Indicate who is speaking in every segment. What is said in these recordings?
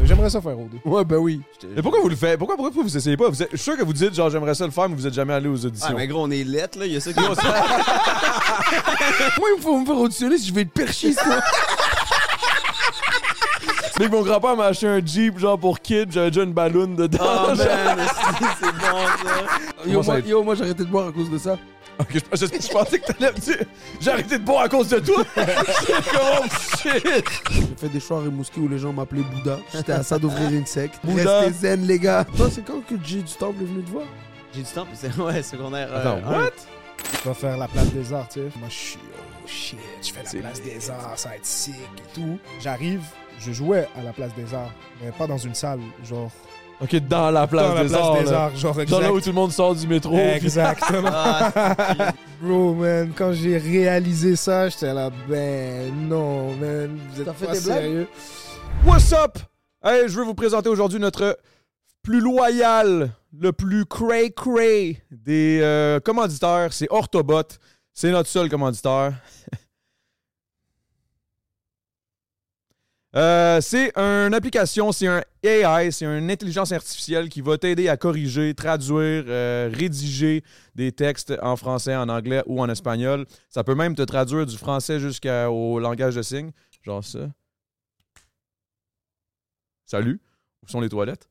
Speaker 1: J'aimerais ça faire au deux.
Speaker 2: Ouais, ben oui.
Speaker 3: Mais pourquoi vous le faites? Pourquoi, pourquoi vous essayez pas? Vous êtes- je suis sûr que vous dites, genre, j'aimerais ça le faire, mais vous êtes jamais allé aux
Speaker 4: Ah,
Speaker 3: auditions.
Speaker 4: mais gros, on est lettres, là. Il y a ça qui
Speaker 3: Oh,
Speaker 2: Moi, il faut me faire auditionner si je vais le percher, ça.
Speaker 3: Mais mon grand-père m'a acheté un Jeep, genre, pour kid, j'avais déjà une balloune dedans.
Speaker 1: Ah,
Speaker 4: Oh,
Speaker 3: genre.
Speaker 4: man, esti, c'est bon, ça.
Speaker 2: Yo,
Speaker 3: Comment ça
Speaker 2: moi,
Speaker 3: va être?
Speaker 2: yo, moi, j'ai arrêté de boire à cause de ça.
Speaker 3: Ok, je, je- je pensais que t'allais me dire, j'ai arrêté de boire à cause de toi. J'étais comme, oh shit.
Speaker 2: J'ai fait des choix à Rimouski où les gens m'appelaient Bouddha. J'étais à ça d'ouvrir une secte.
Speaker 3: Bouddha.
Speaker 2: Restez zen, les gars. Toi, c'est quand que Jay du Temple est venu te voir
Speaker 4: J'ai du temps. C'est, ouais, secondaire. euh,
Speaker 3: Attends,
Speaker 4: un.
Speaker 3: what?
Speaker 1: Je vais faire la place des arts, tu sais. Moi, je suis, oh shit, je fais
Speaker 3: C'est
Speaker 1: la place des arts, ça va être sick et tout. J'arrive, je jouais à la place des arts, mais pas dans une salle, genre.
Speaker 3: Ok, dans la place
Speaker 1: dans la
Speaker 3: des
Speaker 1: place
Speaker 3: arts.
Speaker 1: des
Speaker 3: là.
Speaker 1: arts, genre
Speaker 3: Genre
Speaker 1: exact. Eh,
Speaker 3: là où tout le monde sort du métro. puis-
Speaker 1: Exactement.
Speaker 4: Ah,
Speaker 1: Bro, man, quand j'ai réalisé ça, j'étais là, ben non, man, vous
Speaker 2: T'as
Speaker 1: êtes
Speaker 2: fait
Speaker 1: pas
Speaker 2: des blagues?
Speaker 1: sérieux.
Speaker 3: What's up? Hey, je veux vous présenter aujourd'hui notre plus loyal, le plus cray-cray des euh, commanditaires. C'est Orthobot. C'est notre seul commanditaire. Euh, c'est une application, c'est un AI, c'est une intelligence artificielle qui va t'aider à corriger, traduire, euh, rédiger des textes en français, en anglais ou en espagnol. Ça peut même te traduire du français jusqu'au langage de signes, genre ça. Salut, où sont les toilettes?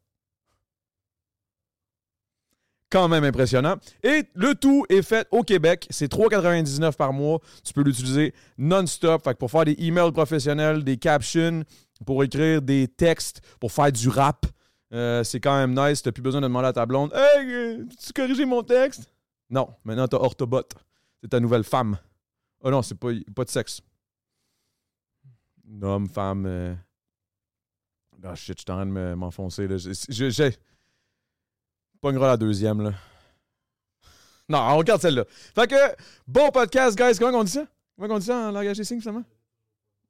Speaker 3: Quand même impressionnant. Et le tout est fait au Québec. C'est 3,99 par mois. Tu peux l'utiliser non-stop. Fait que pour faire des emails professionnels, des captions, pour écrire des textes, pour faire du rap, euh, c'est quand même nice. T'as plus besoin de demander à ta blonde Hey, euh, tu corriger mon texte? Non, maintenant t'as Orthobot. C'est ta nouvelle femme. Oh non, c'est pas, pas de sexe. Homme, femme. euh, ah shit, je suis en train de me- m'enfoncer. là. Je- je- J'ai. Pognera la deuxième, là. Non, on regarde celle-là. Fait que, bon podcast, guys. Comment on dit ça? Comment on dit ça en langage des signes, finalement?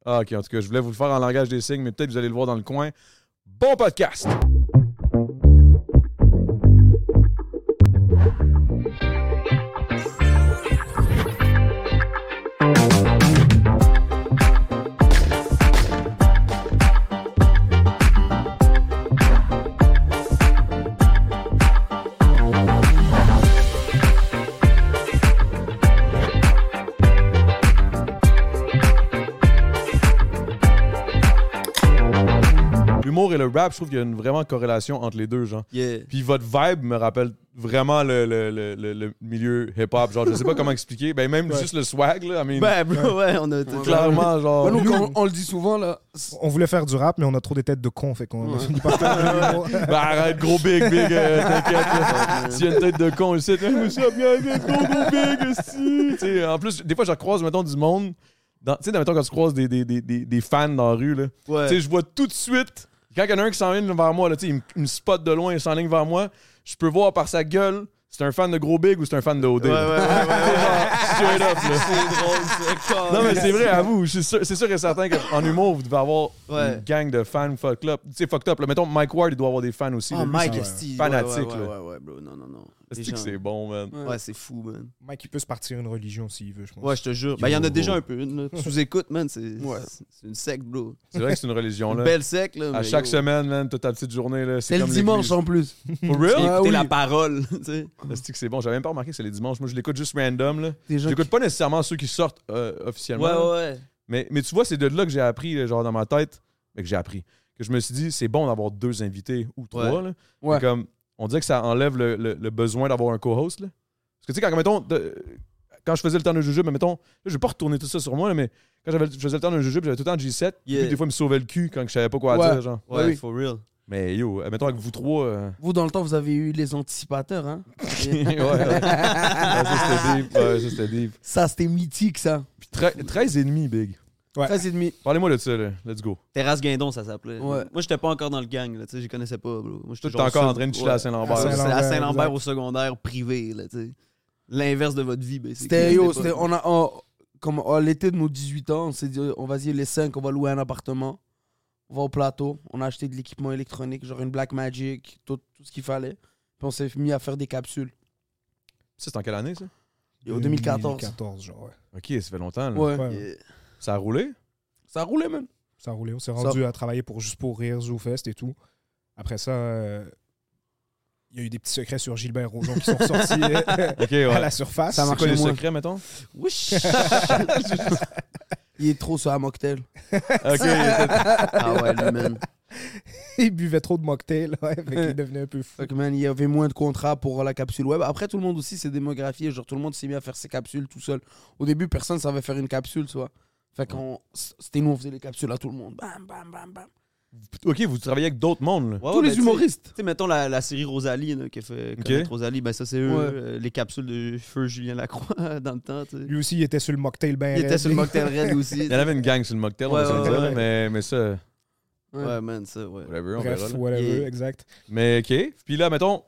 Speaker 3: Ah, ok, en tout cas, je voulais vous le faire en langage des signes, mais peut-être vous allez le voir dans le coin. Bon podcast! L'humour et le rap, je trouve qu'il y a une vraiment corrélation entre les deux, genre.
Speaker 4: yeah.
Speaker 3: Puis votre vibe me rappelle vraiment le, le- le- le- le milieu hip-hop. Genre, je sais pas comment expliquer. Ben, même juste le swag, là. I mean,
Speaker 4: Ben, bro, ouais, on a tout.
Speaker 3: clairement, genre.
Speaker 2: Ouais, Oh, nous, on, on le dit souvent, là.
Speaker 1: On voulait faire du rap, mais on a trop des têtes de cons, fait qu'on
Speaker 4: Ouais.
Speaker 1: finit par faire du rap.
Speaker 3: Ben arrête, gros big, big, euh, t'inquiète. là. S'il y a une tête de con, il sait, mais ça, bien, bien, gros, gros big, aussi. Tu sais, En plus, des fois, je croise, mettons, du monde. dans- Tu sais, mettons, quand tu croises des, des, des, des, des fans dans la rue, là. Tu sais,
Speaker 4: Ouais.
Speaker 3: je vois tout de suite, quand il y en a un qui s'enligne vers moi, là, tu sais, il me- il me spot de loin, il s'enligne vers moi, je peux voir par sa gueule si c'est un fan de gros big ou si c'est un fan de OD.
Speaker 4: Ouais, ouais, ouais,
Speaker 3: là.
Speaker 4: ouais, Oh, ouais.
Speaker 3: Straight up, là.
Speaker 4: C'est drôle, ça.
Speaker 3: Non, mais c'est vrai, à vous. C'est sûr, c'est sûr et certain qu'en humour, vous devez avoir
Speaker 4: Ouais.
Speaker 3: une gang de fans fucked up. Tu sais, fucked up. Là. Mettons, Mike Ward, il doit avoir des fans aussi.
Speaker 4: Oh,
Speaker 3: là. Lui,
Speaker 4: Mike,
Speaker 1: c'est
Speaker 4: esti. ouais,
Speaker 3: fanatique,
Speaker 4: ouais,
Speaker 3: là.
Speaker 4: ouais, ouais, ouais, bro, non, non, non. Les
Speaker 3: c'est-
Speaker 4: gens-
Speaker 3: C'est bon, man.
Speaker 4: Ouais, c'est fou, man.
Speaker 1: Mike, il peut se partir une religion s'il veut, je pense.
Speaker 4: Ouais, je te jure. Ben, il y en a déjà un peu une, là. Sous-écoute, man. C'est
Speaker 2: Ouais.
Speaker 4: c'est- c'est une secte, bro.
Speaker 3: C'est vrai que c'est une religion,
Speaker 4: Une
Speaker 3: là.
Speaker 4: belle secte, là.
Speaker 3: À
Speaker 4: mais
Speaker 3: chaque
Speaker 4: yo,
Speaker 3: semaine, man, toute ta petite journée, là.
Speaker 2: C'est le
Speaker 3: comme
Speaker 2: dimanche
Speaker 3: l'église.
Speaker 2: en plus.
Speaker 3: For real?
Speaker 2: Ah
Speaker 4: Écouter
Speaker 2: oui.
Speaker 4: la parole, tu sais.
Speaker 3: Esti que C'est bon, j'avais même pas remarqué que c'est les dimanches. Moi, je l'écoute juste random, là.
Speaker 2: Des gens
Speaker 3: J'écoute
Speaker 2: qui-
Speaker 3: pas nécessairement ceux qui sortent euh,
Speaker 4: Ouais,
Speaker 3: officiellement.
Speaker 4: ouais, ouais.
Speaker 3: Mais, mais tu vois, c'est de là que j'ai appris, là, genre dans ma tête, mais que j'ai appris. Que je me suis dit, c'est bon d'avoir deux invités ou trois. là.
Speaker 2: Ouais.
Speaker 3: Mais Comme, on dirait que ça enlève le, le- le besoin d'avoir un co-host. là. Parce que tu sais, quand, mettons, de- quand je faisais le temps de jujube, mais mettons, là, je vais pas retourner tout ça sur moi, là, mais quand j'avais- je faisais le temps de jujube, j'avais tout le temps G7. puis
Speaker 4: Yeah.
Speaker 3: des fois, il me sauvait le cul quand je savais pas quoi
Speaker 2: Ouais.
Speaker 3: dire. Genre.
Speaker 2: Ouais,
Speaker 4: Ouais,
Speaker 2: oui.
Speaker 4: for real.
Speaker 3: Mais yo, mettons avec vous trois. euh,
Speaker 2: Vous, dans le temps, vous avez eu les anticipateurs, hein
Speaker 3: ouais, ouais. Ouais, ça c'était deep. Ouais, ça, c'était deep.
Speaker 2: Ça, c'était mythique, ça.
Speaker 3: Puis tre- 13 et demi, big.
Speaker 1: Ouais.
Speaker 2: 13 et demi.
Speaker 3: Parlez-moi de ça, là. let's go.
Speaker 4: Terrasse Guindon, ça s'appelait.
Speaker 2: Ouais.
Speaker 4: Moi, j'étais pas encore dans le gang, là. Tu sais, je connaissais pas, bro. Moi,
Speaker 3: Toi, t'es
Speaker 4: j'étais genre
Speaker 3: encore
Speaker 4: sur-
Speaker 3: en train de chiller
Speaker 4: ouais.
Speaker 3: à Saint-Lambert.
Speaker 1: À
Speaker 4: Ouais, c'est
Speaker 1: Saint-Lambert,
Speaker 4: À Saint-Lambert
Speaker 1: exact.
Speaker 4: au secondaire privé, là, tu sais. L'inverse de votre vie, ben, c'est.
Speaker 2: C'était,
Speaker 4: que
Speaker 2: yo,
Speaker 4: vous
Speaker 2: c'était-
Speaker 4: étiez pas-
Speaker 2: on a, on- comme à l'été de nos 18 ans, on s'est dit, on va y les 5, on va louer un appartement, on va au plateau, on a acheté de l'équipement électronique, genre une Black Magic, tout, tout ce qu'il fallait. Puis on s'est mis à faire des capsules.
Speaker 3: Ça, c'est en quelle année, ça?
Speaker 2: Et au 2014.
Speaker 1: 2014, genre, ouais.
Speaker 3: Ok, ça fait longtemps. là.
Speaker 2: Ouais.
Speaker 1: Ouais, ouais.
Speaker 4: Yeah.
Speaker 3: Ça a roulé?
Speaker 2: Ça roulait, même.
Speaker 1: ça a roulé. On s'est
Speaker 2: Ça-
Speaker 1: rendu à travailler pour Juste pour Rire, Zoo Fest et tout. Après ça, euh, il y a eu des petits secrets sur Gilbert Rozon qui sont ressortis euh, à
Speaker 3: Ok, ouais.
Speaker 1: la surface.
Speaker 2: Ça
Speaker 3: C'est
Speaker 2: marche
Speaker 3: quoi
Speaker 2: chez
Speaker 3: les
Speaker 2: moi.
Speaker 3: secrets, mettons? Ok,
Speaker 2: Wesh. Il est trop sur un mocktail.
Speaker 3: il était-
Speaker 4: Ah ouais, lui, man.
Speaker 1: il buvait trop de mocktail, ouais, fait qu'il devenait un peu fou.
Speaker 2: Fait que, man, il y avait moins de contrats pour euh, la capsule web. Après, tout le monde aussi s'est démographié. Genre, tout le monde s'est mis à faire ses capsules tout seul. Au début, personne savait faire une capsule, tu vois. Fait qu'on. C'était nous, on faisait les capsules à tout le monde. Bam, bam, bam, bam.
Speaker 3: ok, vous travaillez avec d'autres mondes, là.
Speaker 4: Ouais,
Speaker 2: Tous
Speaker 4: ouais, ben,
Speaker 2: les
Speaker 4: tu sais-
Speaker 2: humoristes.
Speaker 4: Tu sais, mettons la, la série Rosalie là, qui a fait
Speaker 3: Ok.
Speaker 4: connaître Rosalie, ben ça, c'est eux,
Speaker 2: Ouais.
Speaker 4: euh, les capsules de feu Julien Lacroix dans le temps. tu sais.
Speaker 1: Lui aussi, il était sur le mocktail ben
Speaker 4: Il était
Speaker 1: raide.
Speaker 4: sur le Mocktail Red aussi.
Speaker 3: Il y en avait une gang sur le mocktail, on va
Speaker 4: Ouais,
Speaker 3: se le
Speaker 4: ouais,
Speaker 3: dire,
Speaker 4: ouais.
Speaker 3: là, mais, mais ça,
Speaker 4: Ouais, man, ça, ouais.
Speaker 3: whatever, on verra.
Speaker 4: ben
Speaker 1: Bref,
Speaker 3: là.
Speaker 1: whatever,
Speaker 4: Yeah.
Speaker 1: exact.
Speaker 3: Mais OK. Puis là, mettons,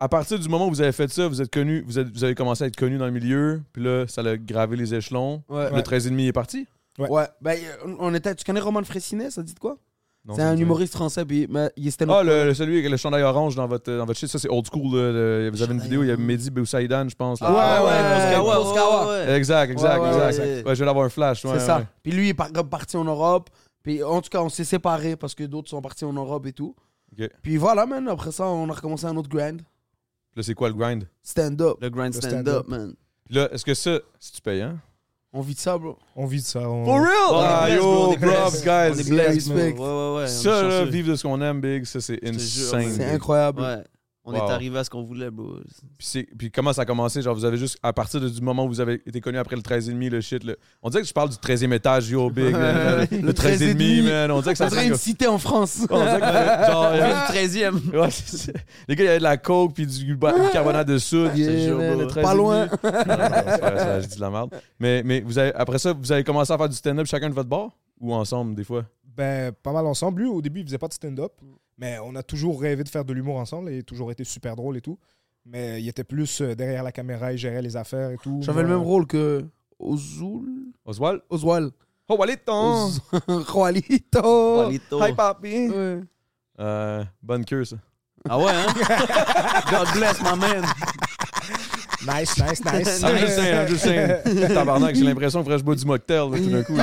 Speaker 3: à partir du moment où vous avez fait ça, vous êtes connu, vous, êtes- vous avez commencé à être connu dans le milieu, puis là, ça a gravé les échelons.
Speaker 2: Ouais.
Speaker 3: Le 13,5 est parti.
Speaker 1: Ouais.
Speaker 2: Ouais, ben, euh, on était, tu connais Roman Fressinet, ça te dit de quoi
Speaker 3: Non,
Speaker 2: C'est
Speaker 3: ça me
Speaker 2: un
Speaker 3: dit rien.
Speaker 2: humoriste français, puis mais il était
Speaker 3: Ah,
Speaker 2: notre-
Speaker 3: le, le- celui avec le chandail orange dans votre, dans votre shit, ça c'est old school. là, le- vous avez une
Speaker 2: Chandail
Speaker 3: vidéo, il y a
Speaker 2: orange.
Speaker 3: Mehdi Boussaïdan, je pense. là.
Speaker 2: Ah, ouais,
Speaker 4: Kurosawa,
Speaker 2: ouais, Kurosawa.
Speaker 4: ouais, ouais.
Speaker 3: Exact, exact,
Speaker 2: Ouais, ouais,
Speaker 3: exact.
Speaker 2: ouais, ouais.
Speaker 3: Ouais, je vais avoir un flash. ouais,
Speaker 2: c'est ça.
Speaker 3: ouais.
Speaker 2: Puis lui, il est par- parti en Europe. Puis en tout cas, on s'est séparés parce que d'autres sont partis en Europe et tout.
Speaker 3: Ok.
Speaker 2: Puis voilà, man, après ça, on a recommencé un autre grind.
Speaker 3: Là, c'est quoi le grind?
Speaker 2: Stand-up.
Speaker 4: Le grand
Speaker 1: Le
Speaker 4: stand-up,
Speaker 1: stand-up.
Speaker 4: man.
Speaker 3: Puis Là, est-ce que ça, si tu payes, hein?
Speaker 2: On vit de ça, bro.
Speaker 1: On vit de ça. on-
Speaker 3: For real?
Speaker 4: on est
Speaker 3: Ah,
Speaker 4: blessed, Oh, bro, on
Speaker 3: yo,
Speaker 4: est blessed.
Speaker 3: props,
Speaker 4: On est
Speaker 3: guys.
Speaker 1: blessed,
Speaker 4: blessed,
Speaker 1: mec.
Speaker 4: man. Ouais, ouais, ouais. on est
Speaker 3: Ça, là,
Speaker 4: chanceux.
Speaker 3: vivre de ce qu'on aime, big, ça, c'est
Speaker 4: te jure,
Speaker 3: insane.
Speaker 2: C'est
Speaker 4: oui.
Speaker 2: incroyable.
Speaker 4: Ouais. On
Speaker 3: Wow. Ah,
Speaker 4: est arrivé à ce qu'on voulait, bro.
Speaker 3: Puis, c'est- puis comment ça a commencé? Genre, vous avez juste, à partir de- du moment où vous avez été connu après le 13,5, le shit, là. On dirait que je parle du 13e étage, yo, big. là, le, le 13,5, man. On dirait que
Speaker 2: Ça
Speaker 3: ça Oh,
Speaker 2: serait une cité en France.
Speaker 3: On dirait que genre,
Speaker 4: On
Speaker 3: euh,
Speaker 4: est du 13e.
Speaker 3: ouais, c'est ça. les gars, il y avait de la coke puis du ba- du carbonate de soude.
Speaker 2: Yeah,
Speaker 3: je te jure,
Speaker 2: man,
Speaker 3: bro.
Speaker 2: pas
Speaker 3: 13,5.
Speaker 2: loin.
Speaker 3: Non, non, non, c'est vrai, ça, je dis de la merde. Mais, mais vous avez, après ça, vous avez commencé à faire du stand-up chacun de votre bord ou ensemble, des fois?
Speaker 1: Ben, pas mal ensemble. Lui, au début, il faisait pas de stand-up, mais on a toujours rêvé de faire de l'humour ensemble et toujours été super drôle et tout. Mais il était plus euh, derrière la caméra, il gérait les affaires et tout.
Speaker 2: J'avais le
Speaker 1: Moi,
Speaker 2: même rôle que Ozul.
Speaker 3: Oswald?
Speaker 2: Oswald.
Speaker 3: Oh, Waliton!
Speaker 2: Oz- Juanito.
Speaker 4: Juanito.
Speaker 3: Hi, papi!
Speaker 2: Ouais.
Speaker 3: Euh, bonne queue, ça.
Speaker 4: Ah ouais, hein? God bless, my man.
Speaker 1: Nice, nice, nice.
Speaker 3: I'm just saying, I'm just saying. Tabarnak, j'ai l'impression que je bois du mocktail là, tout d'un coup.
Speaker 2: il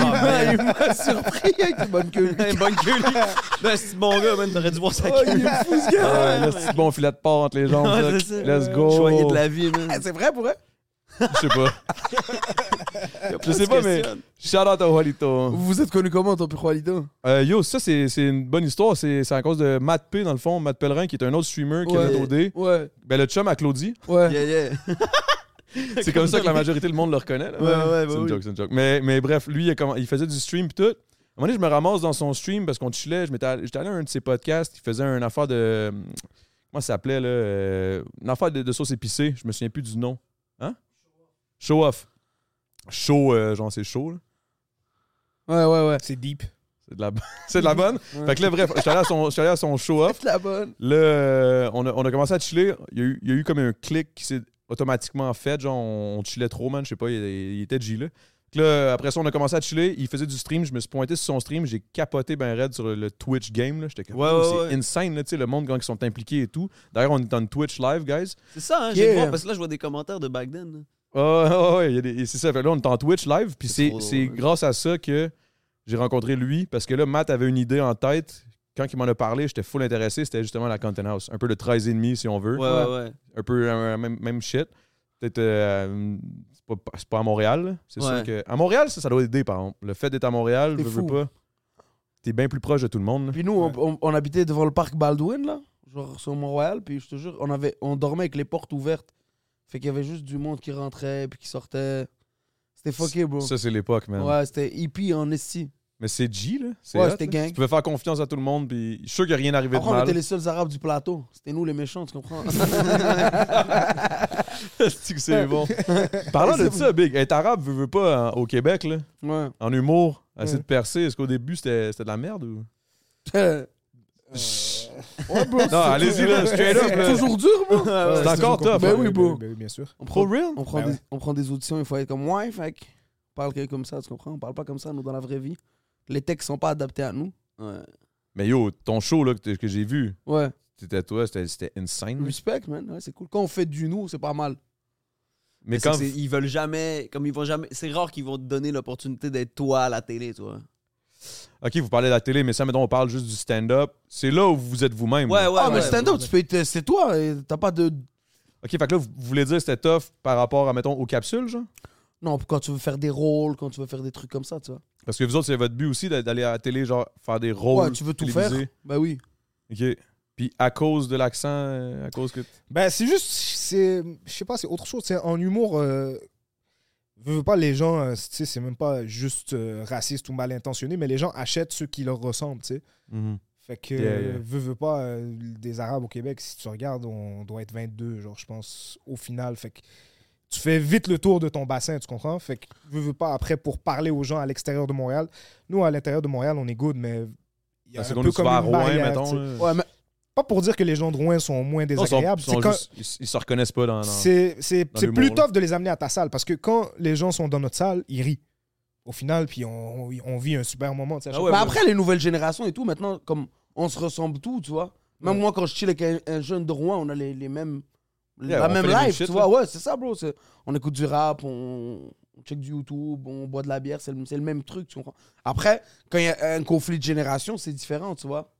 Speaker 2: m'a surpris avec une bonne queue.
Speaker 4: Un bon cul, lui. Ben, c'est bon gars, man. T'aurais dû voir sa
Speaker 2: Oh,
Speaker 4: queue.
Speaker 2: il est fou, ce gars.
Speaker 3: Ah, là, c'est bon filet de porc entre les jambes.
Speaker 4: Ouais,
Speaker 3: là.
Speaker 4: c'est ça.
Speaker 3: Let's go.
Speaker 4: Choyer de la vie, man.
Speaker 2: Ah, C'est vrai pour vrai?
Speaker 3: Je sais pas. Je sais pas, mais shout out à Walito.
Speaker 2: Vous vous êtes connu comment, ton père Juanito?
Speaker 3: Euh, yo, ça, c'est c'est une bonne histoire. C'est c'est à cause de Matt P, dans le fond. Matt Pellerin, qui est un autre streamer qui
Speaker 2: Ouais.
Speaker 3: a fait OD.
Speaker 2: Ouais,
Speaker 3: Ben, le chum à Claudie.
Speaker 2: ouais.
Speaker 4: Yeah, yeah.
Speaker 3: C'est comme ça que la majorité du monde le reconnaît. là.
Speaker 4: Ouais, ouais, bah
Speaker 3: c'est une
Speaker 4: oui.
Speaker 3: joke, c'est une joke. Mais, mais bref, lui, il, a comm- il faisait du stream pis tout. À un moment donné, je me ramasse dans son stream parce qu'on chillait. Je m'étais allé- J'étais allé à un de ses podcasts. Il faisait une affaire de. Comment ça s'appelait, là euh, Une affaire de, de sauce épicée. Je me souviens plus du nom. Hein Show off. Show, euh, genre, c'est chaud, là.
Speaker 2: Ouais, ouais, ouais.
Speaker 1: C'est deep.
Speaker 3: C'est de la, c'est de la bonne.
Speaker 2: Ouais.
Speaker 3: Fait que là, bref, j'étais allé à son, j'étais allé à son show off.
Speaker 2: C'est la bonne.
Speaker 3: Là, euh, on, a, on a commencé à chiller. Il y a eu, il y a eu comme un clic qui s'est automatiquement fait. Genre, on, on chillait trop, man. Je sais pas, il, il était G là. Fait que là, après ça, on a commencé à chiller. Il faisait du stream. Je me suis pointé sur son stream. J'ai capoté ben raide sur le Twitch game. là. J'étais comme,
Speaker 4: Ouais,
Speaker 3: oh,
Speaker 4: ouais,
Speaker 3: c'est
Speaker 4: ouais.
Speaker 3: insane, là, tu sais, le monde quand ils sont impliqués et tout. D'ailleurs, on est dans le Twitch live, guys.
Speaker 4: C'est ça, hein?
Speaker 2: Yeah.
Speaker 4: J'ai voir parce que là, je vois des commentaires de back then. là.
Speaker 3: Ah, ah, ouais, il y a des- et c'est ça. Fait que là, on est en Twitch live. Puis
Speaker 4: C'est
Speaker 3: c'est
Speaker 4: trop drôle,
Speaker 3: c'est
Speaker 4: ouais.
Speaker 3: grâce à ça que j'ai rencontré lui. Parce que là, Matt avait une idée en tête. Quand il m'en a parlé, j'étais full intéressé. C'était justement la Content House. Un peu le 13,5 si on veut.
Speaker 4: Ouais, ouais, ouais.
Speaker 3: un peu euh, même, même shit. Peut-être. euh, c'est pas, c'est pas à Montréal. là. C'est
Speaker 4: Ouais.
Speaker 3: sûr que. À Montréal, ça, ça doit aider, par exemple. Le fait d'être à Montréal,
Speaker 2: C'est
Speaker 3: je veux
Speaker 2: fou.
Speaker 3: pas. T'es bien plus proche de tout le monde. là.
Speaker 2: Puis nous, on, on- on habitait devant le parc Baldwin, là, genre sur Mont-Royal. Puis je te jure, on, avait, on dormait avec les portes ouvertes. Fait qu'il y avait juste du monde qui rentrait puis qui sortait. C'était fucké, bro.
Speaker 3: Ça, c'est l'époque, man.
Speaker 2: Ouais, c'était hippie en esti.
Speaker 3: Mais c'est G, là. C'est
Speaker 2: Ouais,
Speaker 3: hot,
Speaker 2: c'était
Speaker 3: là.
Speaker 2: gang.
Speaker 3: Tu pouvais faire confiance à tout le monde, puis je suis sûr qu'il n'y a rien arrivé
Speaker 2: Après,
Speaker 3: de
Speaker 2: on
Speaker 3: mal.
Speaker 2: était les seuls arabes du plateau. C'était nous les méchants, tu comprends?
Speaker 3: C'est que c'est bon. Parlant de ça, Big, être arabe, veux, veux pas, en- au Québec, là,
Speaker 2: ouais.
Speaker 3: en humour, essayer
Speaker 1: Ouais.
Speaker 3: de percer, est-ce qu'au début, c'était c'était de la merde ou.
Speaker 2: Euh, Ouais, bro.
Speaker 3: Non, allez-y, là, straight up, là.
Speaker 2: C'est toujours dur, bro.
Speaker 1: Ouais,
Speaker 3: C'est encore
Speaker 1: toujours
Speaker 3: top.
Speaker 1: compliqué,
Speaker 2: Ben oui, bro.
Speaker 1: ben oui, bien sûr.
Speaker 2: On prend,
Speaker 3: Pro real?
Speaker 2: on prend,
Speaker 1: Ben
Speaker 2: des,
Speaker 1: ouais.
Speaker 2: on prend des auditions, il faut être comme ouais, fait que on parle que comme ça, tu comprends? On parle pas comme ça, nous, dans la vraie vie. Les textes sont pas adaptés à nous.
Speaker 4: Ouais.
Speaker 3: Mais yo, ton show, là, que t'es- que j'ai vu,
Speaker 2: Ouais.
Speaker 3: c'était toi, c'était- c'était insane.
Speaker 2: Respect, man. Ouais, c'est cool. Quand on fait du nous, c'est pas mal.
Speaker 3: Mais
Speaker 4: c'est
Speaker 3: quand.
Speaker 4: que c'est- ils veulent jamais, comme ils vont jamais, c'est rare qu'ils vont te donner l'opportunité d'être toi à la télé, toi.
Speaker 3: OK, vous parlez de la télé, mais ça, mettons, on parle juste du stand-up. C'est là où vous êtes vous-même.
Speaker 4: Ouais,
Speaker 3: là.
Speaker 4: ouais.
Speaker 2: Ah, mais
Speaker 4: ouais.
Speaker 2: stand-up, tu peux être- c'est toi. et T'as pas de.
Speaker 3: OK, fait que là, vous vous voulez dire que c'était tough par rapport à, mettons, aux capsules, genre?
Speaker 2: Non, quand tu veux faire des rôles, quand tu veux faire des trucs comme ça, tu vois.
Speaker 3: Parce que vous autres, c'est votre but aussi d'a- d'aller à la télé, genre, faire des rôles.
Speaker 2: Ouais, tu veux tout
Speaker 3: télévisés.
Speaker 2: Ben oui.
Speaker 3: OK. Puis à cause de l'accent, euh, à cause que.
Speaker 1: Ben, c'est juste, c'est, je sais pas, c'est autre chose. C'est en humour, euh, veux, veux pas les gens, euh, tu sais, c'est même pas juste euh, raciste ou mal intentionné, mais les gens achètent ceux qui leur ressemblent, tu sais. Fait que,
Speaker 3: Yeah, yeah.
Speaker 1: veux, veux pas, euh, des Arabes au Québec, si tu regardes, on doit être 22, genre, je pense, au final. Fait que tu fais vite le tour de ton bassin, tu comprends? Fait que, veux, veux pas, après, pour parler aux gens à l'extérieur de Montréal, nous, à l'intérieur de Montréal, on est good, mais il y a
Speaker 3: Parce que
Speaker 1: un
Speaker 3: comme
Speaker 1: peu
Speaker 3: nous, tu
Speaker 1: comme
Speaker 3: vas à
Speaker 1: une
Speaker 3: Rouen,
Speaker 1: barrière,
Speaker 3: mettons.
Speaker 1: tu sais.
Speaker 3: là.
Speaker 2: Ouais, mais
Speaker 1: Pas pour dire que les gens de Rouen sont moins
Speaker 3: Non, ils sont-
Speaker 1: désagréables.
Speaker 3: ils sont
Speaker 1: c'est quand-
Speaker 3: juste- ils- ils se reconnaissent pas dans. dans-
Speaker 1: c'est c'est-
Speaker 3: dans
Speaker 1: c'est
Speaker 3: l'humour,
Speaker 1: plus
Speaker 3: là.
Speaker 1: tough de les amener à ta salle parce que quand les gens sont dans notre salle, ils rient. Au final, puis on, on vit un super moment. tu sais, à
Speaker 3: Ah
Speaker 1: chaque
Speaker 3: ouais,
Speaker 2: mais
Speaker 3: ouais.
Speaker 2: Bah après, les nouvelles générations et tout, maintenant, comme on se ressemble tout, tu vois. Même
Speaker 1: Ouais.
Speaker 2: moi, quand je chill avec un, un jeune de Rouen, on a les, les mêmes.
Speaker 3: Yeah,
Speaker 2: la
Speaker 3: on
Speaker 2: même
Speaker 3: fait les mêmes
Speaker 2: live,
Speaker 3: shit,
Speaker 2: tu
Speaker 3: là.
Speaker 2: vois. Ouais, c'est ça, bro. c'est- On écoute du rap, on, on check du YouTube, on boit de la bière, c'est le, c'est le même truc, tu comprends. Après, quand il y a un conflit de génération, c'est différent, tu vois.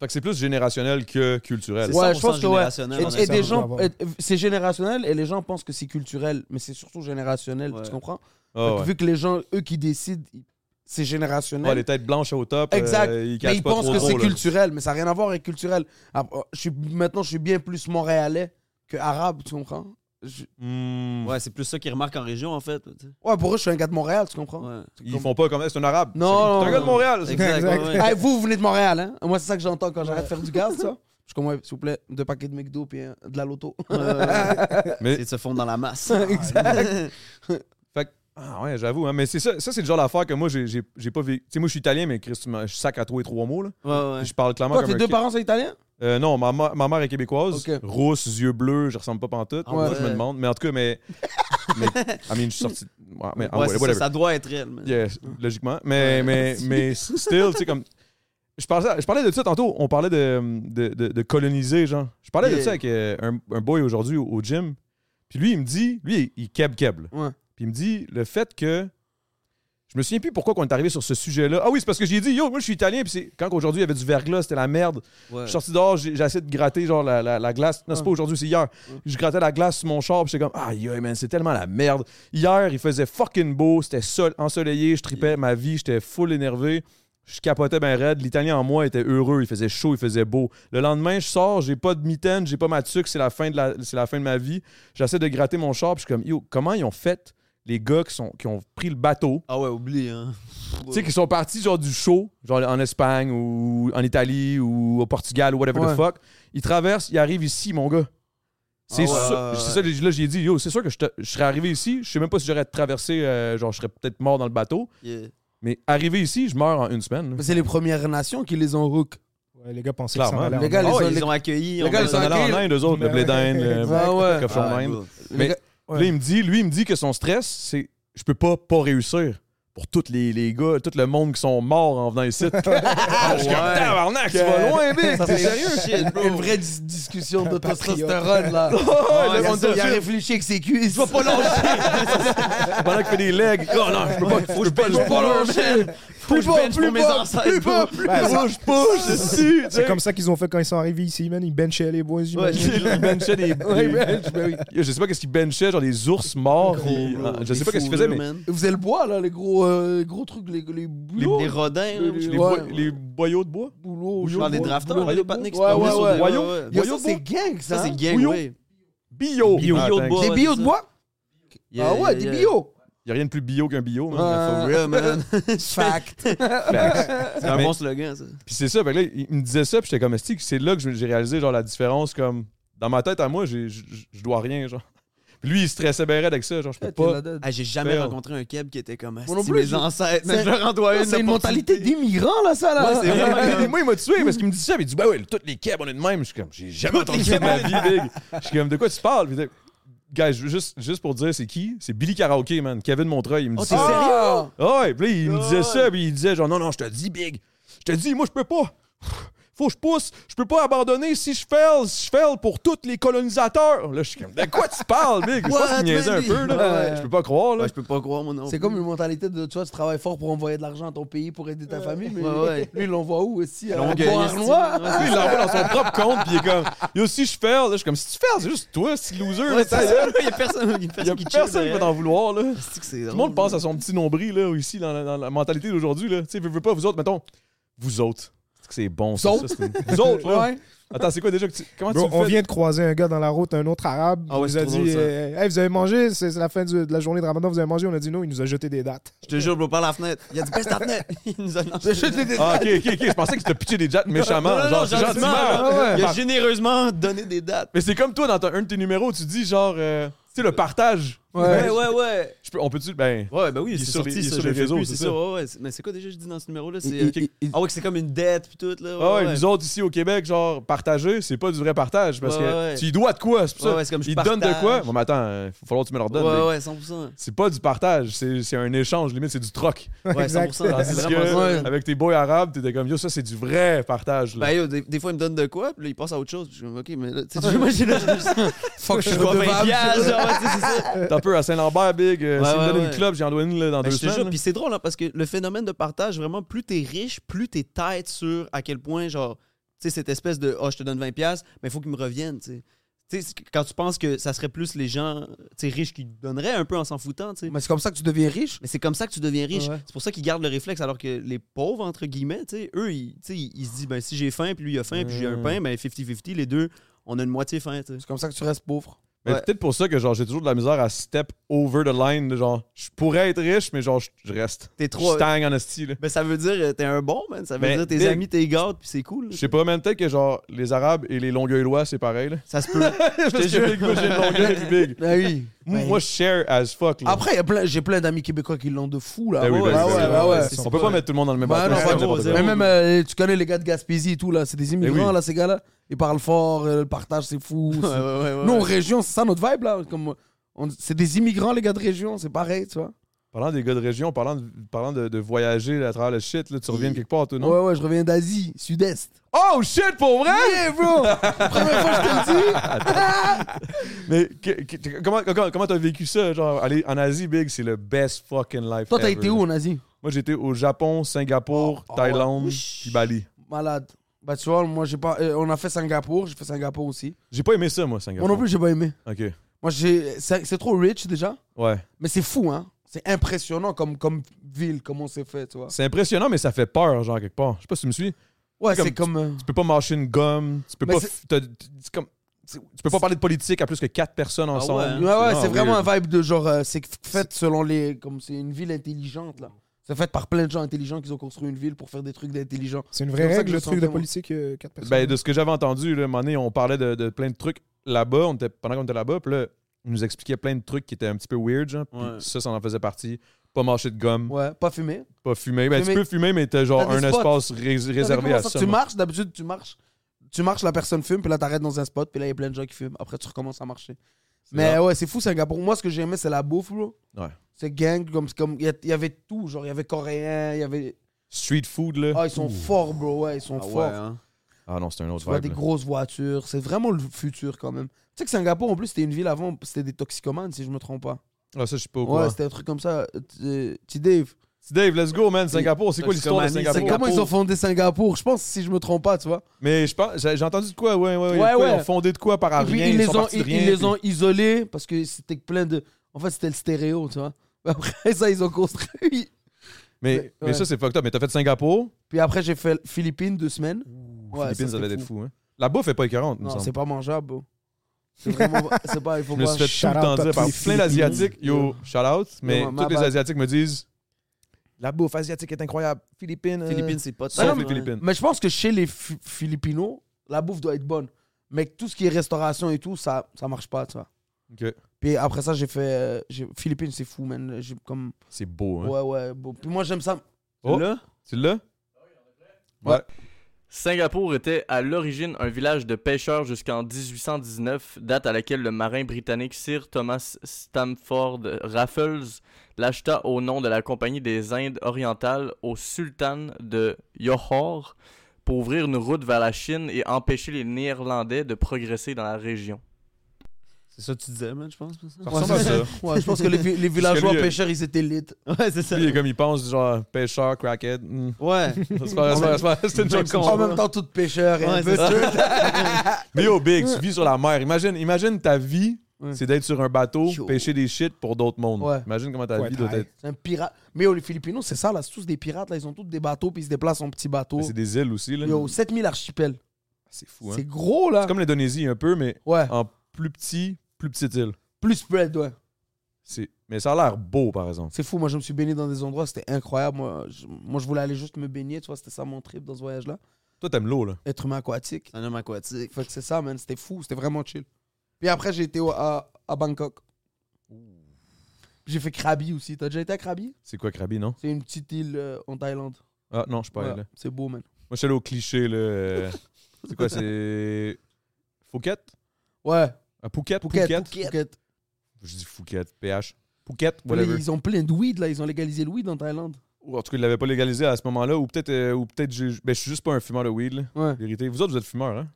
Speaker 3: Fait que c'est plus générationnel que culturel.
Speaker 4: C'est
Speaker 2: Ouais,
Speaker 4: 100%
Speaker 2: je pense que ouais.
Speaker 4: générationnel,
Speaker 2: Et-
Speaker 4: on
Speaker 2: Et,
Speaker 4: a
Speaker 1: ça,
Speaker 2: des
Speaker 1: on
Speaker 2: gens,
Speaker 1: peut avoir.
Speaker 2: et- c'est générationnel et les gens pensent que c'est culturel, mais c'est surtout générationnel,
Speaker 4: Ouais.
Speaker 2: tu comprends
Speaker 3: Ah,
Speaker 2: Fait que
Speaker 3: ouais.
Speaker 2: Vu que les gens, eux qui décident, ils- c'est générationnel.
Speaker 3: Ouais, les têtes blanches au top. euh,
Speaker 2: Exact.
Speaker 3: ils
Speaker 2: mais
Speaker 3: cachent
Speaker 2: ils
Speaker 3: pas
Speaker 2: pensent
Speaker 3: trop
Speaker 2: que
Speaker 3: trop,
Speaker 2: c'est
Speaker 3: là.
Speaker 2: culturel, mais ça n'a rien à voir avec culturel. Ah, ah, Je suis, maintenant, je suis bien plus montréalais que arabe, tu comprends Je-
Speaker 3: Hmm.
Speaker 4: Ouais, c'est plus ça qu'ils remarquent en région, en fait. tu sais.
Speaker 2: Ouais, pour eux, je suis un gars de Montréal, tu comprends
Speaker 4: Ouais.
Speaker 3: Ils font pas comme ça, c'est un arabe.
Speaker 2: Non,
Speaker 3: C'est- C'est un
Speaker 2: non,
Speaker 3: gars de
Speaker 2: non.
Speaker 3: Montréal. c'est-
Speaker 4: Exact. ouais, ouais.
Speaker 2: Hey, vous, vous venez de Montréal, hein Moi, c'est ça que j'entends quand j'arrête de faire du gaz, ça. Je suis comme, ouais, s'il vous plaît, deux paquets de McDo puis un- de la loto.
Speaker 4: Ouais, ouais, ouais.
Speaker 3: Mais-
Speaker 4: Ils se fondent dans la masse.
Speaker 2: Exact.
Speaker 3: Ah ouais, j'avoue. hein, Mais c'est ça, ça c'est le genre d'affaire que moi, j'ai- j'ai j'ai pas vécu. Tu sais, moi, je suis italien, mais Christ, tu m'as- je sac à toi et trois mots. Là.
Speaker 4: Ouais, ouais.
Speaker 3: Je parle clairement
Speaker 2: Quoi,
Speaker 3: comme
Speaker 2: tes
Speaker 3: un
Speaker 2: deux
Speaker 3: Qué-
Speaker 2: parents sont italiens
Speaker 3: Euh, non, ma, ma- ma mère est québécoise,
Speaker 2: Ok.
Speaker 3: rousse, yeux bleus, je ressemble pas pantoute.
Speaker 4: Ah
Speaker 3: Moi,
Speaker 4: ouais.
Speaker 3: je me demande. Mais en tout cas, mais. mais I mean, je suis sorti. Ouais, mais, ah
Speaker 4: Ouais,
Speaker 3: ouais,
Speaker 4: c'est ça,
Speaker 3: whatever.
Speaker 4: ça doit être elle. man.
Speaker 3: Yeah, logiquement. Mais, mais, mais still, tu sais, comme. Je parlais, je parlais de ça tantôt, on parlait de, de, de- de coloniser, genre. Je parlais de
Speaker 4: Yeah.
Speaker 3: ça avec euh, un, un boy aujourd'hui au, au gym. Puis lui, il me dit, lui, il, il keb keb. là.
Speaker 2: Ouais.
Speaker 3: Puis il me dit le fait que. Je me souviens plus pourquoi on est arrivé sur ce sujet-là. Ah oui, c'est parce que j'ai dit, yo, moi je suis italien, puis c'est quand aujourd'hui il y avait du verglas, c'était la merde.
Speaker 4: Ouais.
Speaker 3: Je suis sorti dehors, j'ai j'ai essayé de gratter genre la, la- la glace. Non, c'est
Speaker 2: Ouais.
Speaker 3: pas aujourd'hui, c'est hier.
Speaker 2: Ouais.
Speaker 3: Je grattais la glace sur mon char, puis j'étais comme ah man, c'est tellement la merde. Hier, il faisait fucking beau, c'était sol- ensoleillé, je tripais ma vie, j'étais full énervé. Je capotais ben raide. L'italien en moi était heureux, il faisait chaud, il faisait beau. Le lendemain, je sors, j'ai pas de mitaine, j'ai pas ma tuque, c'est la fin de la, c'est la fin de ma vie. J'essaie de gratter mon char, puis je suis comme yo, comment ils ont fait les gars qui sont qui ont pris le bateau
Speaker 4: Ah ouais, oublie. Hein.
Speaker 3: tu sais, qui sont partis genre du show, genre en Espagne ou en Italie ou au Portugal ou whatever
Speaker 2: Ouais.
Speaker 3: the fuck. Ils traversent, ils arrivent ici, mon gars. C'est
Speaker 4: Ah ouais,
Speaker 3: ça,
Speaker 4: ouais,
Speaker 3: c'est
Speaker 4: ouais.
Speaker 3: ça, là, j'ai dit, yo, c'est sûr que je, te- je serais arrivé ici, je sais même pas si j'aurais traversé, euh, genre, je serais peut-être mort dans le bateau,
Speaker 4: Yeah.
Speaker 3: mais arrivé ici, je meurs en une semaine. là.
Speaker 2: Mais c'est les Premières Nations qui les ont hook.
Speaker 1: fois. Ouais, les gars pensaient que ça
Speaker 3: Clairement.
Speaker 1: allait en
Speaker 2: Les gars,
Speaker 1: Europe.
Speaker 4: Oh,
Speaker 2: ont-
Speaker 4: ils
Speaker 2: les-
Speaker 4: ont accueilli.
Speaker 2: les
Speaker 4: on
Speaker 2: gars,
Speaker 4: a-
Speaker 2: ils
Speaker 3: Ils sont allés en
Speaker 2: tranquille.
Speaker 3: Inde, eux autres, le blé d'Inde, euh, le
Speaker 1: Exact.
Speaker 2: Ah ouais.
Speaker 3: cochon
Speaker 4: Ah,
Speaker 3: d'Inde.
Speaker 4: bro.
Speaker 3: Mais-
Speaker 2: Les gars- ouais.
Speaker 3: Puis Là, il me dit, lui, il me dit que son stress, c'est je peux pas pas réussir pour tous les, les gars, tout le monde qui sont morts en venant ici. Ah, je suis comme,
Speaker 4: Ouais.
Speaker 3: tabarnak, tu vas loin, big, t'es sérieux?
Speaker 4: Shit, bro.
Speaker 2: Une vraie dis- discussion de testostérone, là.
Speaker 3: Ouais,
Speaker 2: Il
Speaker 3: le
Speaker 2: a-
Speaker 3: monde
Speaker 2: il a
Speaker 3: de-
Speaker 2: réfléchi avec ses cuisses.
Speaker 4: pas lâcher.
Speaker 3: Pendant qu'il fait des legs. Oh non, je peux pas. Faut que je
Speaker 4: Je peux pas lâcher. Faut que je
Speaker 2: bas,
Speaker 4: bench
Speaker 2: plus
Speaker 4: pour mes
Speaker 2: bas,
Speaker 4: ancêtres. bro.
Speaker 1: Ouais, ça-
Speaker 3: je push ici. tu sais.
Speaker 1: c'est comme ça qu'ils ont fait quand ils sont arrivés ici, man. Ils benchaient les boys.
Speaker 4: Ouais,
Speaker 1: j'imagine.
Speaker 3: Il
Speaker 4: j'ai-
Speaker 3: benchait des.
Speaker 2: Ouais,
Speaker 3: des-
Speaker 2: ben, je- ben oui.
Speaker 3: Je sais pas qu'est-ce qu'il benchait, genre des ours morts. il- Je sais pas qu'est-ce qu'il faisait, mais.
Speaker 2: Vous faisait le bois, là, les gros, euh, les gros trucs, les, les
Speaker 4: Les,
Speaker 2: boulots.
Speaker 4: les rodins, là, ou
Speaker 3: Les,
Speaker 4: je
Speaker 2: Ouais.
Speaker 3: bois- les boyaux de bois.
Speaker 2: boulots,
Speaker 4: je parle des drafters,
Speaker 3: boulot,
Speaker 4: là, les patins qui se
Speaker 2: ouais,
Speaker 4: promenaient
Speaker 2: ouais,
Speaker 4: sur
Speaker 2: ouais.
Speaker 4: des-
Speaker 3: Voyons.
Speaker 4: ouais, ouais.
Speaker 2: Yo,
Speaker 3: Voyons
Speaker 2: ça, c'est gang, ça.
Speaker 4: Ça, c'est
Speaker 2: hein?
Speaker 4: gang,
Speaker 3: Bouillon.
Speaker 4: ouais.
Speaker 3: Bio.
Speaker 1: Bio.
Speaker 3: Ah,
Speaker 4: Bio de
Speaker 3: attends.
Speaker 4: bois.
Speaker 2: Des
Speaker 4: ouais,
Speaker 2: billots
Speaker 4: c'est
Speaker 2: de
Speaker 4: ça.
Speaker 2: bois.
Speaker 4: Yeah,
Speaker 2: ah ouais,
Speaker 4: yeah,
Speaker 2: des
Speaker 4: yeah.
Speaker 2: billots.
Speaker 3: Y a rien de plus bio qu'un bio. man.
Speaker 2: Ouais.
Speaker 4: For real, man.
Speaker 2: Fact.
Speaker 4: C'est un
Speaker 3: Mais-
Speaker 4: bon slogan, ça.
Speaker 3: Puis c'est ça, fait que là, il il me disait ça, puis j'étais comme Esti, c'est là que je- j'ai réalisé genre la différence comme dans ma tête à moi, j'ai- je je- je dois rien genre. Puis lui, il stressait bien raide avec ça, genre je peux pas.
Speaker 4: Ah, j'ai jamais
Speaker 3: Fail.
Speaker 4: rencontré un keb qui était comme
Speaker 2: non
Speaker 4: C'est
Speaker 2: plus,
Speaker 4: mes
Speaker 2: je-
Speaker 4: ancêtres, mais
Speaker 2: c'est-
Speaker 4: je leur en dois une.
Speaker 2: C'est une mentalité
Speaker 4: opportunité.
Speaker 2: d'immigrant, là, ça, là.
Speaker 4: Ouais, c'est vrai.
Speaker 3: Ah, mais moi, il m'a tué parce qu'il me dit ça. mais Il dit, ben ouais, toutes les kebs, on est de même. Je suis comme, j'ai jamais entendu ça de ma vie, big. Je suis comme, de quoi tu parles? Puis, guys, je veux juste, juste pour dire, c'est qui? C'est Billy Karaoke, man. Kevin Montreuil, il me dit
Speaker 2: Oh, t'es
Speaker 3: ça.
Speaker 2: sérieux?
Speaker 3: Ah ouais, puis là, il me disait
Speaker 4: Ouais.
Speaker 3: ça, puis il disait, genre, non, non, je te dis, big. Je te dis, moi, je peux pas. Faut que je pousse. Je peux pas abandonner. Si je fail, je fail pour tous les colonisateurs. Là, je suis comme, de quoi tu parles, big? Je pense
Speaker 4: What,
Speaker 3: qu'il niaisait un
Speaker 4: baby?
Speaker 3: peu, là.
Speaker 2: Ouais.
Speaker 3: Je peux pas croire, là.
Speaker 4: Ouais, je peux pas croire, mon nom.
Speaker 2: C'est comme une mentalité de, tu vois, tu travailles fort pour envoyer de l'argent à ton pays pour aider ta famille, mais
Speaker 4: Ouais, ouais.
Speaker 2: lui, il l'envoie où aussi À
Speaker 4: Longueuil, esti.
Speaker 2: Bois-Arnois
Speaker 3: Lui, il l'envoie dans son propre compte, puis il est comme, yo, si je fail, là, je suis comme, si tu fail, c'est juste toi, c'est loser. là,
Speaker 4: Ouais,
Speaker 3: ta
Speaker 4: c'est
Speaker 3: gueule.
Speaker 4: ça. Il y a personne, il y a
Speaker 3: Il y a
Speaker 4: personne qui
Speaker 3: personne qui va t'en vouloir, là.
Speaker 4: Tout
Speaker 3: Tout le monde pense à son petit nombril, là, ici, dans la, dans la mentalité d'aujourd'hui, là. Tu sais, veux, veux pas, vous autres, mettons, vous autres. C'est que C'est bon, ça.
Speaker 2: Vous
Speaker 3: ça, c'est une- vous autres, là.
Speaker 2: Ouais.
Speaker 3: Attends, c'est quoi déjà que tu. Comment
Speaker 1: Bro,
Speaker 3: tu le
Speaker 1: on
Speaker 3: fais?
Speaker 1: vient de croiser un gars dans la route, un autre arabe.
Speaker 4: Ah
Speaker 1: il
Speaker 4: ouais,
Speaker 1: nous
Speaker 4: c'est
Speaker 1: a
Speaker 4: trop
Speaker 1: dit
Speaker 4: drôle, ça.
Speaker 1: euh, Hey, vous avez mangé C'est c'est la fin du- de la journée de Ramadan, vous avez mangé On a dit non, il nous a jeté des dates.
Speaker 4: Je te jure, bro, par la fenêtre. Il a dit, baisse ta fenêtre. Il nous a lancé.
Speaker 3: Ah, ok, ok, ok. Je pensais que tu t'as pitché des jets méchamment.
Speaker 4: Non, non, non,
Speaker 3: genre,
Speaker 4: Ah, gentiment,
Speaker 3: gentiment.
Speaker 4: là.
Speaker 3: Ah ouais.
Speaker 4: Il a
Speaker 3: Bah,
Speaker 4: généreusement donné des dates.
Speaker 3: Mais c'est comme toi, dans ton- un de tes numéros, tu dis genre. euh, tu sais, le partage.
Speaker 4: Ouais, ouais, ouais.
Speaker 3: Je peux, on peut-tu. Ben.
Speaker 4: Ouais, ben oui,
Speaker 3: Il est
Speaker 4: c'est
Speaker 3: sur
Speaker 4: sorti,
Speaker 3: les- il est
Speaker 4: ça,
Speaker 3: sur
Speaker 4: je
Speaker 3: les
Speaker 4: l'ai
Speaker 3: réseaux,
Speaker 4: plus,
Speaker 3: c'est
Speaker 4: c'est
Speaker 3: ça.
Speaker 4: ça. Ouais, ouais. C'est- Mais c'est quoi déjà, je dis dans ce numéro-là? C'est,
Speaker 2: Il-
Speaker 4: euh,
Speaker 2: il- il-
Speaker 4: Ah ouais, que c'est comme une dette, puis tout, là.
Speaker 3: Ah ouais,
Speaker 4: ouais.
Speaker 3: nous autres ici au Québec, genre, partager, c'est pas du vrai partage parce
Speaker 4: Ouais,
Speaker 3: que
Speaker 4: ouais.
Speaker 3: tu y dois de quoi, c'est pour ça.
Speaker 4: Ouais, ouais, c'est comme je
Speaker 3: Ils te donnent de
Speaker 4: partage.
Speaker 3: quoi? Bon, mais attends, il va falloir que tu me leur donnes. mais
Speaker 4: Ouais, ouais, 100%.
Speaker 3: C'est pas du partage, c'est c'est un échange, limite, c'est du troc.
Speaker 4: Ouais,
Speaker 1: Exact.
Speaker 4: 100%.
Speaker 3: Tandis
Speaker 4: Ah, C'est
Speaker 3: que,
Speaker 4: vraiment ça.
Speaker 3: avec tes boys arabes, t'étais comme, yo, ça, c'est du vrai partage. Là.
Speaker 4: Ben, yo, des, des fois, il me donne de quoi, puis là, il passe à autre chose. Puis je suis comme, ok, mais là, tu sais, moi, j'ai Je
Speaker 2: Fuck, je suis
Speaker 4: dois 20
Speaker 2: redevable.
Speaker 4: piastres, genre, ouais, tu sais, c'est ça.
Speaker 3: T'es un peu à Saint-Lambert, big. euh,
Speaker 4: Ben, Ouais,
Speaker 3: si
Speaker 4: ouais,
Speaker 3: me donne
Speaker 4: ouais.
Speaker 3: une club, j'en dois une là, dans
Speaker 4: Ben,
Speaker 3: deux
Speaker 4: je te jure,
Speaker 3: semaines.
Speaker 4: puis c'est drôle, hein, parce que le phénomène de partage, vraiment, plus t'es riche, plus t'es tête sur à quel point, genre, tu sais, cette espèce de, oh, je te donne 20$, piastres, mais il faut qu'ils me reviennent, tu sais. Tu sais. c'est que- Quand tu penses que ça serait plus les gens tu sais, riches qui donneraient un peu en s'en foutant, tu sais.
Speaker 2: Mais c'est comme ça que tu deviens riche.
Speaker 4: Mais c'est comme ça que tu deviens riche.
Speaker 2: Ouais.
Speaker 4: C'est pour ça qu'ils gardent le réflexe, alors que les pauvres, entre guillemets, tu sais, eux, ils, tu sais, ils ils se disent, ben, si j'ai faim, puis lui, il a faim, puis j'ai un
Speaker 3: Mm.
Speaker 4: pain, ben, 50-50, les deux, on a une moitié faim, tu sais.
Speaker 2: C'est comme ça que tu restes pauvre.
Speaker 3: Mais
Speaker 4: Ouais.
Speaker 3: peut-être pour ça que genre j'ai toujours de la misère à step over the line. de Genre, je pourrais être riche, mais genre, je- je reste.
Speaker 4: T'es
Speaker 3: Je
Speaker 4: trop.
Speaker 3: stagne en esti, là.
Speaker 4: Ben, ça veut dire, euh, t'es un bon, man. Ça veut
Speaker 3: Ben,
Speaker 4: dire, tes
Speaker 3: big.
Speaker 4: amis, t'es gâtes, puis c'est cool.
Speaker 3: Je sais pas, même peut-être que genre les Arabes et les Longueuilois, c'est pareil. Là.
Speaker 4: Ça se peut.
Speaker 3: Parce que
Speaker 4: jure. Ben,
Speaker 3: big, moi, j'ai une Longueuil puis big.
Speaker 2: Ah oui.
Speaker 3: Moi, Moi, je share as fuck.
Speaker 4: Ah,
Speaker 3: Là.
Speaker 2: Après, il y a plein- j'ai plein d'amis québécois qui l'ont de fou, là.
Speaker 3: Ben oui, ben
Speaker 2: Ah
Speaker 3: oui, ben
Speaker 2: ouais,
Speaker 3: oui.
Speaker 2: bah ouais.
Speaker 3: On peut pas mettre tout le monde dans le même
Speaker 2: Bah
Speaker 3: bateau,
Speaker 2: non,
Speaker 3: c'est
Speaker 2: bah
Speaker 3: n'importe
Speaker 4: Ben,
Speaker 3: quoi.
Speaker 4: non, zéro.
Speaker 2: Mais même, euh, tu connais les gars de Gaspésie et tout, là, c'est des immigrants,
Speaker 3: Eh oui.
Speaker 2: là, ces gars-là. Ils parlent fort, euh, le partage, c'est fou. c'est-
Speaker 4: Ouais, ouais, ouais, ouais.
Speaker 2: Nous, en région, c'est ça notre vibe, là. Comme, on- c'est des immigrants, les gars de région, c'est pareil, tu vois.
Speaker 3: Parlant des gars de région, parlant de, parlant de, de voyager à travers le shit, là, tu reviens de quelque part, toi, non?
Speaker 2: Ouais, ouais, je reviens d'Asie, sud-est.
Speaker 3: Oh shit, pour vrai?
Speaker 2: Yeah, bro! Première fois, je te le dis.
Speaker 3: Mais que- que- comment comment- comment t'as vécu ça? Genre, aller en Asie, big, c'est le best fucking life.
Speaker 2: Toi, t'as
Speaker 3: ever,
Speaker 2: été
Speaker 3: là.
Speaker 2: où en Asie?
Speaker 3: Moi, j'étais au Japon, Singapour,
Speaker 2: Oh, oh,
Speaker 3: Thaïlande,
Speaker 2: ouais.
Speaker 3: puis Bali.
Speaker 2: Malade. Bah, tu vois, moi, j'ai pas. euh, on a fait Singapour, j'ai fait Singapour aussi.
Speaker 3: J'ai pas aimé ça, moi, Singapour.
Speaker 2: Moi non plus, j'ai pas aimé.
Speaker 3: Ok.
Speaker 2: Moi, j'ai. C'est c'est trop rich déjà,
Speaker 3: Ouais.
Speaker 2: mais c'est fou, hein. C'est impressionnant comme, comme ville, comment c'est fait, tu vois.
Speaker 3: C'est impressionnant, mais ça fait peur, genre, quelque part. Je sais pas si tu me suis. Tu
Speaker 2: Ouais,
Speaker 3: c'est
Speaker 2: c'est comme. euh,
Speaker 3: peux pas marcher une gomme. Tu peux
Speaker 2: Mais
Speaker 3: pas.
Speaker 2: c'est-
Speaker 3: f- t'as- t- c'est comme- c'est- tu peux pas parler de politique à plus que quatre personnes ensemble.
Speaker 4: ouais, hein?
Speaker 2: Ah Ouais, ouais, c'est
Speaker 3: vraiment
Speaker 2: vraiment un vibe de genre. euh, c'est fait selon les. Comme c'est une ville intelligente, là. C'est fait par plein de gens intelligents qui ont construit une ville pour faire des trucs d'intelligents.
Speaker 1: C'est une
Speaker 2: C'est
Speaker 1: vraie
Speaker 2: comme ça que
Speaker 1: règle,
Speaker 2: je
Speaker 1: le
Speaker 2: sens
Speaker 1: truc de
Speaker 2: vraiment.
Speaker 1: politique, euh, quatre personnes.
Speaker 3: Ben, de ce que j'avais entendu, là, à un moment donné, on parlait de, de plein de trucs là-bas. On était, pendant qu'on était là-bas, puis là, ils nous expliquaient plein de trucs qui étaient un petit peu weird. Genre, puis
Speaker 4: Ouais.
Speaker 3: ça, ça en faisait partie. Pas marcher de gomme,
Speaker 2: Ouais, pas fumé.
Speaker 3: pas fumer. Ben,
Speaker 2: Fumer.
Speaker 3: tu peux fumer, mais t'as genre
Speaker 2: T'as
Speaker 3: un
Speaker 2: des spots.
Speaker 3: espace ré- réservé
Speaker 2: Comment
Speaker 3: à
Speaker 2: ça,
Speaker 3: ça.
Speaker 2: Tu
Speaker 3: moi.
Speaker 2: marches, d'habitude, tu marches. Tu marches, la personne fume, puis là, t'arrêtes dans un spot, puis là, il y a plein de gens qui fument. Après, tu recommences à marcher.
Speaker 3: C'est
Speaker 2: Mais
Speaker 3: vrai.
Speaker 2: ouais, c'est fou, Singapour. Moi, ce que j'aimais, c'est la bouffe, bro.
Speaker 3: Ouais.
Speaker 2: C'est gang, comme. comme- Il y, a- il y avait tout, genre, il y avait coréen, il y avait.
Speaker 3: Street food, là.
Speaker 2: Ah, ils sont forts, bro, ouais, ils sont
Speaker 4: Ah ouais,
Speaker 2: forts.
Speaker 4: hein.
Speaker 3: Ah non, c'est un
Speaker 2: Tu
Speaker 3: autre
Speaker 2: vois des
Speaker 3: vibe. là.
Speaker 2: grosses voitures, c'est vraiment le futur quand même. Tu sais que Singapour, en plus, c'était une ville avant, c'était des toxicomanes, si je me trompe pas.
Speaker 3: Ah, ça, je suis pas au courant.
Speaker 2: Ouais, c'était un truc comme ça. Euh, T Dave,
Speaker 3: Dave, let's go, man. Singapour, c'est quoi l'histoire de
Speaker 4: Toxicomanie,
Speaker 3: Singapour?
Speaker 2: c'est comment ils ont fondé Singapour Je pense, si je me trompe pas, tu vois.
Speaker 3: Mais je pense, j'ai j'ai entendu de quoi, ouais, ouais, ouais.
Speaker 2: Ouais,
Speaker 3: de quoi,
Speaker 2: ouais.
Speaker 3: Ils ont fondé de quoi par à
Speaker 2: Et puis,
Speaker 3: Ah, rien.
Speaker 2: ils, les
Speaker 3: sont
Speaker 2: ont,
Speaker 3: partis de
Speaker 2: ils-
Speaker 3: rien,
Speaker 2: ils les
Speaker 3: puis-
Speaker 2: ont isolés parce que c'était plein de. En fait, c'était le stéréo, tu vois. Après ça, ils ont construit.
Speaker 3: Mais,
Speaker 2: Ouais.
Speaker 3: mais ça, c'est fucked up. Mais t'as fait Singapour,
Speaker 2: Puis après, j'ai fait Philippines deux semaines. Ouais,
Speaker 3: Philippines, ça
Speaker 2: c'était
Speaker 3: devait être fou. hein. La bouffe est pas écœurante, il me
Speaker 2: Non,
Speaker 3: semble.
Speaker 2: c'est pas mangeable. bro. C'est vraiment. pas- c'est pas. Il faut
Speaker 3: Je me
Speaker 2: pas.
Speaker 3: suis fait tout le
Speaker 1: shout-out
Speaker 3: temps
Speaker 1: à
Speaker 3: dire
Speaker 1: tous
Speaker 3: par
Speaker 1: les
Speaker 3: plein d'Asiatiques, yo,
Speaker 2: Yo.
Speaker 3: shout out, mais
Speaker 2: Yo, ma-
Speaker 3: tous les
Speaker 2: ma bad.
Speaker 3: Asiatiques me disent La bouffe asiatique est incroyable, Philippines. euh,
Speaker 4: Philippines, c'est pas
Speaker 3: Sauf
Speaker 4: top,
Speaker 3: les
Speaker 4: hein.
Speaker 3: Philippines.
Speaker 2: Mais je pense que chez les Fi- Filipinos, la bouffe doit être bonne. Mais tout ce qui est restauration et tout, ça, ça marche pas, tu vois.
Speaker 3: Ok.
Speaker 2: Puis après ça, j'ai fait. euh, j'ai- Philippines, c'est fou, man. J'ai comme.
Speaker 3: C'est beau, hein.
Speaker 2: Ouais, ouais. bon. Puis moi, j'aime ça.
Speaker 3: Oh,
Speaker 4: Là,
Speaker 3: tu l'as
Speaker 2: Ouais.
Speaker 5: Singapour était à l'origine un village de pêcheurs jusqu'en 1819, date à laquelle le marin britannique Sir Thomas Stamford Raffles l'acheta au nom de la Compagnie des Indes orientales au sultan de Johor pour ouvrir une route vers la Chine et empêcher les Néerlandais de progresser dans la région.
Speaker 4: C'est ça que tu disais, man, je pense. c'est
Speaker 3: Ça
Speaker 4: ça?
Speaker 3: ressemble à ça.
Speaker 2: Ouais, je pense que les, vi- les villageois
Speaker 3: lui, euh,
Speaker 2: pêcheurs, ils étaient lit.
Speaker 4: Ouais, c'est ça.
Speaker 3: Lui, il est comme il pense, genre, pêcheur, crackhead. hmm.
Speaker 4: Ouais.
Speaker 3: C'est pas- c'est pas- c'est pas- c'est une joke con.
Speaker 2: En même temps, tout pêcheur et
Speaker 4: Ouais,
Speaker 2: un peu
Speaker 4: c'est ça.
Speaker 2: tout.
Speaker 3: Mais yo, Big, tu vis sur la mer. Imagine, imagine ta vie,
Speaker 2: Ouais.
Speaker 3: c'est d'être sur un bateau,
Speaker 2: Yo.
Speaker 3: pêcher des shit pour d'autres mondes.
Speaker 2: Ouais.
Speaker 3: Imagine comment ta
Speaker 1: Ouais,
Speaker 3: vie doit
Speaker 1: t'as-
Speaker 3: être.
Speaker 2: C'est un pirate. Mais yo, les Filipinos, c'est ça, là. C'est tous des pirates, là. Ils ont tous des bateaux, puis ils se déplacent en petits bateaux.
Speaker 3: Mais C'est des îles aussi, là.
Speaker 2: Yo, 7000 archipels.
Speaker 3: C'est fou, hein.
Speaker 2: C'est gros, là.
Speaker 3: C'est comme l'Indonésie un peu, mais
Speaker 2: Ouais.
Speaker 3: en plus petit, plus petite île.
Speaker 2: Plus spread, ouais.
Speaker 3: C'est- Mais ça a l'air beau, par exemple.
Speaker 2: C'est fou, moi je me suis baigné dans des endroits, c'était incroyable. Moi je, moi, je voulais aller juste me baigner, tu vois, c'était ça mon trip dans ce voyage-là.
Speaker 3: Toi, t'aimes l'eau, là.
Speaker 2: Être humain aquatique.
Speaker 4: C'est un homme aquatique.
Speaker 2: Fait que c'est ça, man, c'était fou, c'était vraiment chill. Puis après, j'ai été au- à, à Bangkok. J'ai fait Krabi aussi. T'as déjà été à Krabi
Speaker 3: C'est quoi, Krabi, non?
Speaker 2: C'est une petite île euh, en Thaïlande.
Speaker 3: Ah, non, je suis pas allé,
Speaker 2: Voilà,
Speaker 3: là.
Speaker 2: c'est beau, man.
Speaker 3: Moi, je suis allé au cliché, là. euh, C'est quoi, c'est. Phuket?
Speaker 2: Ouais,
Speaker 3: Ah, Phuket?
Speaker 2: Phuket.
Speaker 3: Phuket?
Speaker 2: Phuket.
Speaker 3: Je dis Phuket, PH. Phuket,
Speaker 2: Puis là,
Speaker 3: whatever.
Speaker 2: Ils ont plein de weed, là, ils ont légalisé le weed en Thaïlande.
Speaker 3: Ou en tout cas, ils l'avaient pas légalisé à ce moment-là, ou peut-être. euh, ou peut-être j'ai- ben, je suis juste pas un fumeur de weed, là.
Speaker 2: Ouais.
Speaker 3: Vérité. Vous autres, vous êtes fumeur, hein?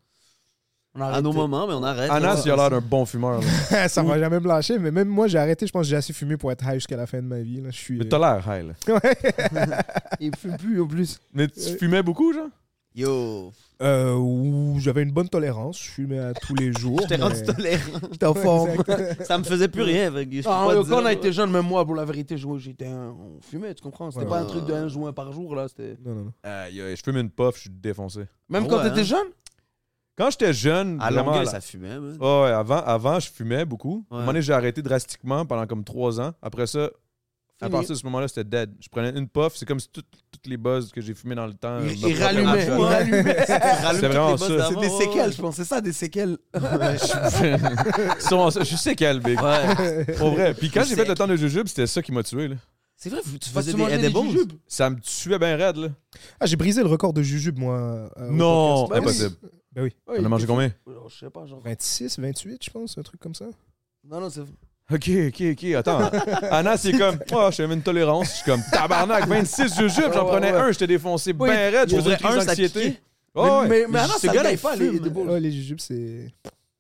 Speaker 2: On
Speaker 3: Ah,
Speaker 2: a
Speaker 4: À
Speaker 2: arrêté.
Speaker 4: nos moments, mais on arrête.
Speaker 3: Anas,
Speaker 4: là.
Speaker 3: il a l'air d'un bon fumeur, là.
Speaker 1: ça m'a jamais me lâcher, mais même moi, j'ai arrêté. Je pense que j'ai assez fumé pour être high jusqu'à la fin de ma vie. Là. Je suis.
Speaker 3: Mais t'as l'air high, là.
Speaker 2: Ils fument plus en plus.
Speaker 3: Mais tu fumais beaucoup, genre?
Speaker 4: Yo.
Speaker 1: Euh, où j'avais une bonne tolérance. Je fumais à tous les jours.
Speaker 4: J'étais
Speaker 1: mais-
Speaker 4: rendu tolérant.
Speaker 2: J'étais en forme.
Speaker 1: Exact.
Speaker 4: Ça me faisait plus rien. fait que je peux
Speaker 2: Ah,
Speaker 4: pas
Speaker 2: yo,
Speaker 4: dire, euh,
Speaker 2: quand on a
Speaker 4: là.
Speaker 2: été jeune, même moi, pour la vérité, je- j'étais un- on fumait, tu comprends C'était
Speaker 1: Ouais,
Speaker 2: pas un
Speaker 4: ouais.
Speaker 2: truc de un joint par jour, là. c'était-
Speaker 1: Non, non, non.
Speaker 3: Aïe, aïe, je fume une puff, je suis défoncé.
Speaker 2: Même
Speaker 4: Ah
Speaker 2: quand
Speaker 4: ouais,
Speaker 2: t'étais
Speaker 4: hein.
Speaker 2: jeune
Speaker 3: Quand j'étais jeune,
Speaker 4: À
Speaker 3: vraiment,
Speaker 4: Longueuil,
Speaker 3: là-
Speaker 4: ça fumait, man.
Speaker 3: Ah ouais, avant, avant, je fumais beaucoup. À un
Speaker 4: Ouais.
Speaker 3: moment donné, j'ai arrêté drastiquement pendant comme trois ans. Après ça, à
Speaker 2: Fini.
Speaker 3: partir de ce moment-là, c'était dead. Je prenais une puff, c'est comme si tout- toutes les buzz que j'ai fumé dans le temps.
Speaker 2: Il,
Speaker 3: me
Speaker 2: il rallumait.
Speaker 3: propagaient.
Speaker 2: Il rallumait.
Speaker 4: Rallume toutes
Speaker 3: vraiment
Speaker 4: les bosses
Speaker 3: ça.
Speaker 4: d'avant,
Speaker 2: C'est des
Speaker 4: ouais,
Speaker 2: séquelles, je pense. C'est ça, des séquelles.
Speaker 3: Ils sont- Je sais qu'elle, big.
Speaker 4: Ouais.
Speaker 3: Pour vrai. Puis quand
Speaker 4: Je
Speaker 3: j'ai
Speaker 4: sais.
Speaker 3: fait le temps de jujube, c'était ça qui m'a tué. Là.
Speaker 4: C'est vrai, vous- tu
Speaker 2: Parce que
Speaker 4: faisais
Speaker 2: tu
Speaker 4: des,
Speaker 2: mangeais
Speaker 4: des
Speaker 2: des
Speaker 4: bons.
Speaker 2: jujubes.
Speaker 3: Ça me tuait bien raide. Là.
Speaker 1: Ah, j'ai brisé le record de Jujube, moi. euh, au
Speaker 3: non,
Speaker 1: podcast.
Speaker 3: impossible.
Speaker 1: Ben oui.
Speaker 2: Ouais,
Speaker 3: On
Speaker 2: il
Speaker 3: a mangé
Speaker 2: était-
Speaker 3: combien
Speaker 2: Oh, Je sais pas, genre.
Speaker 1: 26, 28, je pense, un truc comme ça.
Speaker 2: Non, non, c'est.
Speaker 3: Ok, ok, ok. Attends. Anna, c'est comme, oh, j'avais une tolérance. Je suis comme, tabarnak, 26 jujubes, j'en
Speaker 2: Ouais,
Speaker 3: prenais
Speaker 2: ouais.
Speaker 3: un, j'étais défoncé
Speaker 2: Ouais,
Speaker 3: bien raide. Je
Speaker 4: Pour
Speaker 3: faisais une
Speaker 4: vrai,
Speaker 3: crise
Speaker 4: un, ça
Speaker 3: d'anxiété.
Speaker 4: piquait.
Speaker 3: Ouais, Ah ouais.
Speaker 2: Mais, mais Anas,
Speaker 4: Ce
Speaker 2: ça
Speaker 4: gars-là,
Speaker 2: gars
Speaker 4: il
Speaker 2: pas les,
Speaker 4: fume.
Speaker 2: les balls.
Speaker 1: Ah, les jujubes, c'est.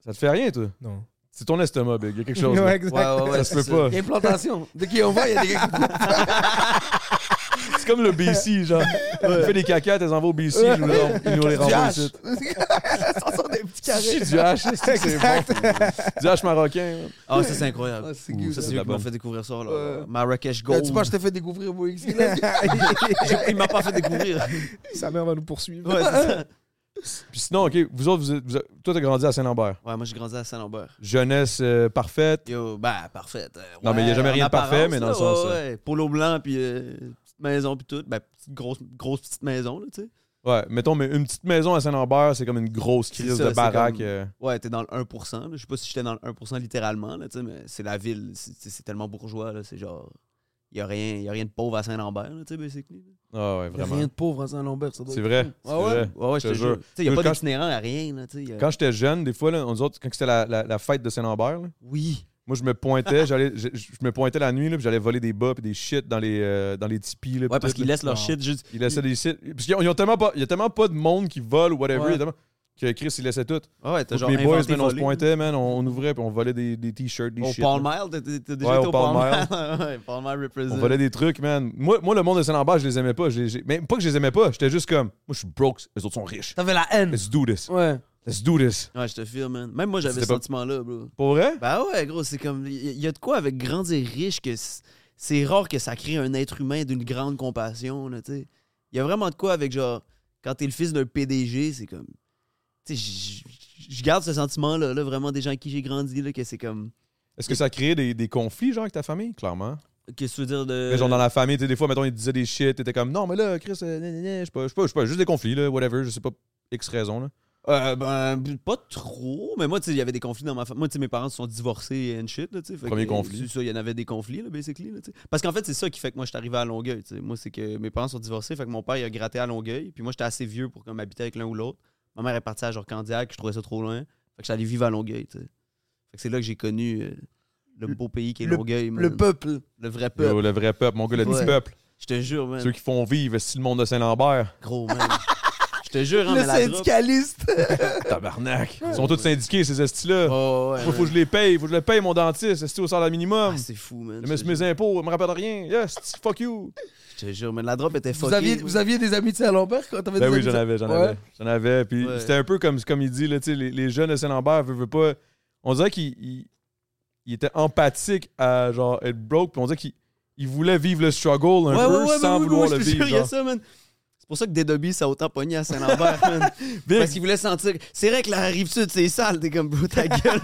Speaker 3: Ça te fait rien, toi.
Speaker 1: Non.
Speaker 3: C'est ton estomac, big. Il y a quelque chose.
Speaker 1: Ouais,
Speaker 3: là.
Speaker 1: exact.
Speaker 4: Ouais, ouais,
Speaker 3: ça
Speaker 4: ouais.
Speaker 3: se peut
Speaker 4: c'est
Speaker 3: pas.
Speaker 2: Il y a une plantation. Dès qu'il y en va, il y a des gars qui
Speaker 3: C'est comme le BC, genre. Il fait des caca, t'es envoie au BC, il nous les ren- il nous les
Speaker 2: du
Speaker 3: renvoie
Speaker 2: hache.
Speaker 3: ici.
Speaker 2: Ça sort des petits
Speaker 3: C'est
Speaker 2: carrés.
Speaker 3: du hache, c'est que c'est bon. Du hache marocain. hein.
Speaker 4: Ah, ça, c'est incroyable.
Speaker 2: Ah, c'est
Speaker 3: Ouh,
Speaker 2: cute,
Speaker 3: c'est
Speaker 4: Ça, c'est
Speaker 2: ça.
Speaker 4: lui
Speaker 3: la
Speaker 4: qui m'a
Speaker 3: bonne.
Speaker 4: fait découvrir ça,
Speaker 2: Ouais.
Speaker 4: là. Marrakech
Speaker 2: Là, Tu
Speaker 4: Gold.
Speaker 2: sais pas, je t'ai fait découvrir Moïse. là.
Speaker 4: Il m'a pas fait découvrir.
Speaker 1: Sa mère va nous poursuivre.
Speaker 4: Ouais, c'est ça.
Speaker 3: Puis sinon, OK, vous autres, vous êtes- vous êtes- toi, t'as grandi à Saint-Lambert.
Speaker 4: Ouais, moi, j'ai grandi à Saint-Lambert.
Speaker 3: Jeunesse euh, parfaite.
Speaker 4: Yo, bah, parfait. Euh,
Speaker 3: Non, mais il y a
Speaker 4: ouais,
Speaker 3: jamais
Speaker 4: en
Speaker 3: rien de parfait,
Speaker 4: apparence,
Speaker 3: mais dans
Speaker 4: là,
Speaker 3: le sens,
Speaker 4: ouais, ouais. Polo blanc, puis euh, petite maison, puis tout. Ben, petite grosse, grosse petite maison, là, tu sais.
Speaker 3: Ouais, mettons, mais une petite maison à Saint-Lambert, c'est comme une grosse
Speaker 4: C'est
Speaker 3: crise
Speaker 4: ça,
Speaker 3: de
Speaker 4: c'est
Speaker 3: baraque.
Speaker 4: comme-
Speaker 3: euh.
Speaker 4: Ouais, t'es dans le 1%. là. Je sais pas si j'étais dans le 1% littéralement, là, tu sais, mais c'est la ville. C'est- C'est c'est tellement bourgeois, là. C'est genre. Il y a, rien- y a rien de pauvre à Saint-Lambert, là, tu sais, basically.
Speaker 3: Ah ouais, vraiment.
Speaker 2: Rien de pauvre à Saint-Lambert, ça doit
Speaker 3: C'est
Speaker 2: être
Speaker 3: vrai.
Speaker 2: fou.
Speaker 3: c'est
Speaker 2: Ah ouais?
Speaker 3: vrai.
Speaker 4: Ouais, ouais, je te jure. Tu sais, y a
Speaker 3: Quand
Speaker 4: pas
Speaker 3: je-
Speaker 4: d'itinérant à rien, là, tu sais. y a-
Speaker 3: Quand j'étais jeune, des fois, là, on nous autres, quand c'était la, la- la fête de Saint-Lambert, là,
Speaker 4: Oui.
Speaker 3: moi, je me pointais, j'allais, je, je me pointais la nuit, là, puis j'allais voler des bas, puis des shit dans les, euh, dans les tipis. là, puis
Speaker 4: Ouais, parce
Speaker 3: tout, là.
Speaker 4: qu'ils laissent leur
Speaker 1: Non.
Speaker 4: shit juste.
Speaker 3: Ils laissaient des sites. Parce qu'ils ont, ils ont tellement pas, il y a tellement pas de monde qui vole ou whatever.
Speaker 2: Ouais.
Speaker 3: il y a tellement- Que Chris, il laissait tout.
Speaker 4: Ah Ouais, ouais, t'as
Speaker 3: Mes
Speaker 4: genre.
Speaker 3: boys,
Speaker 4: inventé
Speaker 3: man, on se
Speaker 4: voler.
Speaker 3: pointait, man, on, on ouvrait puis on volait des, des t-shirts, des
Speaker 4: Au
Speaker 3: shit.
Speaker 4: Paul
Speaker 3: man.
Speaker 4: Mile, t'as- t'as t'as déjà
Speaker 3: Ouais,
Speaker 4: été
Speaker 3: au
Speaker 4: au
Speaker 3: Paul
Speaker 4: Paul Mile. Ouais, Paul Mile represent.
Speaker 3: On volait des trucs, man. Moi, moi, le monde de Saint-Lambert, je les aimais pas. Je les- j'ai- Mais pas que je les aimais pas, j'étais juste comme, moi, je suis broke, les autres sont riches.
Speaker 2: T'avais la haine.
Speaker 3: Let's do this.
Speaker 2: Ouais.
Speaker 3: Let's do this.
Speaker 4: Ouais, je te filme, man. Même moi, j'avais
Speaker 3: C'était
Speaker 4: ce
Speaker 3: pas-
Speaker 4: sentiment-là, bro.
Speaker 3: Pour vrai?
Speaker 4: Bah ouais, gros, c'est comme. Il y, y a de quoi avec grandir riche que c- c'est rare que ça crée un être humain d'une grande compassion, là, tu sais. Il y a vraiment de quoi avec genre. Quand t'es le fils d'un PDG, c'est comme. Tu sais, j- j- je garde ce sentiment-là, là, vraiment des gens avec qui j'ai grandi, là, que c'est comme.
Speaker 3: Est-ce que ça crée des, des conflits, genre, avec ta famille? Clairement.
Speaker 4: Qu'est-ce que tu veux dire de.
Speaker 3: Mais genre, dans la famille, tu sais, des fois, mettons, ils te disaient des shit, t'étais comme, non, mais là, Chris, euh, gna, gna, gna, je sais pas, je sais pas, je sais pas, juste des conflits, là, whatever, je sais pas, X raison, là.
Speaker 4: Euh, ben, pas trop. Mais moi, tu sais, il y avait des conflits dans ma famille. Moi, tu sais, mes parents se sont divorcés and shit, là, tu sais. Fait
Speaker 3: Premier
Speaker 4: que,
Speaker 3: conflit.
Speaker 4: c'est ça, il y en avait des conflits, là, basically, là, tu sais. Parce qu'en fait, c'est ça qui fait que moi, je suis arrivé à Longueuil, tu sais. Moi, c'est que mes parents sont divorcés, fait que mon père, il a gratté à Longueuil. Puis moi, j'étais assez vieux pour comme habiter avec l'un ou l'autre. Ma mère est partie à genre Candiac, je trouvais ça trop loin. Fait que j'allais vivre à Longueuil, tu sais. Fait que c'est là que j'ai connu euh, le beau pays qui est Longueuil, man.
Speaker 2: Le peuple.
Speaker 4: Le vrai peuple.
Speaker 3: Yo, le vrai peuple, mon gars, le petit
Speaker 4: Ouais.
Speaker 3: peuple.
Speaker 4: Je te jure, man.
Speaker 3: Ceux qui font vivre, c'est le monde de Saint-Lambert.
Speaker 4: Gros, man. Je te jure, hein,
Speaker 2: Le
Speaker 4: mais la drop...
Speaker 2: syndicaliste.
Speaker 3: Tabarnak. Ils sont tous syndiqués, ces estis-là.
Speaker 4: Oh, ouais,
Speaker 3: Moi, faut que je les paye. Faut que je le paye, mon dentiste. Esti au salaire minimum.
Speaker 4: Ah, c'est fou, man.
Speaker 3: Mais
Speaker 4: Je,
Speaker 3: c'est mes impôts, elle me rappelle rien. Yes, fuck you.
Speaker 4: je te jure, mais la drop était
Speaker 2: Vous
Speaker 4: fuckée.
Speaker 2: aviez, vous aviez des amis de Saint-Lambert quand t'avais
Speaker 3: Ben oui,
Speaker 2: des amis
Speaker 3: j'en
Speaker 2: de-
Speaker 3: avais, j'en
Speaker 2: Ouais.
Speaker 3: avais. J'en avais. Puis
Speaker 4: Ouais.
Speaker 3: c'était un peu comme, comme il dit, là, tu sais, les, les jeunes de Saint-Lambert veulent, veulent pas. On dirait qu'ils ils- ils étaient empathiques à genre être broke. Puis on dirait qu'ils ils voulaient vivre le struggle un
Speaker 4: ouais,
Speaker 3: peu
Speaker 4: ouais, ouais,
Speaker 3: sans
Speaker 4: ouais, ouais,
Speaker 3: vouloir
Speaker 4: ouais,
Speaker 3: le
Speaker 4: je te jure,
Speaker 3: vivre.
Speaker 4: il y a
Speaker 3: genre.
Speaker 4: ça, man. C'est pour ça que Dédobie, ça a autant pogné à Saint-Lambert, man. Parce qu'il voulait sentir. C'est vrai que la rive sud, c'est sale, t'es comme, bro, ta gueule.